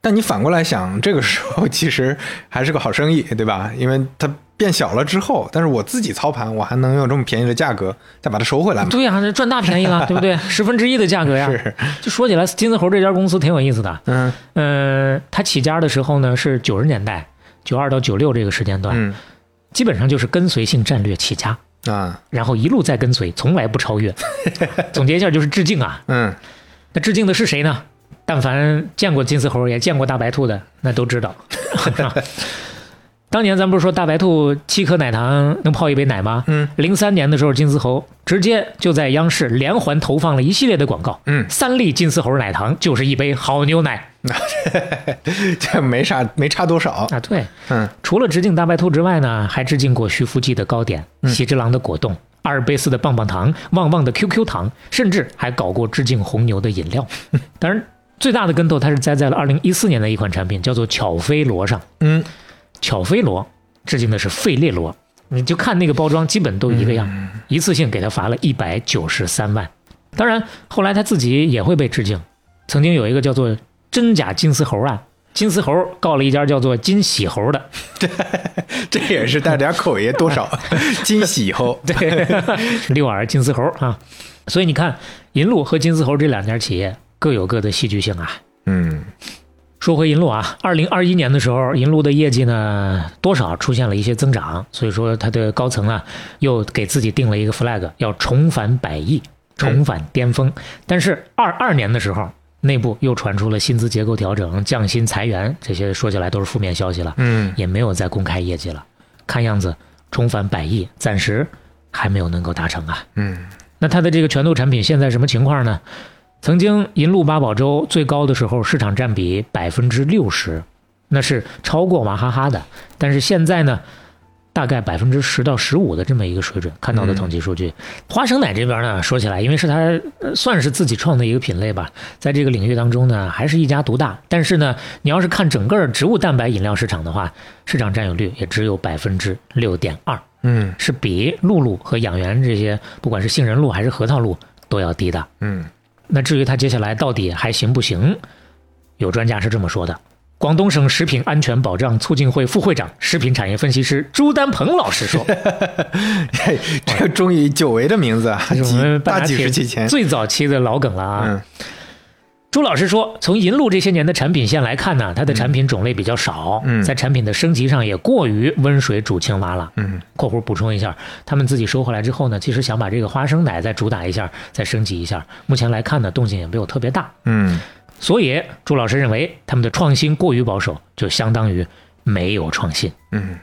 [SPEAKER 3] 但你反过来想，这个时候其实还是个好生意，对吧？因为它变小了之后，但是我自己操盘，我还能用这么便宜的价格再把它收回来嘛？
[SPEAKER 2] 对啊呀、这赚大便宜 <laughs> 了，对不对？十分之一的价格呀。
[SPEAKER 3] 是，
[SPEAKER 2] 就说起来，金丝猴这家公司挺有意思的。
[SPEAKER 3] 嗯
[SPEAKER 2] 呃，它起家的时候呢是九十年代，九二到九六这个时间段，
[SPEAKER 3] 嗯
[SPEAKER 2] 基本上就是跟随性战略起家，
[SPEAKER 3] 啊
[SPEAKER 2] 然后一路在跟随，从来不超
[SPEAKER 3] <laughs>
[SPEAKER 2] 越。总结一下就是致敬啊。
[SPEAKER 3] 嗯
[SPEAKER 2] 那致敬的是谁呢？但凡见过金丝猴，也见过大白兔的，那都知
[SPEAKER 3] <laughs>
[SPEAKER 2] 道。当年咱不是说大白兔七颗奶糖能泡一杯奶吗？
[SPEAKER 3] 嗯，
[SPEAKER 2] 零三年的时候，金丝猴直接就在央视连环投放了一系列的广告。
[SPEAKER 3] 嗯
[SPEAKER 2] 三粒金丝猴奶糖就是一杯好牛奶
[SPEAKER 3] <laughs> 这没啥，没差多少。
[SPEAKER 2] 啊！对，
[SPEAKER 3] 嗯
[SPEAKER 2] 除了致敬大白兔之外呢，还致敬过徐福记的糕点、
[SPEAKER 3] 嗯
[SPEAKER 2] 喜之郎的果冻、阿尔卑斯的棒棒糖、旺旺的 QQ 糖，甚至还搞过致敬红牛的饮
[SPEAKER 3] <laughs>
[SPEAKER 2] 料。当然，最大的跟头它是栽在了2014年的一款产品，叫做巧飞罗上。
[SPEAKER 3] 嗯，
[SPEAKER 2] 巧飞罗致敬的是费列罗，你就看那个包装，基本都一个样，
[SPEAKER 3] 嗯
[SPEAKER 2] 一次性给他罚了一百九十三万。当然，后来他自己也会被致敬。曾经有一个叫做“真假金丝猴”案，金丝猴告了一家叫做“金喜猴”的， <laughs>
[SPEAKER 3] 这也是带点口音，多少惊喜以后，
[SPEAKER 2] 对，六耳金丝猴啊。所以你看，银鹭和金丝猴这两家企业各有各的戏剧性啊。
[SPEAKER 3] 嗯
[SPEAKER 2] 说回银鹭啊，二零二一年的时候，银鹭的业绩呢多少出现了一些增长，所以说它的高层啊又给自己定了一个 flag，要重返百亿，重返巅峰。但是二二年的时候，内部又传出了薪资结构调整、降薪、裁员，这些说起来都是负面消息了，
[SPEAKER 3] 嗯
[SPEAKER 2] 也没有再公开业绩了。看样子重返百亿暂时还没有能够达成啊。
[SPEAKER 3] 嗯
[SPEAKER 2] 那它的这个拳头产品现在什么情况呢？曾经银鹭八宝粥最高的时候，市场占比百分之六十，那是超过娃哈哈的。但是现在呢，大概百分之十到十五的这么一个水准，看到的统计数据。花生奶这边呢，说起来，因为是它呃算是自己创的一个品类吧，在这个领域当中呢，还是一家独大。但是呢，你要是看整个植物蛋白饮料市场的话，市场占有率也只有百分之六点二。
[SPEAKER 3] 嗯
[SPEAKER 2] 是比露露和养元这些，不管是杏仁露还是核桃露都要低的。
[SPEAKER 3] 嗯
[SPEAKER 2] 那至于它接下来到底还行不行，有专家是这么说的：广东省食品安全保障促进会副会长、食品产业分析师朱丹鹏老师说，
[SPEAKER 3] 嘿这个终于久违的名字啊，
[SPEAKER 2] 这是我
[SPEAKER 3] <laughs> 几
[SPEAKER 2] 们
[SPEAKER 3] 大
[SPEAKER 2] 半拿
[SPEAKER 3] 几
[SPEAKER 2] 铁
[SPEAKER 3] 十期前，
[SPEAKER 2] 最早期的老梗了啊。
[SPEAKER 3] 嗯
[SPEAKER 2] 朱老师说，从银鹭这些年的产品线来看呢，它的产品种类比较少，
[SPEAKER 3] 嗯
[SPEAKER 2] 在产品的升级上也过于温水煮青蛙了。
[SPEAKER 3] 嗯，
[SPEAKER 2] （括弧补充一下）他们自己收回来之后呢，其实想把这个花生奶再主打一下，再升级一下。目前来看呢，动静也没有特别大，
[SPEAKER 3] 嗯，
[SPEAKER 2] 所以朱老师认为他们的创新过于保守，就相当于没有创新。
[SPEAKER 3] 嗯，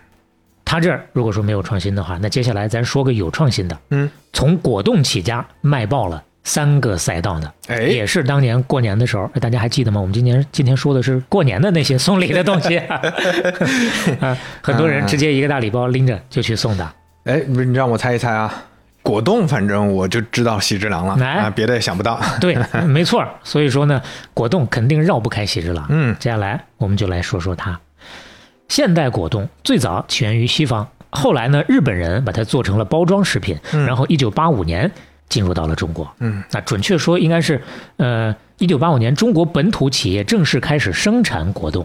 [SPEAKER 2] 他这儿如果说没有创新的话，那接下来咱说个有创新的。
[SPEAKER 3] 嗯，
[SPEAKER 2] 从果冻起家，卖爆了三个赛道呢。
[SPEAKER 3] 哎
[SPEAKER 2] 也是当年过年的时候，哎大家还记得吗？我们今年今天说的是过年的那些送礼的东
[SPEAKER 3] <laughs>
[SPEAKER 2] 西啊，很多人直接一个大礼包拎着就去送的。
[SPEAKER 3] 哎，不是你让我猜一猜啊，果冻，反正我就知道喜之郎了
[SPEAKER 2] 来
[SPEAKER 3] 啊，别的也想不到。
[SPEAKER 2] <laughs> 对，没错儿。所以说呢，果冻肯定绕不开喜之郎。
[SPEAKER 3] 嗯
[SPEAKER 2] 接下来我们就来说说它。现代果冻最早起源于西方，后来呢，日本人把它做成了包装食品，然后一九八五年进入到了中国。
[SPEAKER 3] 嗯，
[SPEAKER 2] 那准确说应该是，呃，一九八五年中国本土企业正式开始生产果冻，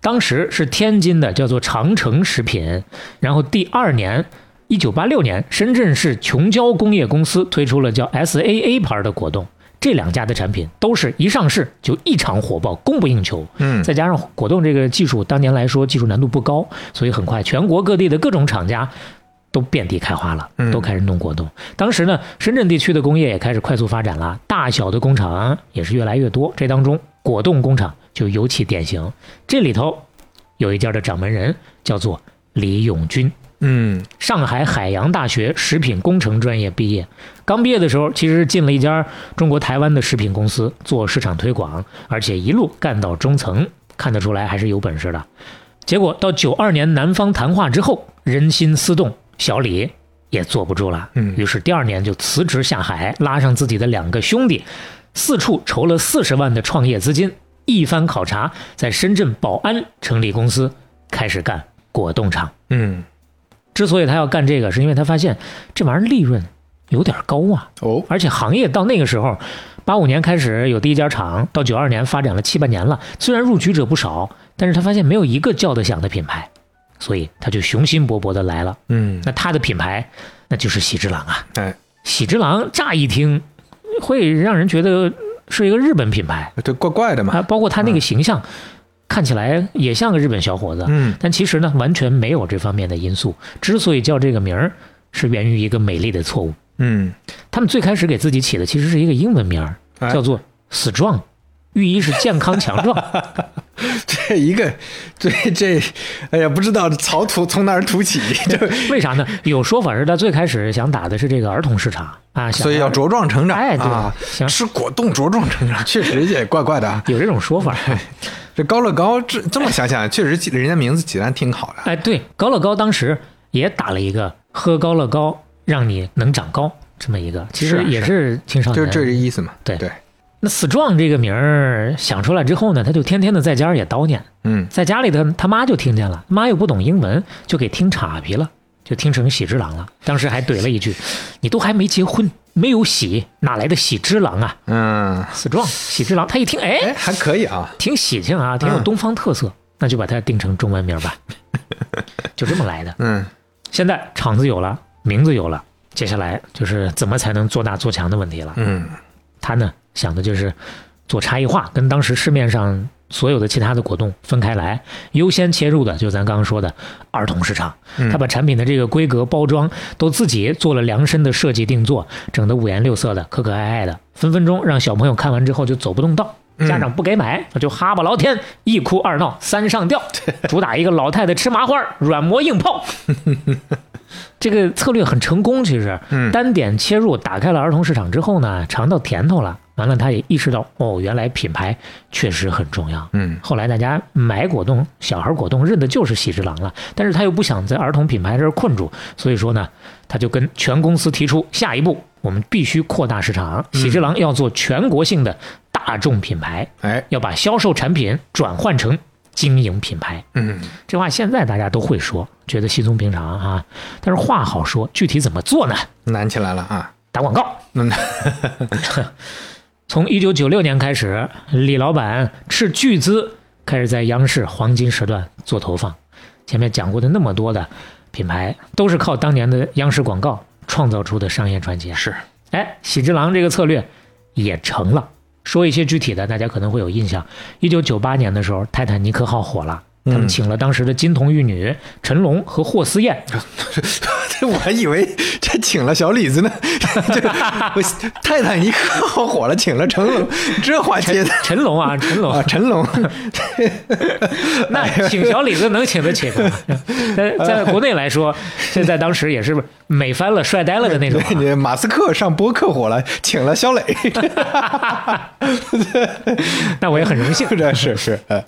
[SPEAKER 2] 当时是天津的叫做长城食品，然后第二年。一九八六年，深圳市琼椒工业公司推出了叫 SAA 牌的果冻，这两家的产品都是一上市就异常火爆，供不应求。
[SPEAKER 3] 嗯
[SPEAKER 2] 再加上果冻这个技术，当年来说技术难度不高，所以很快全国各地的各种厂家都遍地开花了，都开始弄果冻。当时呢，深圳地区的工业也开始快速发展了，大小的工厂也是越来越多。这当中，果冻工厂就尤其典型。这里头有一家的掌门人叫做李永军。
[SPEAKER 3] 嗯
[SPEAKER 2] 上海海洋大学食品工程专业毕业。刚毕业的时候，其实是进了一家中国台湾的食品公司做市场推广，而且一路干到中层，看得出来还是有本事的。结果到九二年南方谈话之后，人心思动，小李也坐不住了，
[SPEAKER 3] 嗯
[SPEAKER 2] 于是第二年就辞职下海，拉上自己的两个兄弟，四处筹了四十万的创业资金，一番考察，在深圳宝安成立公司，开始干果冻厂。
[SPEAKER 3] 嗯，
[SPEAKER 2] 之所以他要干这个，是因为他发现这玩意儿利润有点高啊，
[SPEAKER 3] 哦，
[SPEAKER 2] 而且行业到那个时候，八五年开始有第一家厂，到九二年发展了七八年了，虽然入局者不少，但是他发现没有一个叫得响的品牌，所以他就雄心勃勃的来了。
[SPEAKER 3] 嗯，
[SPEAKER 2] 那他的品牌，那就是喜之郎啊。
[SPEAKER 3] 哎，
[SPEAKER 2] 喜之郎乍一听，会让人觉得是一个日本品牌，
[SPEAKER 3] 这怪怪的嘛。
[SPEAKER 2] 啊，包括他那个形象，看起来也像个日本小伙子，
[SPEAKER 3] 嗯，
[SPEAKER 2] 但其实呢，完全没有这方面的因素。之所以叫这个名儿，是源于一个美丽的错误。
[SPEAKER 3] 嗯，
[SPEAKER 2] 他们最开始给自己起的其实是一个英文名儿，
[SPEAKER 3] 哎
[SPEAKER 2] 叫做 “strong”，寓意是健康强壮。
[SPEAKER 3] 这一个，这这，哎呀，不知道草土从哪儿土起，这
[SPEAKER 2] 为啥呢？有说法是他最开始想打的是这个儿童市场啊，想
[SPEAKER 3] 所以要
[SPEAKER 2] 让
[SPEAKER 3] 茁壮成长。
[SPEAKER 2] 哎对
[SPEAKER 3] 啊
[SPEAKER 2] 行
[SPEAKER 3] 吃果冻茁壮成长，确实也怪怪的啊。
[SPEAKER 2] 有这种说法。
[SPEAKER 3] 这高乐高这这么想想，确实起人家名字起的还挺好的。
[SPEAKER 2] 哎，对，高乐高当时也打了一个喝高乐高让你能长高这么一个，其
[SPEAKER 3] 是啊
[SPEAKER 2] 实也是青少
[SPEAKER 3] 就
[SPEAKER 2] 年。
[SPEAKER 3] 是这个意思嘛，
[SPEAKER 2] 嗯对
[SPEAKER 3] 对，
[SPEAKER 2] 那 strong 这个名儿想出来之后呢，他就天天的在家也叨念，
[SPEAKER 3] 嗯
[SPEAKER 2] 在家里头他妈就听见了，妈又不懂英文，就给听岔劈了，就听成喜之郎了。当时还怼了一句：“你都还没结婚，没有喜，哪来的喜之郎啊
[SPEAKER 3] 嗯，
[SPEAKER 2] ？”strong 喜之郎，他一听，
[SPEAKER 3] 哎，
[SPEAKER 2] 哎，
[SPEAKER 3] 还可以啊，
[SPEAKER 2] 挺喜庆啊，挺有东方特色，那就把它定成中文名吧，就这么来的。
[SPEAKER 3] 嗯
[SPEAKER 2] 现在厂子有了，名字有了，接下来就是怎么才能做大做强的问题了。
[SPEAKER 3] 嗯
[SPEAKER 2] 他呢想的就是做差异化，跟当时市面上所有的其他的果冻分开来，优先切入的就咱刚刚说的儿童市场。他把产品的这个规格、包装都自己做了量身的设计定做，整得五颜六色的、可可爱爱的，分分钟让小朋友看完之后就走不动道。家长不给买，那就哈巴聊天，一哭二闹三上吊，主打一个老太太吃麻花，软磨硬泡。这个策略很成功，其实，
[SPEAKER 3] 嗯
[SPEAKER 2] 单点切入打开了儿童市场之后呢，尝到甜头了，完了他也意识到，哦，原来品牌确实很重要。
[SPEAKER 3] 嗯
[SPEAKER 2] 后来大家买果冻，小孩果冻认的就是喜之郎了，但是他又不想在儿童品牌这儿困住，所以说呢，他就跟全公司提出，下一步我们必须扩大市场，
[SPEAKER 3] 嗯
[SPEAKER 2] 喜之郎要做全国性的大众品牌，
[SPEAKER 3] 哎
[SPEAKER 2] 要把销售产品转换成经营品牌。
[SPEAKER 3] 嗯
[SPEAKER 2] 这话现在大家都会说，觉得稀松平常啊。但是话好说，具体怎么做呢？
[SPEAKER 3] 难起来了啊， <laughs>
[SPEAKER 2] 打广告。 <laughs>
[SPEAKER 3] 嗯
[SPEAKER 2] 从一九九六年开始，李老板斥巨资开始在央视黄金时段做投放。前面讲过的那么多的品牌，都是靠当年的央视广告创造出的商业传奇啊。
[SPEAKER 3] 是
[SPEAKER 2] 哎，喜之郎这个策略也成了。说一些具体的，大家可能会有印象。一九九八年的时候，泰坦尼克号火了，他们
[SPEAKER 3] 嗯
[SPEAKER 2] 请了当时的金童玉女陈龙和霍思
[SPEAKER 3] <laughs>
[SPEAKER 2] 燕，
[SPEAKER 3] 这我还以为这请了小李子呢， <laughs> 这我泰坦尼克号火了，请了成龙，这话接的
[SPEAKER 2] 陈龙啊，陈龙，
[SPEAKER 3] 啊，成龙，
[SPEAKER 2] <laughs> 那请小李子能请得起吗？ <laughs> 在在国内来说，现在当时也是美翻了、帅呆了的那种啊、
[SPEAKER 3] 你马斯克上播客火了，请了肖磊， <laughs>
[SPEAKER 2] <laughs> 那我也很荣幸，
[SPEAKER 3] 这是是，呃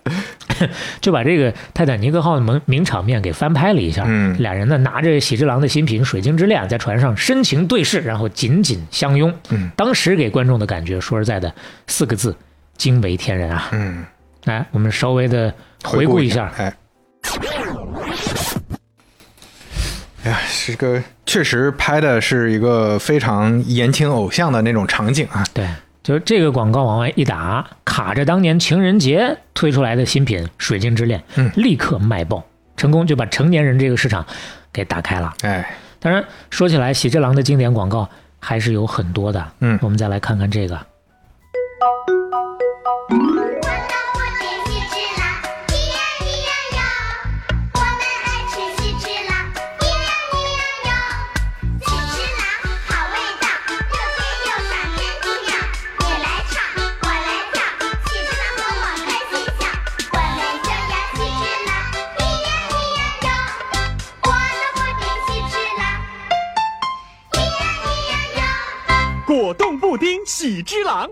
[SPEAKER 2] 就把这个泰坦尼克号的名名场面给翻拍了一下。
[SPEAKER 3] 嗯
[SPEAKER 2] 俩人呢拿着喜之郎的新品《水晶之恋》在船上深情对视，然后紧紧相拥。
[SPEAKER 3] 嗯，
[SPEAKER 2] 当时给观众的感觉，说实在的，四个字，惊为天人啊！
[SPEAKER 3] 嗯，
[SPEAKER 2] 来，我们稍微的回
[SPEAKER 3] 顾
[SPEAKER 2] 顾一下，
[SPEAKER 3] 哎。哎呀，是个确实拍的是一个非常言情偶像的那种场景啊，
[SPEAKER 2] 对，就是这个广告往外一打，卡着当年情人节推出来的新品《水晶之恋》，
[SPEAKER 3] 嗯
[SPEAKER 2] 立刻卖爆，成功就把成年人这个市场给打开了。
[SPEAKER 3] 哎，
[SPEAKER 2] 当然，说起来，喜之郎的经典广告还是有很多的。
[SPEAKER 3] 嗯
[SPEAKER 2] 我们再来看看这个，
[SPEAKER 6] 我当过真喜之郎，咿呀咿呀哟，我们爱吃喜之郎，咿呀咿呀哟。喜之郎好味道，又甜又爽真奇妙。你来唱，我来跳，喜之郎和我开心笑。我们就要喜之郎，咿呀咿呀哟，我当过真喜之郎，咿呀咿呀哟。
[SPEAKER 7] 果冻布丁喜之郎。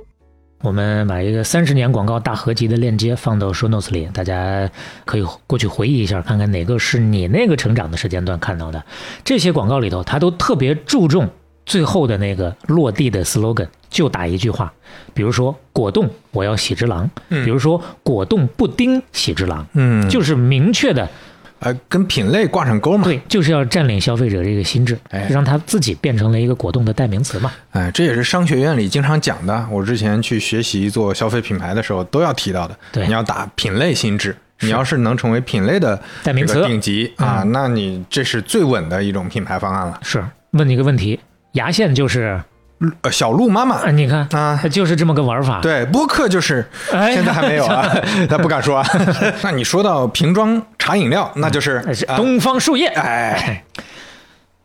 [SPEAKER 2] 我们把一个三十年广告大合集的链接放到 show notes 里，大家可以过去回忆一下，看看哪个是你那个成长的时间段看到的。这些广告里头，它都特别注重最后的那个落地的 slogan，就打一句话，比如说“果冻我要喜之郎”，比如说“果冻布丁喜之郎”，
[SPEAKER 3] 嗯
[SPEAKER 2] 就是明确
[SPEAKER 3] <laughs>
[SPEAKER 2] 的
[SPEAKER 3] 呃，跟品类挂上钩嘛，
[SPEAKER 2] 对，就是要占领消费者这个心智
[SPEAKER 3] 哎，
[SPEAKER 2] 让他自己变成了一个果冻的代名词嘛。
[SPEAKER 3] 哎，这也是商学院里经常讲的。我之前去学习做消费品牌的时候都要提到的。
[SPEAKER 2] 对
[SPEAKER 3] 你要打品类心智，你要是能成为品类的
[SPEAKER 2] 代名词嗯
[SPEAKER 3] 这个顶级啊，那你这是最稳的一种品牌方案了。
[SPEAKER 2] 是，问你一个问题，牙线就是，
[SPEAKER 3] 呃，小鹿妈妈
[SPEAKER 2] 啊，你看
[SPEAKER 3] 啊
[SPEAKER 2] 就是这么个玩法。
[SPEAKER 3] 对，播客就是
[SPEAKER 2] 哎呀哎
[SPEAKER 3] 现在还没有
[SPEAKER 2] <laughs>
[SPEAKER 3] 啊， <laughs> 他不敢说啊。那你说到瓶装茶饮料，那就是
[SPEAKER 2] 哎，是
[SPEAKER 3] 啊
[SPEAKER 2] 东方树叶。
[SPEAKER 3] 哎，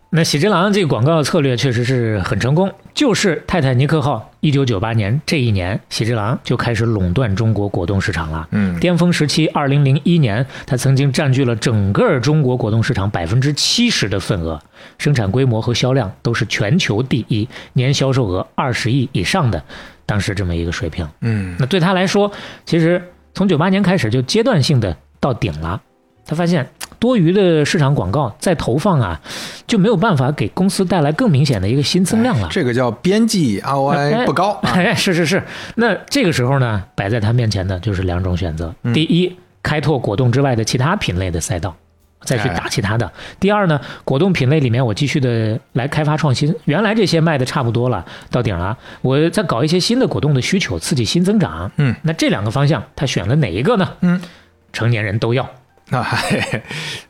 [SPEAKER 2] 那喜之郎这个广告策略确实是很成功，就是泰坦尼克号一九九八年这一年，喜之郎就开始垄断中国果冻市场了。
[SPEAKER 3] 嗯
[SPEAKER 2] 巅峰时期二零零一年，它曾经占据了整个中国果冻市场百分之七十的份额，生产规模和销量都是全球第一，年销售额二十亿以上的，当时这么一个水平。
[SPEAKER 3] 嗯
[SPEAKER 2] 那对他来说，其实从九八年开始就阶段性的到顶了。他发现多余的市场广告再投放啊，就没有办法给公司带来更明显的一个新增量了。
[SPEAKER 3] 这个叫边际 ROI 不高啊。
[SPEAKER 2] 哎，是是是。那这个时候呢，摆在他面前的就是两种选择：
[SPEAKER 3] 嗯
[SPEAKER 2] 第一，开拓果冻之外的其他品类的赛道，再
[SPEAKER 3] 哎
[SPEAKER 2] 去打其他的；第二呢，果冻品类里面我继续的来开发创新，原来这些卖的差不多了，到顶了，我再搞一些新的果冻的需求，刺激新增长。
[SPEAKER 3] 嗯，
[SPEAKER 2] 那这两个方向，他选了哪一个呢？
[SPEAKER 3] 嗯，
[SPEAKER 2] 成年人都要。
[SPEAKER 3] 那、嘿嘿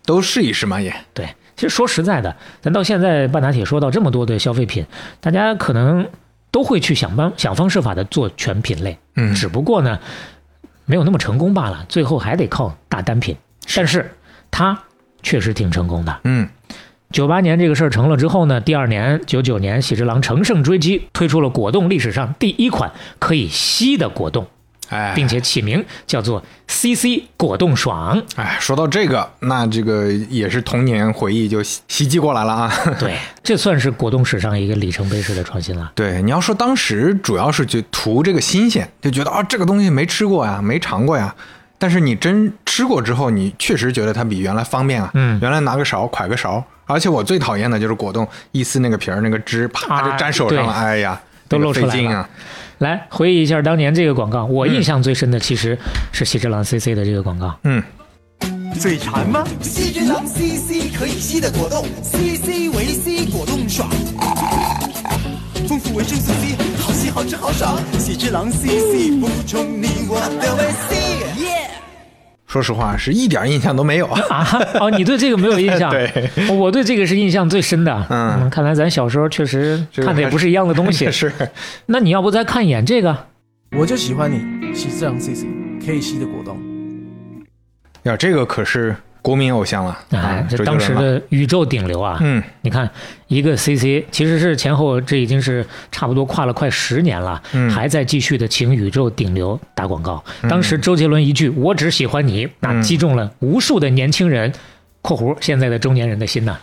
[SPEAKER 3] 都试一试嘛也。
[SPEAKER 2] 对，其实说实在的，咱到现在半打铁说到这么多的消费品，大家可能都会去想办想方设法的做全品类，
[SPEAKER 3] 嗯
[SPEAKER 2] 只不过呢，没有那么成功罢了，最后还得靠大单品。但是它确实挺成功的。
[SPEAKER 3] 嗯
[SPEAKER 2] 九八年这个事儿成了之后呢，第二年九九年，喜之郎乘胜追击，推出了果冻历史上第一款可以吸的果冻，
[SPEAKER 3] 哎，
[SPEAKER 2] 并且起名叫做 “CC 果冻
[SPEAKER 3] <laughs>
[SPEAKER 2] 爽”。
[SPEAKER 3] 哎，说到这个，那这个也是童年回忆就袭袭击过来了啊。
[SPEAKER 2] 对，这算是果冻史上一个里程碑式的创新了。
[SPEAKER 3] 对，你要说当时主要是就图这个新鲜，就觉得啊这个东西没吃过呀，没尝过呀。但是你真吃过之后，你确实觉得它比原来方便啊。
[SPEAKER 2] 嗯
[SPEAKER 3] 原来拿个勺㧟个勺，而且我最讨厌的就是果冻一撕那个皮儿，那个汁啪
[SPEAKER 2] 啊
[SPEAKER 3] 就粘手上了，
[SPEAKER 2] 对
[SPEAKER 3] 哎呀，
[SPEAKER 2] 都
[SPEAKER 3] 那个
[SPEAKER 2] 露出来
[SPEAKER 3] 费劲
[SPEAKER 2] 了
[SPEAKER 3] 啊。
[SPEAKER 2] 来回忆一下当年这个广
[SPEAKER 3] 嗯
[SPEAKER 2] 告，我印象最深的其实是喜之郎 CC 的这个广告。
[SPEAKER 3] <laughs> 嗯，
[SPEAKER 7] 嘴馋吗？
[SPEAKER 8] 西之郎 CC 可以吸的果冻，CC 维 C 果冻爽，丰富维生素 C，好吸好吃好爽，
[SPEAKER 7] 喜之郎 CC 补充你我
[SPEAKER 8] 我的维 C。
[SPEAKER 3] 说实话是一点印象都没有。
[SPEAKER 2] 啊哈，哦，你对这个没有印象？
[SPEAKER 3] <laughs> 对，
[SPEAKER 2] 我对这个是印象最深的。
[SPEAKER 3] 嗯
[SPEAKER 2] 看来咱小时候确实
[SPEAKER 3] 这个
[SPEAKER 2] 看的也
[SPEAKER 3] 还
[SPEAKER 2] 不是一样的东西。
[SPEAKER 3] 是
[SPEAKER 2] 那你要不再看一眼这个？
[SPEAKER 9] 我就喜欢你，喜之郎 C C 可以吸的果冻。
[SPEAKER 3] 呀，这个可是国民偶像了
[SPEAKER 2] 哎
[SPEAKER 3] 啊，，
[SPEAKER 2] 这
[SPEAKER 3] 周杰
[SPEAKER 2] 当
[SPEAKER 3] 伦
[SPEAKER 2] 时
[SPEAKER 3] 了
[SPEAKER 2] 的宇宙顶流啊！
[SPEAKER 3] 嗯
[SPEAKER 2] 你看，一个 CC 其实是前后这已经是差不多跨了快十年了，
[SPEAKER 3] 嗯
[SPEAKER 2] 还在继续的请宇宙顶流打广告。当时周杰伦一句“我只喜欢你”，那
[SPEAKER 3] 嗯
[SPEAKER 2] 击中了无数的年轻人（括弧现在的中年人的心
[SPEAKER 3] <laughs>
[SPEAKER 2] 呐）。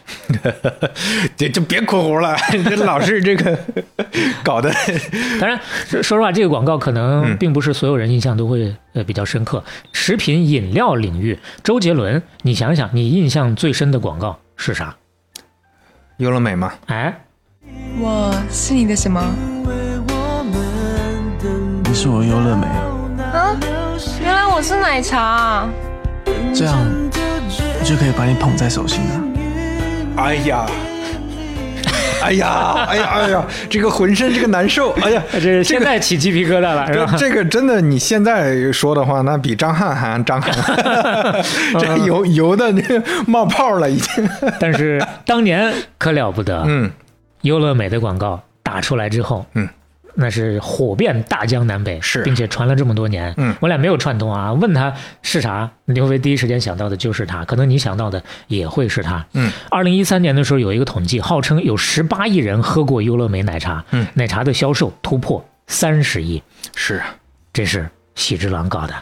[SPEAKER 3] 这就别括弧了， <laughs> 这老是这个 <laughs> 搞的，
[SPEAKER 2] 当然，说说实话，这个广告可
[SPEAKER 3] 嗯
[SPEAKER 2] 能并不是所有人印象都会呃比较深刻。食品饮料领域，周杰伦，你想想，你印象最深的广告是啥？
[SPEAKER 3] <laughs> 优乐美嘛，
[SPEAKER 2] 哎，
[SPEAKER 10] 我是你的什么？
[SPEAKER 9] 你是我优乐美，
[SPEAKER 10] 啊，原来我是奶茶啊。
[SPEAKER 9] 这样我就可以把你捧在手心了。
[SPEAKER 3] 哎呀。哎呀，哎呀，哎呀，这个浑身这个难 <laughs> 受，哎呀，
[SPEAKER 2] 这现在起鸡皮疙瘩
[SPEAKER 3] <laughs>
[SPEAKER 2] 了，是吧？
[SPEAKER 3] 这个真的，你现在说的话，那比张翰还张翰， <laughs> 这油油的这冒泡了已经。
[SPEAKER 2] 但是当年可了不得，
[SPEAKER 3] 嗯，
[SPEAKER 2] 优乐美的广告打出来之后，
[SPEAKER 3] 嗯，
[SPEAKER 2] 那是火遍大江南北，
[SPEAKER 3] 是
[SPEAKER 2] 并且传了这么多年，
[SPEAKER 3] 嗯
[SPEAKER 2] 我俩没有串通啊。问他是啥，刘维第一时间想到的就是他，可能你想到的也会是他，
[SPEAKER 3] 嗯。
[SPEAKER 2] 二零一三年的时候有一个统计，号称有十八亿人喝过优乐美奶茶，
[SPEAKER 3] 嗯
[SPEAKER 2] 奶茶的销售突破三十亿，
[SPEAKER 3] 是啊，
[SPEAKER 2] 这是喜之郎搞的。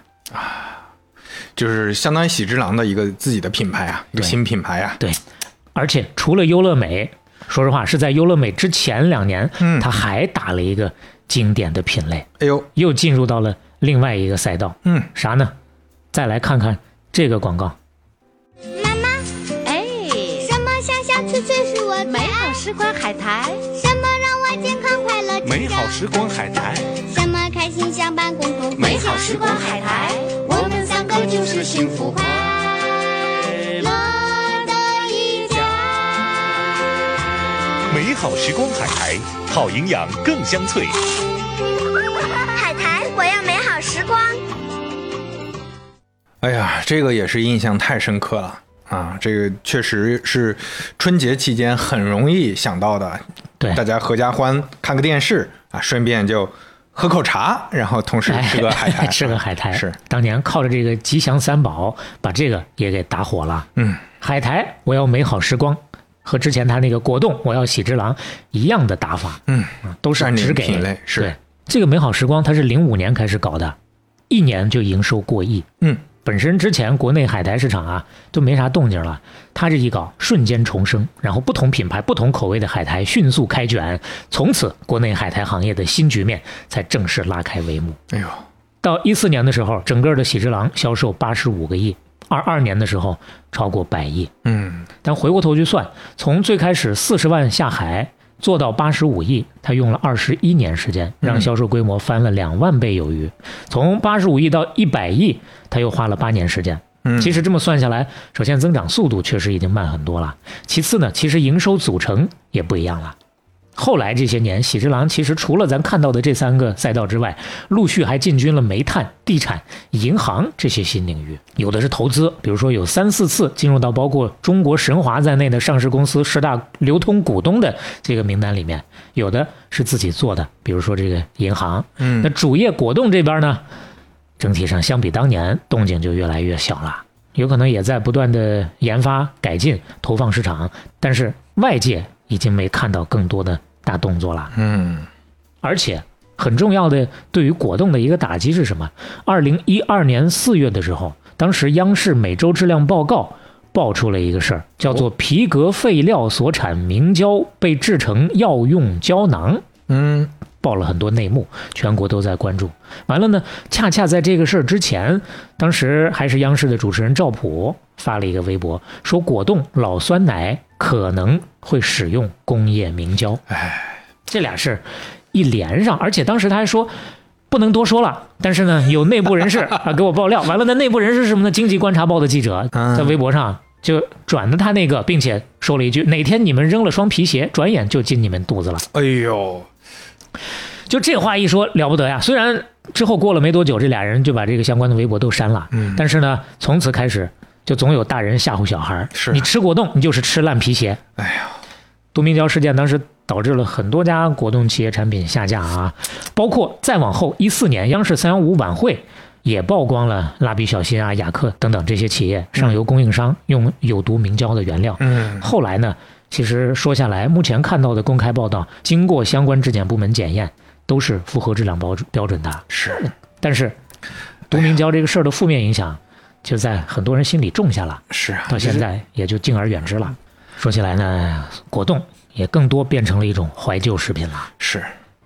[SPEAKER 3] 就是相当于喜之郎的一个自己的品牌啊，一个
[SPEAKER 2] 对
[SPEAKER 3] 新品牌啊。
[SPEAKER 2] 对，而且除了优乐美，说实话是在优乐美之前两年，
[SPEAKER 3] 嗯
[SPEAKER 2] 他还打了一个经典的品类，
[SPEAKER 3] 哎呦，
[SPEAKER 2] 又进入到了另外一个赛道，
[SPEAKER 3] 嗯，
[SPEAKER 2] 啥呢？再来看看这个广告，
[SPEAKER 6] 妈妈，哎，什么香香脆脆是我美好时光海苔，什么让我健康快乐成长，
[SPEAKER 7] 时光海苔，
[SPEAKER 6] 什么开心相伴共度美好时光海苔，我们三个就是幸福快乐的一家。
[SPEAKER 7] 美好时光海苔，好营养更香脆。
[SPEAKER 6] 海苔，我要美好时光。
[SPEAKER 3] 哎呀，这个也是印象太深刻了啊！这个确实是春节期间很容易想到的，
[SPEAKER 2] 对
[SPEAKER 3] 大家合家欢，看个电视啊，顺便就喝口茶，然后同时嗯吃个海苔，
[SPEAKER 2] 哎 <laughs> 吃个海苔
[SPEAKER 3] 是，
[SPEAKER 2] 当年靠着这个吉祥三宝把这个也给打火了。
[SPEAKER 3] 嗯，
[SPEAKER 2] 海苔，我要美好时光，和之前他那个果冻，我要喜之郎一样的打法，
[SPEAKER 3] 嗯，
[SPEAKER 2] 啊都是
[SPEAKER 3] 占领
[SPEAKER 2] 只给
[SPEAKER 3] 品类是
[SPEAKER 2] 对这个美好时光，它是零五年开始搞的，一年就营收过亿。
[SPEAKER 3] 嗯，
[SPEAKER 2] 本身之前国内海苔市场啊就没啥动静了，它这一搞瞬间重生，然后不同品牌、不同口味的海苔迅速开卷，从此国内海苔行业的新局面才正式拉开帷幕。
[SPEAKER 3] 哎呦，
[SPEAKER 2] 到一四年的时候，整个的喜之郎销售八十五个亿，二二年的时候超过百亿。
[SPEAKER 3] 嗯，
[SPEAKER 2] 但回过头去算，从最开始四十万下海做到八十五亿，他用了二十一年时间，让
[SPEAKER 3] 嗯
[SPEAKER 2] 销售规模翻了两万倍有余。从八十五亿到一百亿，他又花了八年时间。
[SPEAKER 3] 嗯
[SPEAKER 2] 其实这么算下来，首先增长速度确实已经慢很多了，其次呢，其实营收组成也不一样了。后来这些年，喜之郎其实除了咱看到的这三个赛道之外，陆续还进军了煤炭、地产、银行这些新领域。有的是投资，比如说有三四次进入到包括中国神华在内的上市公司十大流通股东的这个名单里面；有的是自己做的，比如说这个银行。
[SPEAKER 3] 嗯
[SPEAKER 2] 那主业果冻这边呢，整体上相比当年动静就越来越小了，有可能也在不断的研发、改进、投放市场，但是外界已经没看到更多的大动作了。
[SPEAKER 3] 嗯，
[SPEAKER 2] 而且很重要的，对于果冻的一个打击是什么？二零一二年四月的时候，当时央视每周质量报告爆出了一个事儿，叫做皮革废料所产明胶被制成药用胶囊。
[SPEAKER 3] 嗯，
[SPEAKER 2] 爆了很多内幕，全国都在关注。完了呢，恰恰在这个事儿之前，当时还是央视的主持人赵普发了一个微博，说果冻、老酸奶可能会使用工业明胶。
[SPEAKER 3] 哎，
[SPEAKER 2] 这俩事儿一连上，而且当时他还说。不能多说了，但是呢，有内部人士啊给我爆料，完了，那内部人士是什么呢？经济观察报的记者
[SPEAKER 3] 嗯
[SPEAKER 2] 在微博上就转了他那个，并且说了一句：“哪天你们扔了双皮鞋，转眼就进你们肚子了。”
[SPEAKER 3] 哎呦，
[SPEAKER 2] 就这话一说了不得呀！虽然之后过了没多久，这俩人就把这个相关的微博都删了。
[SPEAKER 3] 嗯
[SPEAKER 2] 但是呢，从此开始就总有大人吓唬小孩儿。
[SPEAKER 3] 是
[SPEAKER 2] 你吃果冻，你就是吃烂皮鞋。
[SPEAKER 3] 哎呀，
[SPEAKER 2] 杜明胶事件当时导致了很多家果冻企业产品下架啊，包括再往后一四年央视三幺五晚会。也曝光了蜡笔小新啊、雅克等等这些企业上游供应商用有毒明胶的原料，
[SPEAKER 3] 嗯
[SPEAKER 2] 后来呢，其实说下来，目前看到的公开报道，经过相关质检部门检验，都是符合质量标准标准的。
[SPEAKER 3] 是
[SPEAKER 2] 但是，毒明胶这个事儿的负面影响，就在很多人心里种下了，
[SPEAKER 3] 是啊，
[SPEAKER 2] 到现在也就敬而远之了。说起来呢，果冻也更多变成了一种怀旧食品了。
[SPEAKER 3] 是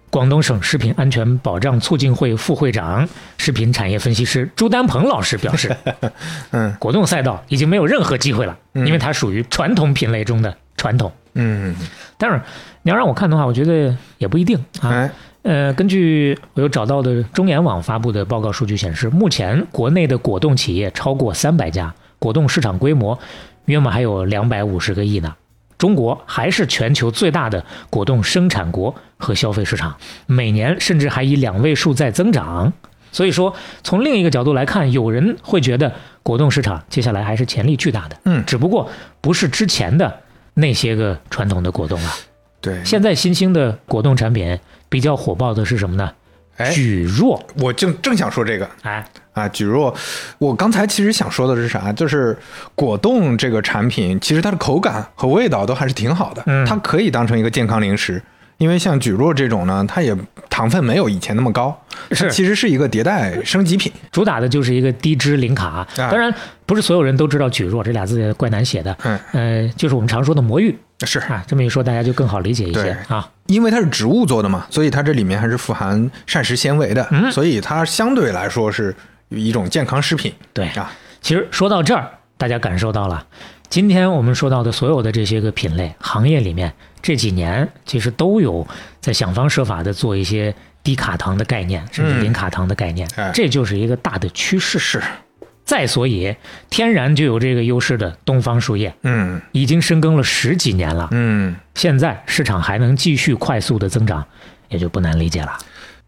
[SPEAKER 2] 广东省食品安全保障促进会副会长、食品产业分析师朱丹鹏老师表示，
[SPEAKER 3] <laughs> 嗯，
[SPEAKER 2] 果冻赛道已经没有任何机会了，因为它属于传统品类中的传统。
[SPEAKER 3] 嗯，
[SPEAKER 2] 但是你要让我看的话，我觉得也不一定啊。
[SPEAKER 3] 哎，
[SPEAKER 2] 呃，根据我有找到的中研网发布的报告数据显示，目前国内的果冻企业超过三百家，果冻市场规模约莫还有两百五十个亿呢。中国还是全球最大的果冻生产国和消费市场，每年甚至还以两位数在增长。所以说，从另一个角度来看，有人会觉得果冻市场接下来还是潜力巨大的，
[SPEAKER 3] 嗯
[SPEAKER 2] 只不过不是之前的那些个传统的果冻了、
[SPEAKER 3] 对，
[SPEAKER 2] 现在新兴的果冻产品比较火爆的是什么呢？
[SPEAKER 3] 哎
[SPEAKER 2] 蒟蒻，
[SPEAKER 3] 我正正想说这个，
[SPEAKER 2] 哎，
[SPEAKER 3] 啊，蒟蒻，我刚才其实想说的是啥？就是果冻这个产品，其实它的口感和味道都还是挺好的，
[SPEAKER 2] 嗯
[SPEAKER 3] 它可以当成一个健康零食。因为像蒟蒻这种呢，它也糖分没有以前那么高，它
[SPEAKER 2] 是
[SPEAKER 3] 其实是一个迭代升级品。
[SPEAKER 2] 主打的就是一个低脂零卡。
[SPEAKER 3] 哎
[SPEAKER 2] 当然，不是所有人都知道蒟蒻这俩字也怪难写的，
[SPEAKER 3] 嗯，
[SPEAKER 2] 呃，就是我们常说的魔芋
[SPEAKER 3] 是
[SPEAKER 2] 啊。这么一说，大家就更好理解一
[SPEAKER 3] 对
[SPEAKER 2] 些啊。
[SPEAKER 3] 因为它是植物做的嘛，所以它这里面还是富含膳食纤维的，所以它相对来说是一种健康食品。
[SPEAKER 2] 对
[SPEAKER 3] 啊，
[SPEAKER 2] 其实说到这儿，大家感受到了，今天我们说到的所有的这些个品类行业里面，这几年其实都有在想方设法的做一些低卡糖的概念，甚至零卡糖的概念，
[SPEAKER 3] 嗯哎
[SPEAKER 2] 这就是一个大的趋势。
[SPEAKER 3] 是，
[SPEAKER 2] 再所以天然就有这个优势的东方树叶，
[SPEAKER 3] 嗯
[SPEAKER 2] 已经深耕了十几年了，
[SPEAKER 3] 嗯。
[SPEAKER 2] 现在市场还能继续快速的增长，也就不难理解了。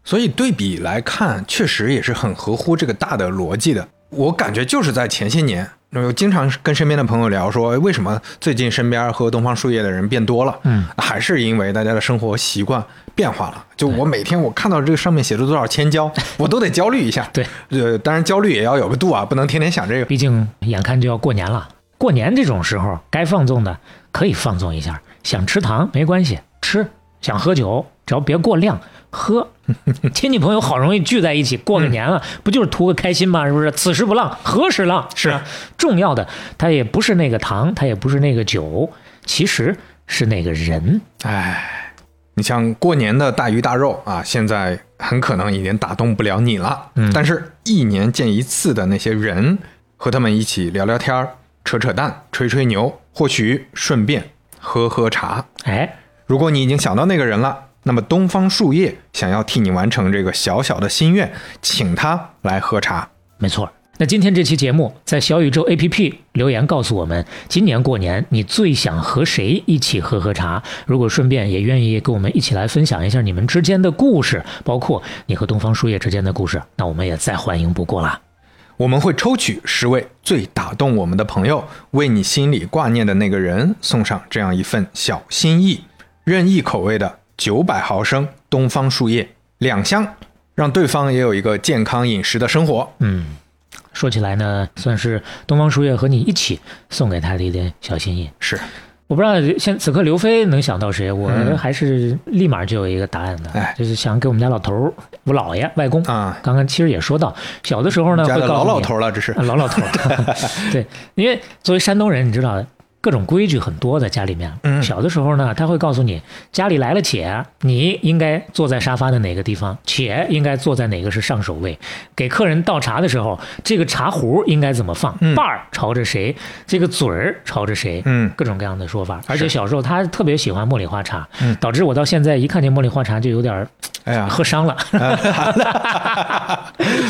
[SPEAKER 3] 所以对比来看，确实也是很合乎这个大的逻辑的。我感觉就是在前些年，我经常跟身边的朋友聊说，哎为什么最近身边喝东方树叶的人变多了？
[SPEAKER 2] 嗯，
[SPEAKER 3] 还是因为大家的生活习惯变化了。就我每天我看到这个上面写着多少千
[SPEAKER 2] <laughs>
[SPEAKER 3] 焦，我都得焦虑一下。
[SPEAKER 2] 对，
[SPEAKER 3] 呃，当然焦虑也要有个度啊，不能天天想这个。
[SPEAKER 2] 毕竟眼看就要过年了，过年这种时候该放纵的可以放纵一下，想吃糖没关系吃，想喝酒只要别过量喝。亲戚朋友好容易聚在一起过个年了，不就是图个开心吗？是不是？此时不浪何时浪？
[SPEAKER 3] 是
[SPEAKER 2] 啊重要的，它也不是那个糖，它也不是那个酒，其实是那个人。
[SPEAKER 3] 哎，你像过年的大鱼大肉啊，现在很可能已经打动不了你了。
[SPEAKER 2] 嗯
[SPEAKER 3] 但是，一年见一次的那些人，和他们一起聊聊天儿、扯扯淡、吹吹牛，或许顺便喝喝茶。
[SPEAKER 2] 哎，
[SPEAKER 3] 如果你已经想到那个人了，那么东方树叶想要替你完成这个小小的心愿，请他来喝茶。
[SPEAKER 2] 没错儿。那今天这期节目在小宇宙 APP 留言告诉我们，今年过年你最想和谁一起喝喝茶？如果顺便也愿意跟我们一起来分享一下你们之间的故事，包括你和东方树叶之间的故事，那我们也再欢迎不过啦。
[SPEAKER 3] 我们会抽取十位最打动我们的朋友，为你心里挂念的那个人送上这样一份小心意，任意口味的九百毫升东方树叶两箱，让对方也有一个健康饮食的生活。
[SPEAKER 2] 嗯，说起来呢，算是东方树叶和你一起送给他的一点小心意。
[SPEAKER 3] 是，
[SPEAKER 2] 我不知道现此刻刘飞能想到谁，我还是立马就有一个答案的，
[SPEAKER 3] 嗯哎
[SPEAKER 2] 就是想给我们家老头儿、我姥爷、外公
[SPEAKER 3] 啊
[SPEAKER 2] 刚刚其实也说到，小的时候呢，
[SPEAKER 3] 家
[SPEAKER 2] 会
[SPEAKER 3] 的
[SPEAKER 2] 告
[SPEAKER 3] 老
[SPEAKER 2] 诉
[SPEAKER 3] 老
[SPEAKER 2] 你
[SPEAKER 3] 头了，这是
[SPEAKER 2] 啊，老老头
[SPEAKER 3] <laughs>
[SPEAKER 2] 儿，对，因为作为山东人，你知道各种规矩很多，在家里面。
[SPEAKER 3] 嗯
[SPEAKER 2] 小的时候呢，他会告诉你家里来了且，你应该坐在沙发的哪个地方，且应该坐在哪个是上首位。给客人倒茶的时候，这个茶壶应该怎么放，
[SPEAKER 3] 嗯
[SPEAKER 2] 把儿朝着谁，这个嘴儿朝着谁，
[SPEAKER 3] 嗯
[SPEAKER 2] 各种各样的说法。而
[SPEAKER 3] 是
[SPEAKER 2] 且小时候他特别喜欢茉莉花茶，
[SPEAKER 3] 嗯
[SPEAKER 2] 导致我到现在一看见茉莉花茶就有点儿
[SPEAKER 3] 哎呀，
[SPEAKER 2] 啊喝伤了， <laughs>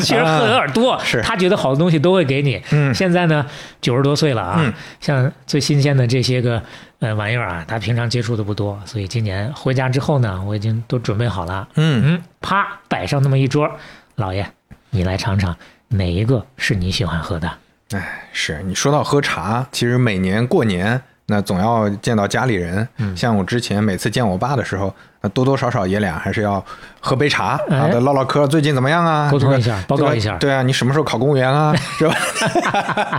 [SPEAKER 2] 其实喝的有点多，
[SPEAKER 3] 啊是
[SPEAKER 2] 他觉得好的东西都会给你。
[SPEAKER 3] 嗯
[SPEAKER 2] 现在呢，九十多岁了啊
[SPEAKER 3] 嗯，
[SPEAKER 2] 像最新鲜的这些个呃玩意儿啊，他平常接触的不多，所以今年回家之后呢，我已经都准备好了，
[SPEAKER 3] 嗯，
[SPEAKER 2] 嗯，啪摆上那么一桌。老爷，你来尝尝哪一个是你喜欢
[SPEAKER 3] <laughs>
[SPEAKER 2] 喝的？
[SPEAKER 3] 哎，是你说到喝茶，其实每年过年那总要见到家里人，像我之前每次见我爸的时候，那多多少少爷俩还是要喝杯茶，
[SPEAKER 2] 哎
[SPEAKER 3] 啊，唠唠嗑，最近怎么样啊？
[SPEAKER 2] 沟通
[SPEAKER 3] 是吧
[SPEAKER 2] 一下报告
[SPEAKER 3] 对吧
[SPEAKER 2] 一下
[SPEAKER 3] 对啊，你什么时候考公务
[SPEAKER 2] <laughs>
[SPEAKER 3] 员啊？是吧？ <laughs>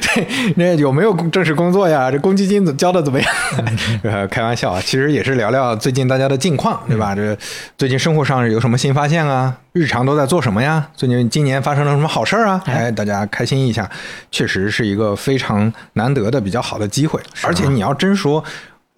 [SPEAKER 3] 这那有没有正式工作呀？这公积金怎么交的怎么样？
[SPEAKER 2] <laughs>
[SPEAKER 3] 呃，开玩笑啊，其实也是聊聊最近大家的近况，对
[SPEAKER 2] 嗯
[SPEAKER 3] 吧？这最近生活上有什么新发现啊？日常都在做什么呀？最近今年发生了什么好事儿啊？哎，大家开心一下，确实是一个非常难得的比较好的机会。
[SPEAKER 2] 啊
[SPEAKER 3] 而且你要真说。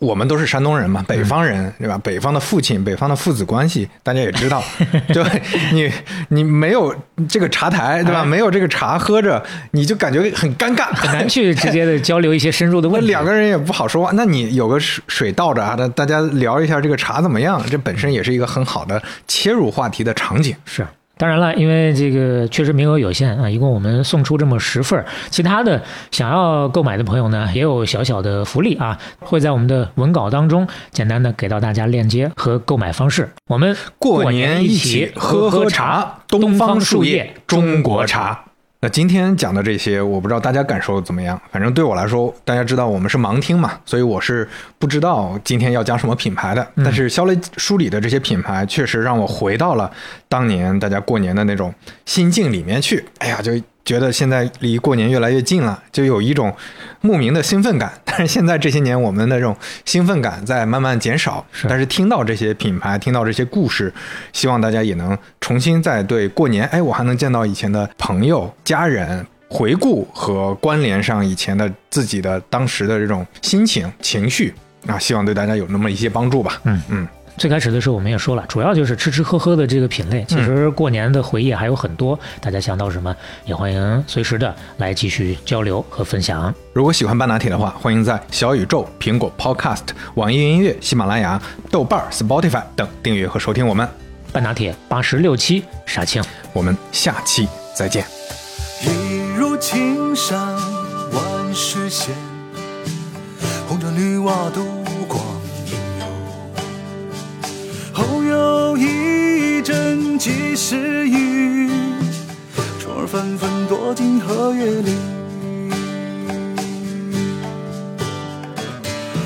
[SPEAKER 3] 我们都是山东人嘛，北方人、对吧？北方的父亲，北方的父子关系，大家也知道，对吧？你你没有这个茶台，对吧？没有这个茶喝着，你就感觉很尴尬，很
[SPEAKER 2] 很难去直接的交流一些深入的
[SPEAKER 3] 那
[SPEAKER 2] 问题。
[SPEAKER 3] 两个人也不好说话，那你有个水水倒着啊，那大家聊一下这个茶怎么样？这本身也是一个很好的切入话题的场景。
[SPEAKER 2] 是。当然了，因为这个确实名额有限啊，一共我们送出这么十份儿，其他的想要购买的朋友呢，也有小小的福利啊，会在我们的文稿当中简单的给到大家链接和购买方式。我们
[SPEAKER 3] 过
[SPEAKER 2] 年
[SPEAKER 3] 年一
[SPEAKER 2] 起
[SPEAKER 3] 起喝
[SPEAKER 2] 喝
[SPEAKER 3] 喝茶，东方
[SPEAKER 2] 方
[SPEAKER 3] 树
[SPEAKER 2] 叶
[SPEAKER 3] 叶，中国茶。那今天讲的这些，我不知道大家感受怎么样。反正对我来说，大家知道我们是盲听嘛，所以我是不知道今天要讲什么品牌的。但是肖雷梳理的这些品牌，确实让我回到了当年大家过年的那种心境里面去。哎呀，就觉得现在离过年越来越近了，就有一种莫名的兴奋感。 <laughs> 但是现在这些年，我们的这种兴奋感在慢慢减少。但是听到这些品牌，听到这些故事，希望大家也能重新再对过年，哎，我还能见到以前的朋友、家人。回顾和关联上以前的自己的当时的这种心情、情绪啊，希望对大家有那么一些帮助吧。
[SPEAKER 2] 嗯
[SPEAKER 3] 嗯，
[SPEAKER 2] 最开始的时候我们也说了，主要就是吃吃喝喝的这个品类。其实过年的回忆还有很多，大家想到什么也欢迎随时的来继续交流和分享。
[SPEAKER 3] 如果喜欢半拿铁的话，欢迎在小宇宙、苹果 Podcast、网易云音乐、喜马拉雅、豆瓣儿、Spotify 等订阅和收听我们。
[SPEAKER 2] 半拿铁八十六期杀青。
[SPEAKER 3] 我们下期
[SPEAKER 2] <laughs>
[SPEAKER 3] 再见。
[SPEAKER 8] 一如青山万事闲，红砖绿瓦度光阴柔。后有一阵及时雨，虫儿纷纷躲进荷叶里。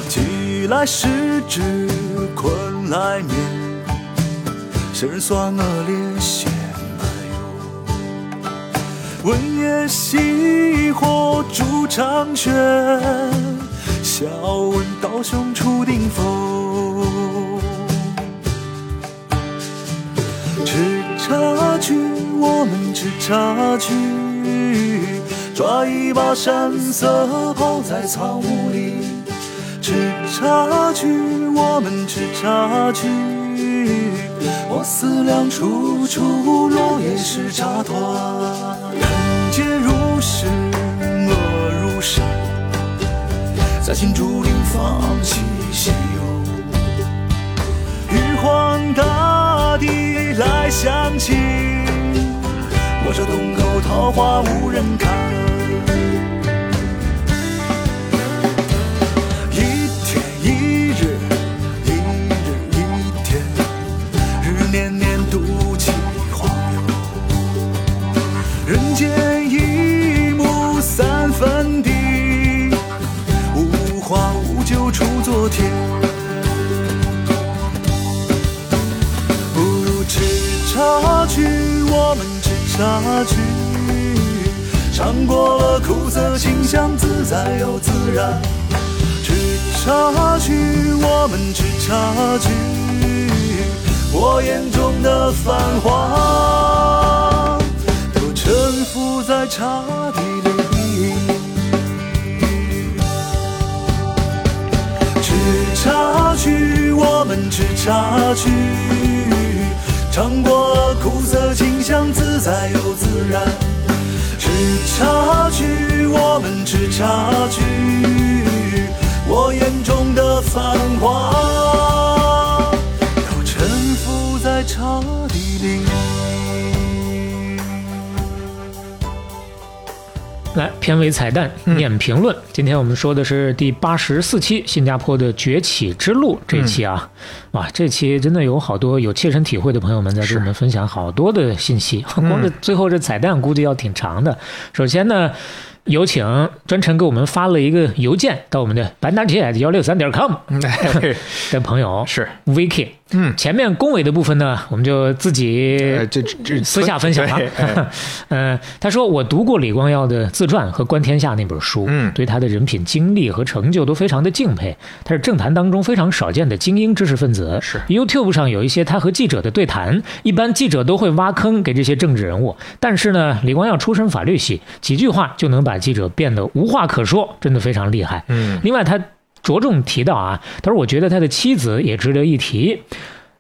[SPEAKER 8] 起来时至困来眠，谁人酸恶劣险难忧。闻夜熄火煮长轩，笑问刀雄出定否？吃茶去，我们吃茶去，抓一把山色抛在草木里。吃茶去，我们吃茶去。我思量处处落叶是茶团，人间如诗，乐如山，在青竹林放弃西游。玉皇大帝来相请，我这洞口桃花无人看。一天一日，一日一天，日日年年度其荒游。人间一亩三分地，无花无酒锄作田。不吃茶去，我们吃茶去。尝过了苦涩清香，自在又自然。吃茶去，我们吃茶去。我眼中的繁华，都沉浮在茶底里。吃茶去，我们吃茶去，尝过了苦涩清香，自在又自然。吃茶去，我们吃茶去，我眼中的繁华，都沉浮在茶底里。
[SPEAKER 2] 来，片尾彩蛋
[SPEAKER 3] 嗯
[SPEAKER 2] 念评论。今天我们说的是第八十四期新加坡的崛起之路这期啊，
[SPEAKER 3] 嗯
[SPEAKER 2] 哇，这期真的有好多有切身体会的朋友们在给我们分享好多的信息， <laughs>
[SPEAKER 3] 嗯
[SPEAKER 2] 光这最后这彩蛋估计要挺长的。首先呢。有请专程给我们发了一个邮件到我们的白拿铁幺六三点 com
[SPEAKER 3] 哎
[SPEAKER 2] 的朋友
[SPEAKER 3] 嗯是
[SPEAKER 2] Vicky，
[SPEAKER 3] 嗯
[SPEAKER 2] 前面恭维的部分呢，我们就自己
[SPEAKER 3] 呃这
[SPEAKER 2] <laughs>
[SPEAKER 3] 这
[SPEAKER 2] 私下分享啊
[SPEAKER 3] 对哎。
[SPEAKER 2] <laughs> 呃，他说我读过李光耀的自传和《观天下》那本书，
[SPEAKER 3] 嗯
[SPEAKER 2] 对他的人品、经历和成就都非常的敬佩。他是政坛当中非常少见的精英知识分子。
[SPEAKER 3] 是
[SPEAKER 2] YouTube 上有一些他和记者的对谈，一般记者都会挖坑给这些政治人物，但是呢，李光耀出身法律系，几句话就能把记者变得无话可说，真的非常厉害。
[SPEAKER 3] 嗯
[SPEAKER 2] 另外，他着重提到啊，他说我觉得他的妻子也值得一提。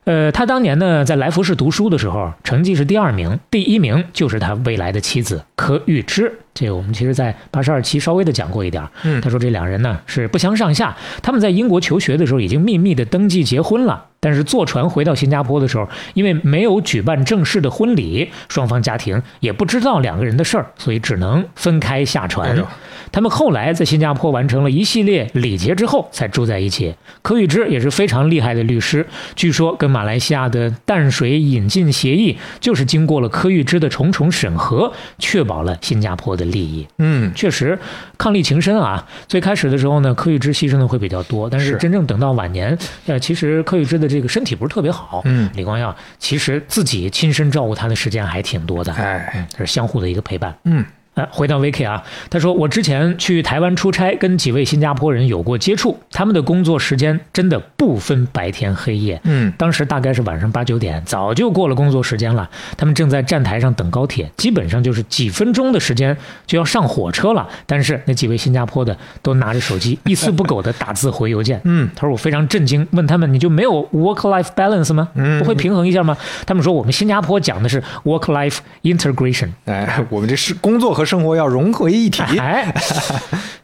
[SPEAKER 2] 呃，他当年呢在来福士读书的时候，成绩是第二名，第一名就是他未来的妻子柯玉芝。这个我们其实，在八十二期稍微的讲过一点儿。
[SPEAKER 3] 嗯
[SPEAKER 2] 他说这两人呢是不相上下，他们在英国求学的时候已经秘密的登记结婚了，但是坐船回到新加坡的时候，因为没有举办正式的婚礼，双方家庭也不知道两个人的事儿，所以只能分开下船。
[SPEAKER 3] 哎呦
[SPEAKER 2] 他们后来在新加坡完成了一系列礼节之后，才住在一起。柯玉芝也是非常厉害的律师，据说跟马来西亚的淡水引进协议就是经过了柯玉芝的重重审核，确保了新加坡的利益。
[SPEAKER 3] 嗯，
[SPEAKER 2] 确实，伉俪情深啊。最开始的时候呢，柯玉芝牺牲的会比较多，但是
[SPEAKER 3] 是
[SPEAKER 2] 真正等到晚年，呃，其实柯玉芝的这个身体不是特别好。
[SPEAKER 3] 嗯
[SPEAKER 2] 李光耀其实自己亲身照顾她的时间还挺多的，
[SPEAKER 3] 哎，
[SPEAKER 2] 这是相互的一个陪伴。
[SPEAKER 3] 嗯
[SPEAKER 2] 呃，回到 Vicky 啊，他说我之前去台湾出差，跟几位新加坡人有过接触，他们的工作时间真的不分白天黑夜。
[SPEAKER 3] 嗯
[SPEAKER 2] 当时大概是晚上八九点，早就过了工作时间了。他们正在站台上等高铁，基本上就是几分钟的时间就要上火车了。但是那几位新加坡的都拿着手机一丝不苟地打字回邮件。
[SPEAKER 3] 嗯
[SPEAKER 2] 他说我非常震惊，问他们你就没有 work life balance 吗？
[SPEAKER 3] 嗯
[SPEAKER 2] 不会平衡一下吗？他们说我们新加坡讲的是 work life integration。
[SPEAKER 3] 哎，我们这是工作和生活要融为
[SPEAKER 2] <laughs>
[SPEAKER 3] 一体。
[SPEAKER 2] 哎，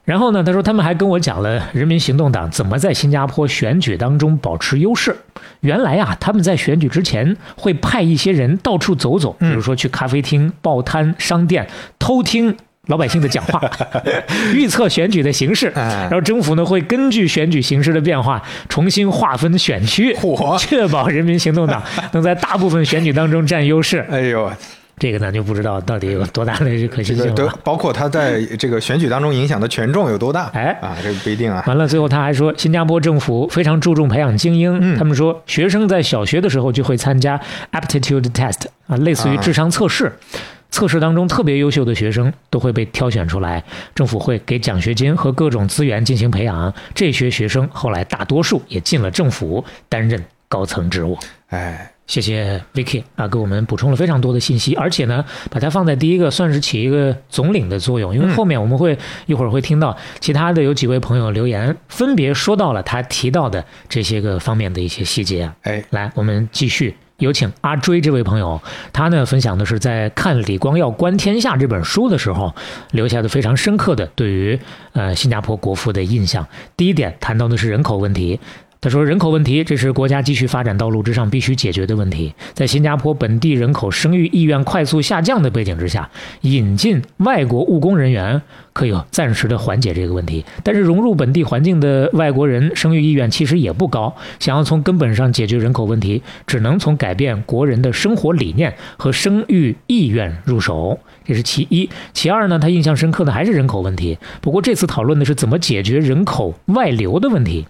[SPEAKER 2] 然后呢，他说他们还跟我讲了人民行动党怎么在新加坡选举当中保持优势。原来啊，他们在选举之前会派一些人到处走走，
[SPEAKER 3] 嗯
[SPEAKER 2] 比如说去咖啡厅、报摊、商店偷听。老百姓的
[SPEAKER 3] <laughs>
[SPEAKER 2] 讲话，预测选举的形势，
[SPEAKER 3] 哎
[SPEAKER 2] 然后政府呢会根据选举形势的变化重新划分选区
[SPEAKER 3] 嚯，
[SPEAKER 2] 确保人民行动党能在大部分选举当中占优势。
[SPEAKER 3] 哎呦，
[SPEAKER 2] 这个咱就不知道到底有多大的可行
[SPEAKER 3] 这
[SPEAKER 2] 性
[SPEAKER 3] 个
[SPEAKER 2] 了。
[SPEAKER 3] 都包括他在这个选举当中影响的权重有多大？
[SPEAKER 2] 哎
[SPEAKER 3] 啊，这个不一定啊。
[SPEAKER 2] 完了，最后他还说，新加坡政府非常注重培养精英。
[SPEAKER 3] 嗯
[SPEAKER 2] 他们说，学生在小学的时候就会参加 aptitude test 啊，类似于
[SPEAKER 3] 啊
[SPEAKER 2] 智商测试。测试当中特别优秀的学生都会被挑选出来，政府会给奖学金和各种资源进行培养。这些学生后来大多数也进了政府，担任高层职务。
[SPEAKER 3] 哎，
[SPEAKER 2] 谢谢 Vicky 啊，给我们补充了非常多的信息，而且呢，把它放在第一个算是起一个总领的作用，因为后面我们会、一会儿会听到其他的有几位朋友留言，分别说到了他提到的这些个方面的一些细节啊。
[SPEAKER 3] 哎，
[SPEAKER 2] 来，我们继续。有请阿追这位朋友，他呢分享的是在看《李光耀观天下》这本书的时候留下的非常深刻的对于呃新加坡国父的印象。第一点谈到的是人口问题，他说：“人口问题，这是国家继续发展道路之上必须解决的问题。在新加坡本地人口生育意愿快速下降的背景之下，引进外国务工人员可以暂时的缓解这个问题。但是融入本地环境的外国人生育意愿其实也不高。想要从根本上解决人口问题，只能从改变国人的生活理念和生育意愿入手，这是其一。其二呢，他印象深刻的还是人口问题。不过这次讨论的是怎么解决人口外流的问题。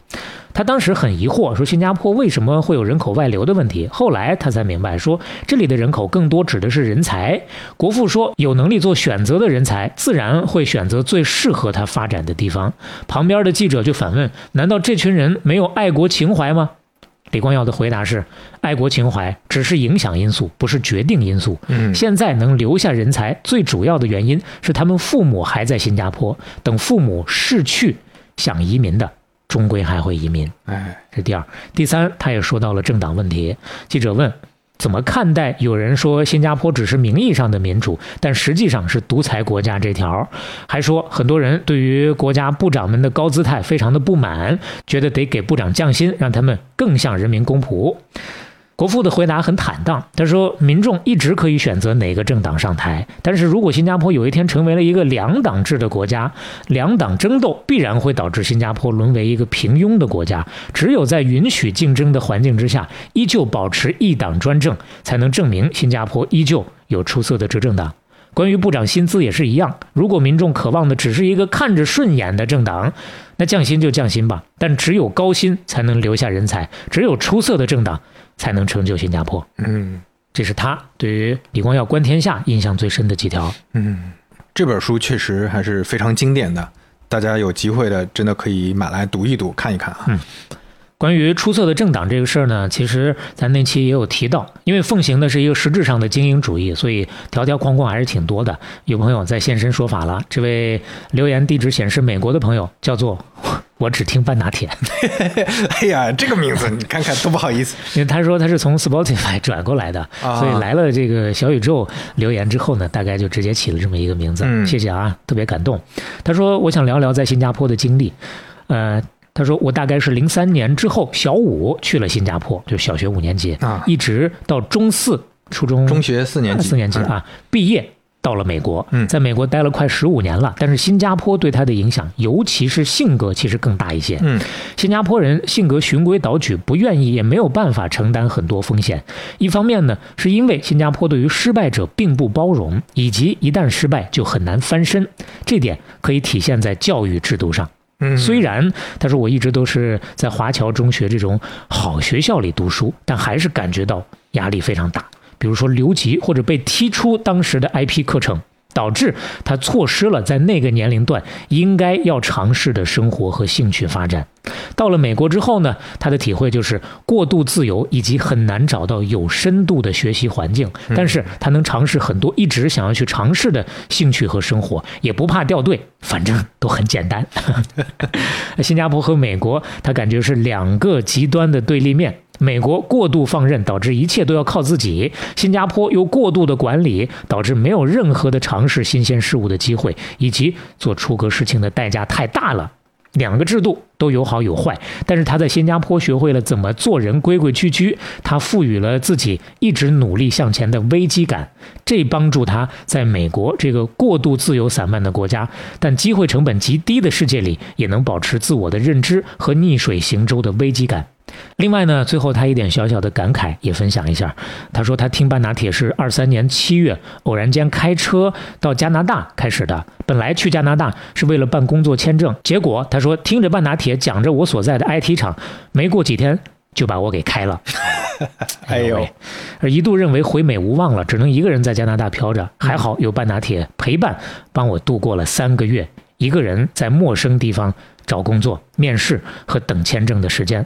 [SPEAKER 2] 他当时很疑惑，说新加坡为什么会有人口外流的问题？后来他才明白，说这里的人口更多指的是人才。国父说，有能力做选择的人才，自然会选择最适合他发展的地方。旁边的记者就反问：难道这群人没有爱国情怀吗？李光耀的回答是：爱国情怀只是影响因素，不是决定因素。
[SPEAKER 3] 嗯
[SPEAKER 2] 现在能留下人才，最主要的原因是他们父母还在新加坡，等父母逝去，想移民的终归还会移民。
[SPEAKER 3] 哎，
[SPEAKER 2] 这是第二。第三，他也说到了政党问题。记者问。怎么看待有人说新加坡只是名义上的民主，但实际上是独裁国家这条儿？还说很多人对于国家部长们的高姿态非常的不满，觉得得给部长降薪，让他们更向人民公仆。国父的回答很坦荡，他说：“民众一直可以选择哪个政党上台，但是如果新加坡有一天成为了一个两党制的国家，两党争斗必然会导致新加坡沦为一个平庸的国家。只有在允许竞争的环境之下，依旧保持一党专政，才能证明新加坡依旧有出色的执政党。”关于部长薪资也是一样，如果民众渴望的只是一个看着顺眼的政党，那降薪就降薪吧。但只有高薪才能留下人才，只有出色的政党才能成就新加坡。
[SPEAKER 3] 嗯
[SPEAKER 2] 这是他对于李光耀观天下印象最深的几条。
[SPEAKER 3] 嗯，这本书确实还是非常经典的，大家有机会的真的可以买来读一读，看一看啊。
[SPEAKER 2] 嗯关于出色的政党这个事儿呢，其实咱那期也有提到，因为奉行的是一个实质上的精英主义，所以条条框框还是挺多的。有朋友在现身说法了，这位留言地址显示美国的朋友叫做 <laughs> 我只听半打铁。
[SPEAKER 3] <laughs> 哎呀，这个名字你看看多不好意
[SPEAKER 2] <laughs>
[SPEAKER 3] 思。
[SPEAKER 2] 因为他说他是从 Spotify 转过来的，
[SPEAKER 3] 啊
[SPEAKER 2] 所以来了这个小宇宙留言之后呢，大概就直接起了这么一个名字。
[SPEAKER 3] 嗯
[SPEAKER 2] 谢谢啊，特别感动。他说我想聊聊在新加坡的经历，呃。他说：“我大概是零三年之后，小五去了新加坡，就小学五年级，
[SPEAKER 3] 啊
[SPEAKER 2] 一直到中四初中
[SPEAKER 3] 中学四年级，
[SPEAKER 2] 四年级啊，毕业到了美国，
[SPEAKER 3] 嗯
[SPEAKER 2] 在美国待了快十五年了。但是新加坡对他的影响，尤其是性格，其实更大一些。
[SPEAKER 3] 嗯，
[SPEAKER 2] 新加坡人性格循规蹈矩，不愿意也没有办法承担很多风险。一方面呢，是因为新加坡对于失败者并不包容，以及一旦失败就很难翻身，这点可以体现在教育制度上。
[SPEAKER 3] 嗯，
[SPEAKER 2] 虽然他说我一直都是在华侨中学这种好学校里读书，但还是感觉到压力非常大。比如说留级或者被踢出当时的 IP 课程，导致他错失了在那个年龄段应该要尝试的生活和兴趣发展。到了美国之后呢，他的体会就是过度自由以及很难找到有深度的学习环境，但是他能尝试很多一直想要去尝试的兴趣和生活，也不怕掉队，反正都很简单。新加坡和美国，他感觉是两个极端的对立面。美国过度放任，导致一切都要靠自己；新加坡又过度的管理，导致没有任何的尝试新鲜事物的机会，以及做出格事情的代价太大了。两个制度都有好有坏，但是他在新加坡学会了怎么做人规规矩矩，他赋予了自己一直努力向前的危机感，这帮助他在美国这个过度自由散漫的国家，但机会成本极低的世界里，也能保持自我的认知和逆水行舟的危机感。另外呢，最后他一点小小的感慨也分享一下。他说他听半拿铁是二三年七月偶然间开车到加拿大开始的，本来去加拿大是为了办工作签证，结果他说听着半拿铁讲着我所在的 IT 厂，没过几天就把我给开了。
[SPEAKER 3] 哎呦
[SPEAKER 2] 喂，而一度认为回美无望了，只能一个人在加拿大飘着。
[SPEAKER 3] 嗯
[SPEAKER 2] 还好有半拿铁陪伴，帮我度过了三个月一个人在陌生地方找工作、面试和等签证的时间。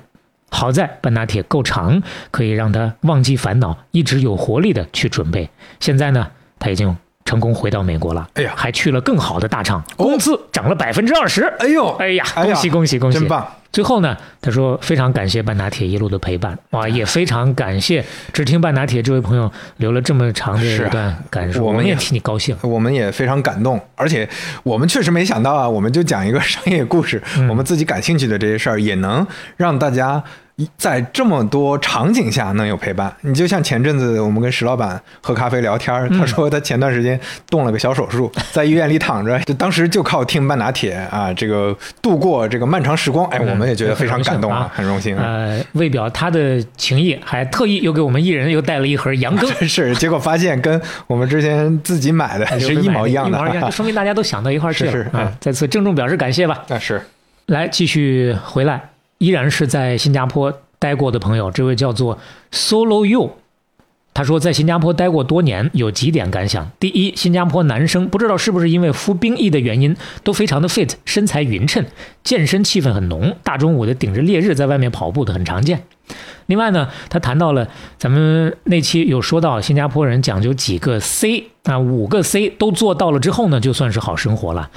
[SPEAKER 2] 好在半拿铁够长，可以让他忘记烦恼，一直有活力的去准备。现在呢，他已经成功回到美国了，
[SPEAKER 3] 哎呀
[SPEAKER 2] 还去了更好的大厂，工资涨了百分之二十。
[SPEAKER 3] 哎呦，
[SPEAKER 2] 哎呀，恭喜恭喜恭喜！
[SPEAKER 3] 真棒！
[SPEAKER 2] 最后呢，他说非常感谢半拿铁一路的陪伴，哇，
[SPEAKER 3] 啊
[SPEAKER 2] 也非常感谢只听半拿铁这位朋友留了这么长的
[SPEAKER 3] 是啊
[SPEAKER 2] 一段感受，
[SPEAKER 3] 我
[SPEAKER 2] 我
[SPEAKER 3] 们
[SPEAKER 2] 也
[SPEAKER 3] 也
[SPEAKER 2] 替你高兴。
[SPEAKER 3] 我们也非常感动，而且我们确实没想到啊，我们就讲一个商业故事，
[SPEAKER 2] 嗯
[SPEAKER 3] 我们自己感兴趣的这些事儿，也能让大家一在这么多场景下能有陪伴。你就像前阵子我们跟石老板喝咖啡聊天儿，他说他前段时间动了个小手
[SPEAKER 2] 嗯
[SPEAKER 3] 术，在医院里躺着，就当时就靠听半拿铁啊，这个度过这个漫长时
[SPEAKER 2] 嗯
[SPEAKER 3] 光。哎，我们也觉得非常感动啊，很荣幸 <laughs> 啊。。
[SPEAKER 2] 呃，为表他的情谊，还特意又给我们一人又带了一盒羊羹
[SPEAKER 3] 是，结果发现跟我们之前自己买的 <laughs> 是一毛一样的，
[SPEAKER 2] 哎一毛一样，就说明大家都想到一块儿去了
[SPEAKER 3] <laughs> 是是
[SPEAKER 2] 啊
[SPEAKER 3] 嗯！
[SPEAKER 2] 再次郑重表示感谢
[SPEAKER 3] <laughs>
[SPEAKER 2] 吧。
[SPEAKER 3] 那啊是，
[SPEAKER 2] 来，继续回来，依然是在新加坡待过的朋友，这位叫做 Solo You，他说在新加坡待过多年，有几点感想：第一，新加坡男生不知道是不是因为服兵役的原因，都非常的 fit，身材匀称，健身气氛很浓，大中午的顶着烈日在外面跑步的很常见。另外呢，他谈到了咱们那期有说到新加坡人讲究几个 C 啊，五个 C 都做到了之后呢，就算是好生活了。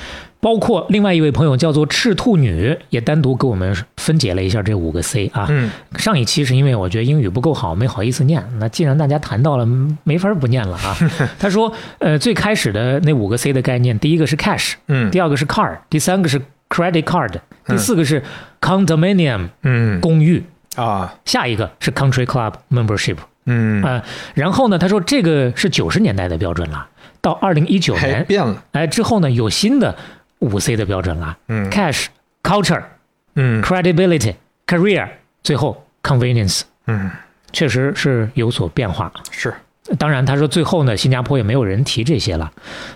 [SPEAKER 2] 包括另外一位朋友叫做赤兔女，也单独给我们分解了一下这五个 C 啊。
[SPEAKER 3] 嗯，
[SPEAKER 2] 上一期是因为我觉得英语不够好，没好意思念。那既然大家谈到了，嗯没法不念了
[SPEAKER 3] <laughs>
[SPEAKER 2] 啊。他说，呃，最开始的那五个 C 的概念，第一个是 cash，
[SPEAKER 3] 嗯
[SPEAKER 2] 第二个是 car，第三个是 credit card，第四个是 condominium，
[SPEAKER 3] 嗯
[SPEAKER 2] 公寓。
[SPEAKER 3] 啊，
[SPEAKER 2] 下一个是 Country Club Membership，
[SPEAKER 3] 嗯，
[SPEAKER 2] 呃，然后呢，他说这个是九十年代的标准了，到二零一九
[SPEAKER 3] 还
[SPEAKER 2] 年，
[SPEAKER 3] 变了，
[SPEAKER 2] 哎之后呢有新的五 C 的标准了，
[SPEAKER 3] 嗯
[SPEAKER 2] ，cash、culture、
[SPEAKER 3] 嗯
[SPEAKER 2] credibility、career，最后 convenience，
[SPEAKER 3] 嗯，
[SPEAKER 2] 确实是有所变化。
[SPEAKER 3] 是，
[SPEAKER 2] 当然，他说最后呢，新加坡也没有人提这些了，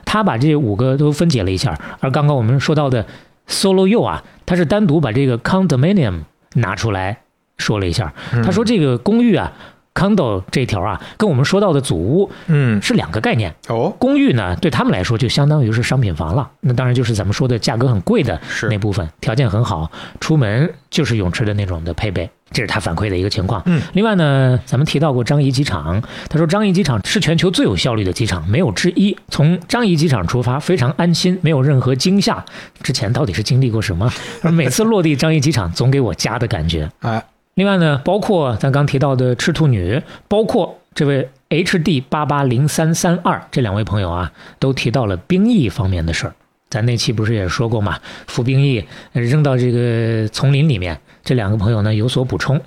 [SPEAKER 2] 他把这五个都分解了一下。而刚刚我们说到的 Solo U 啊，他是单独把这个 condominium 拿出来说了一下。
[SPEAKER 3] 嗯
[SPEAKER 2] 他说这个公寓啊，condo 这条啊，跟我们说到的祖屋
[SPEAKER 3] 嗯，
[SPEAKER 2] 是两个概念。
[SPEAKER 3] 哦，
[SPEAKER 2] 公寓呢，对他们来说就相当于是商品房了。那当然就是咱们说的价格很贵的
[SPEAKER 3] 是
[SPEAKER 2] 那部分，条件很好，出门就是泳池的那种的配备，这是他反馈的一个情况。
[SPEAKER 3] 嗯，
[SPEAKER 2] 另外呢，咱们提到过张仪机场，他说张仪机场是全球最有效率的机场，没有之一。从张仪机场出发，非常安心，没有任何惊吓。之前到底是经历过什么？而每次落地张仪机场，总给我家的感觉。
[SPEAKER 3] 哎，
[SPEAKER 2] 另外呢，包括咱刚提到的赤兔女，包括这位 H D 八八零三三二这两位朋友啊，都提到了兵役方面的事儿。咱那期不是也说过嘛，服兵役呃扔到这个丛林里面，这两个朋友呢有所补充。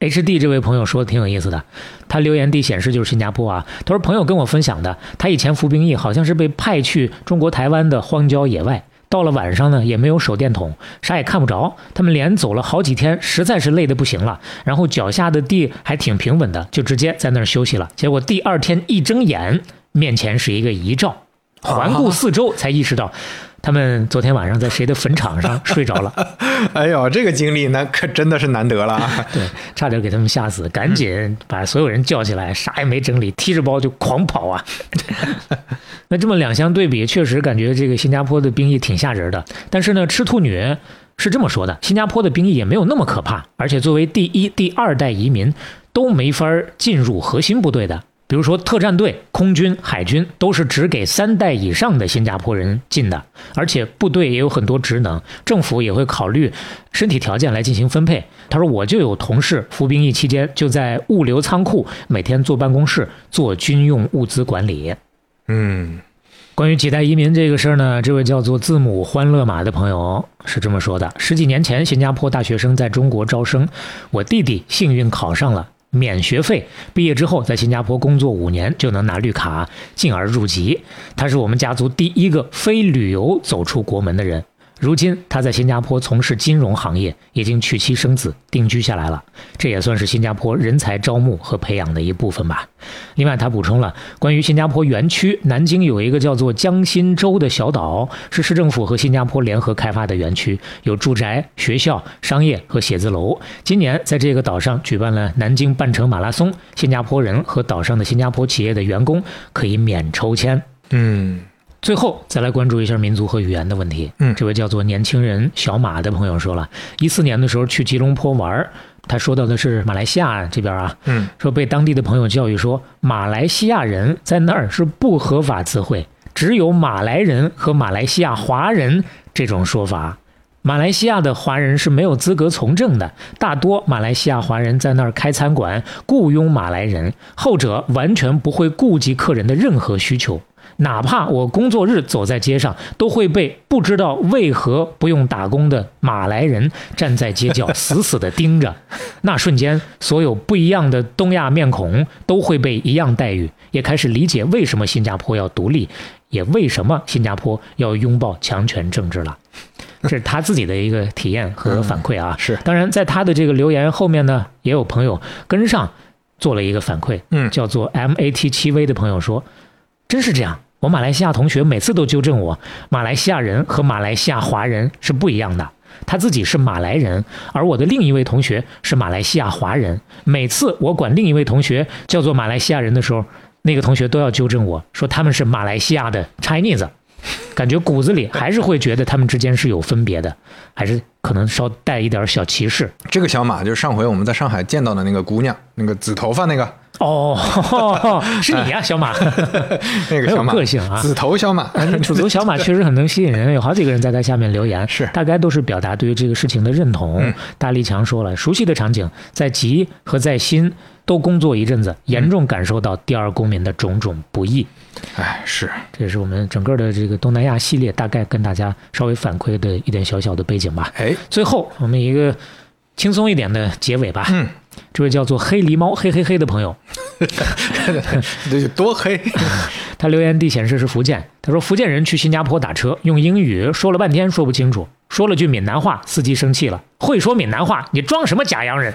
[SPEAKER 2] H D 这位朋友说的挺有意思的，他留言地显示就是新加坡啊。他说朋友跟我分享的，啊他以前服兵役好像是被派去中国台湾的荒郊野外，到了晚上呢也没有手电筒，啥也看不着。他们连走了好几天，实在是累得不行了，然后脚下的地还挺平稳的，就直接在那儿休息了。结果第二天一睁眼，面前是一个遗照，环顾四周才意识到，他们昨天晚上在谁的坟场上睡着了。
[SPEAKER 3] 哎呦，这个经历那可真的是难得了啊，
[SPEAKER 2] 对，差点给他们吓死，赶紧把所有人叫起来，啥也没整理，提着包就狂跑啊！那这么两相对比，确实感觉这个新加坡的兵役挺吓人的。但是呢，赤兔女是这么说的：新加坡的兵役也没有那么可怕，而且作为第一、第二代移民，都没法儿进入核心部队的。比如说特战队、空军、海军都是只给三代以上的新加坡人进的，而且部队也有很多职能，政府也会考虑身体条件来进行分配。他说，我就有同事服兵役期间就在物流仓库每天坐办公室做军用物资管理。
[SPEAKER 3] 嗯，
[SPEAKER 2] 关于几代移民这个事儿呢，这位叫做字母欢乐马的朋友是这么说的：十几年前，新加坡大学生在中国招生，我弟弟幸运考上了，免学费，毕业之后在新加坡工作五年就能拿绿卡，进而入籍。他是我们家族第一个非旅游走出国门的人。如今他在新加坡从事金融行业，已经娶妻生子，定居下来了。这也算是新加坡人才招募和培养的一部分吧。另外，他补充了关于新加坡园区，南京有一个叫做江心洲的小岛，是市政府和新加坡联合开发的园区，有住宅、学校、商业和写字楼。今年在这个岛上举办了南京半程马拉松，新加坡人和岛上的新加坡企业的员工可以免抽签。
[SPEAKER 3] 嗯，
[SPEAKER 2] 最后再来关注一下民族和语言的问题。
[SPEAKER 3] 嗯
[SPEAKER 2] 这位叫做年轻人小马的朋友说了，一四年的时候去吉隆坡玩儿，他说到的是马来西亚这边啊，
[SPEAKER 3] 嗯，
[SPEAKER 2] 说被当地的朋友教育说，马来西亚人在那儿是不合法词汇，只有马来人和马来西亚华人这种说法。马来西亚的华人是没有资格从政的，大多马来西亚华人在那儿开餐馆，雇佣马来人，后者完全不会顾及客人的任何需求。哪怕我工作日走在街上，都会被不知道为何不用打工的马来人站在街角死死地盯
[SPEAKER 3] <laughs>
[SPEAKER 2] 着。那瞬间，所有不一样的东亚面孔都会被一样待遇，也开始理解为什么新加坡要独立，也为什么新加坡要拥抱强权政治
[SPEAKER 3] <laughs>
[SPEAKER 2] 了。这是他自己的一个体验和反馈啊。
[SPEAKER 3] 嗯是
[SPEAKER 2] 当然，在他的这个留言后面呢，也有朋友跟上做了一个反馈，
[SPEAKER 3] 嗯
[SPEAKER 2] 叫做 MAT 七 V 的朋友说，真是这样。我马来西亚同学每次都纠正我，马来西亚人和马来西亚华人是不一样的。他自己是马来人，而我的另一位同学是马来西亚华人。每次我管另一位同学叫做马来西亚人的时候，那个同学都要纠正我说他们是马来西亚的 Chinese。感 <laughs> 觉骨子里还是会觉得他们之间是有分别的，还是可能稍带一点小歧视。
[SPEAKER 3] 这个小马就是上回我们在上海见到的那个姑娘，那个紫头发那个，
[SPEAKER 2] 哦， <laughs> 是你呀、小马。
[SPEAKER 3] 那个小马，
[SPEAKER 2] 很有个性啊
[SPEAKER 3] 紫头小马，
[SPEAKER 2] 主族小马确实很能吸引人，有好几个人在他下面留言，
[SPEAKER 3] 是
[SPEAKER 2] 大概都是表达对于这个事情的认同。大力强说了，熟悉的场景，在急和在心都工作一阵子，严重感受到第二公民的种种不易。
[SPEAKER 3] 哎，是，
[SPEAKER 2] 这也是我们整个的这个东南亚系列大概跟大家稍微反馈的一点小小的背景吧。
[SPEAKER 3] 哎，
[SPEAKER 2] 最后，我们一个轻松一点的结尾吧。嗯，这位叫做黑狸猫嘿嘿嘿的朋友，
[SPEAKER 3] 这有多
[SPEAKER 2] <laughs>
[SPEAKER 3] 黑？
[SPEAKER 2] 他留言地显示是福建。他说福建人去新加坡打车，用英语说了半天说不清楚，说了句闽南话，司机生气了，会说闽南话，你装什么假洋人？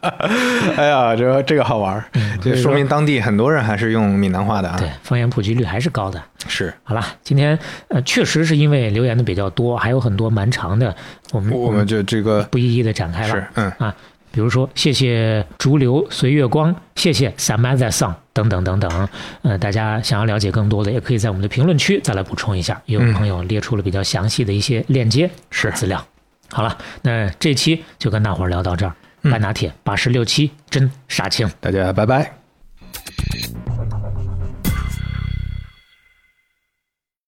[SPEAKER 3] 哎呀，这这个好玩儿，这说明当地很多人还是用闽南话的啊
[SPEAKER 2] 嗯对。，方言普及率还是高的。
[SPEAKER 3] 是
[SPEAKER 2] 好啦，今天呃确实是因为留言的比较多，还有很多蛮长的，我们
[SPEAKER 3] 我们就这个
[SPEAKER 2] 不一一的展开了。
[SPEAKER 3] 是嗯
[SPEAKER 2] 啊，比如说谢谢逐流随月光，谢谢 Samantha Song 等等等等。呃，大家想要了解更多的，也可以在我们的评论区再来补充一下，也有朋友列出了比较详细的一些链接
[SPEAKER 3] 是
[SPEAKER 2] 资料。好了，那
[SPEAKER 3] 嗯
[SPEAKER 2] 这期就跟大伙儿聊到这儿。半拿铁八十六期真杀青。
[SPEAKER 3] 大家拜拜。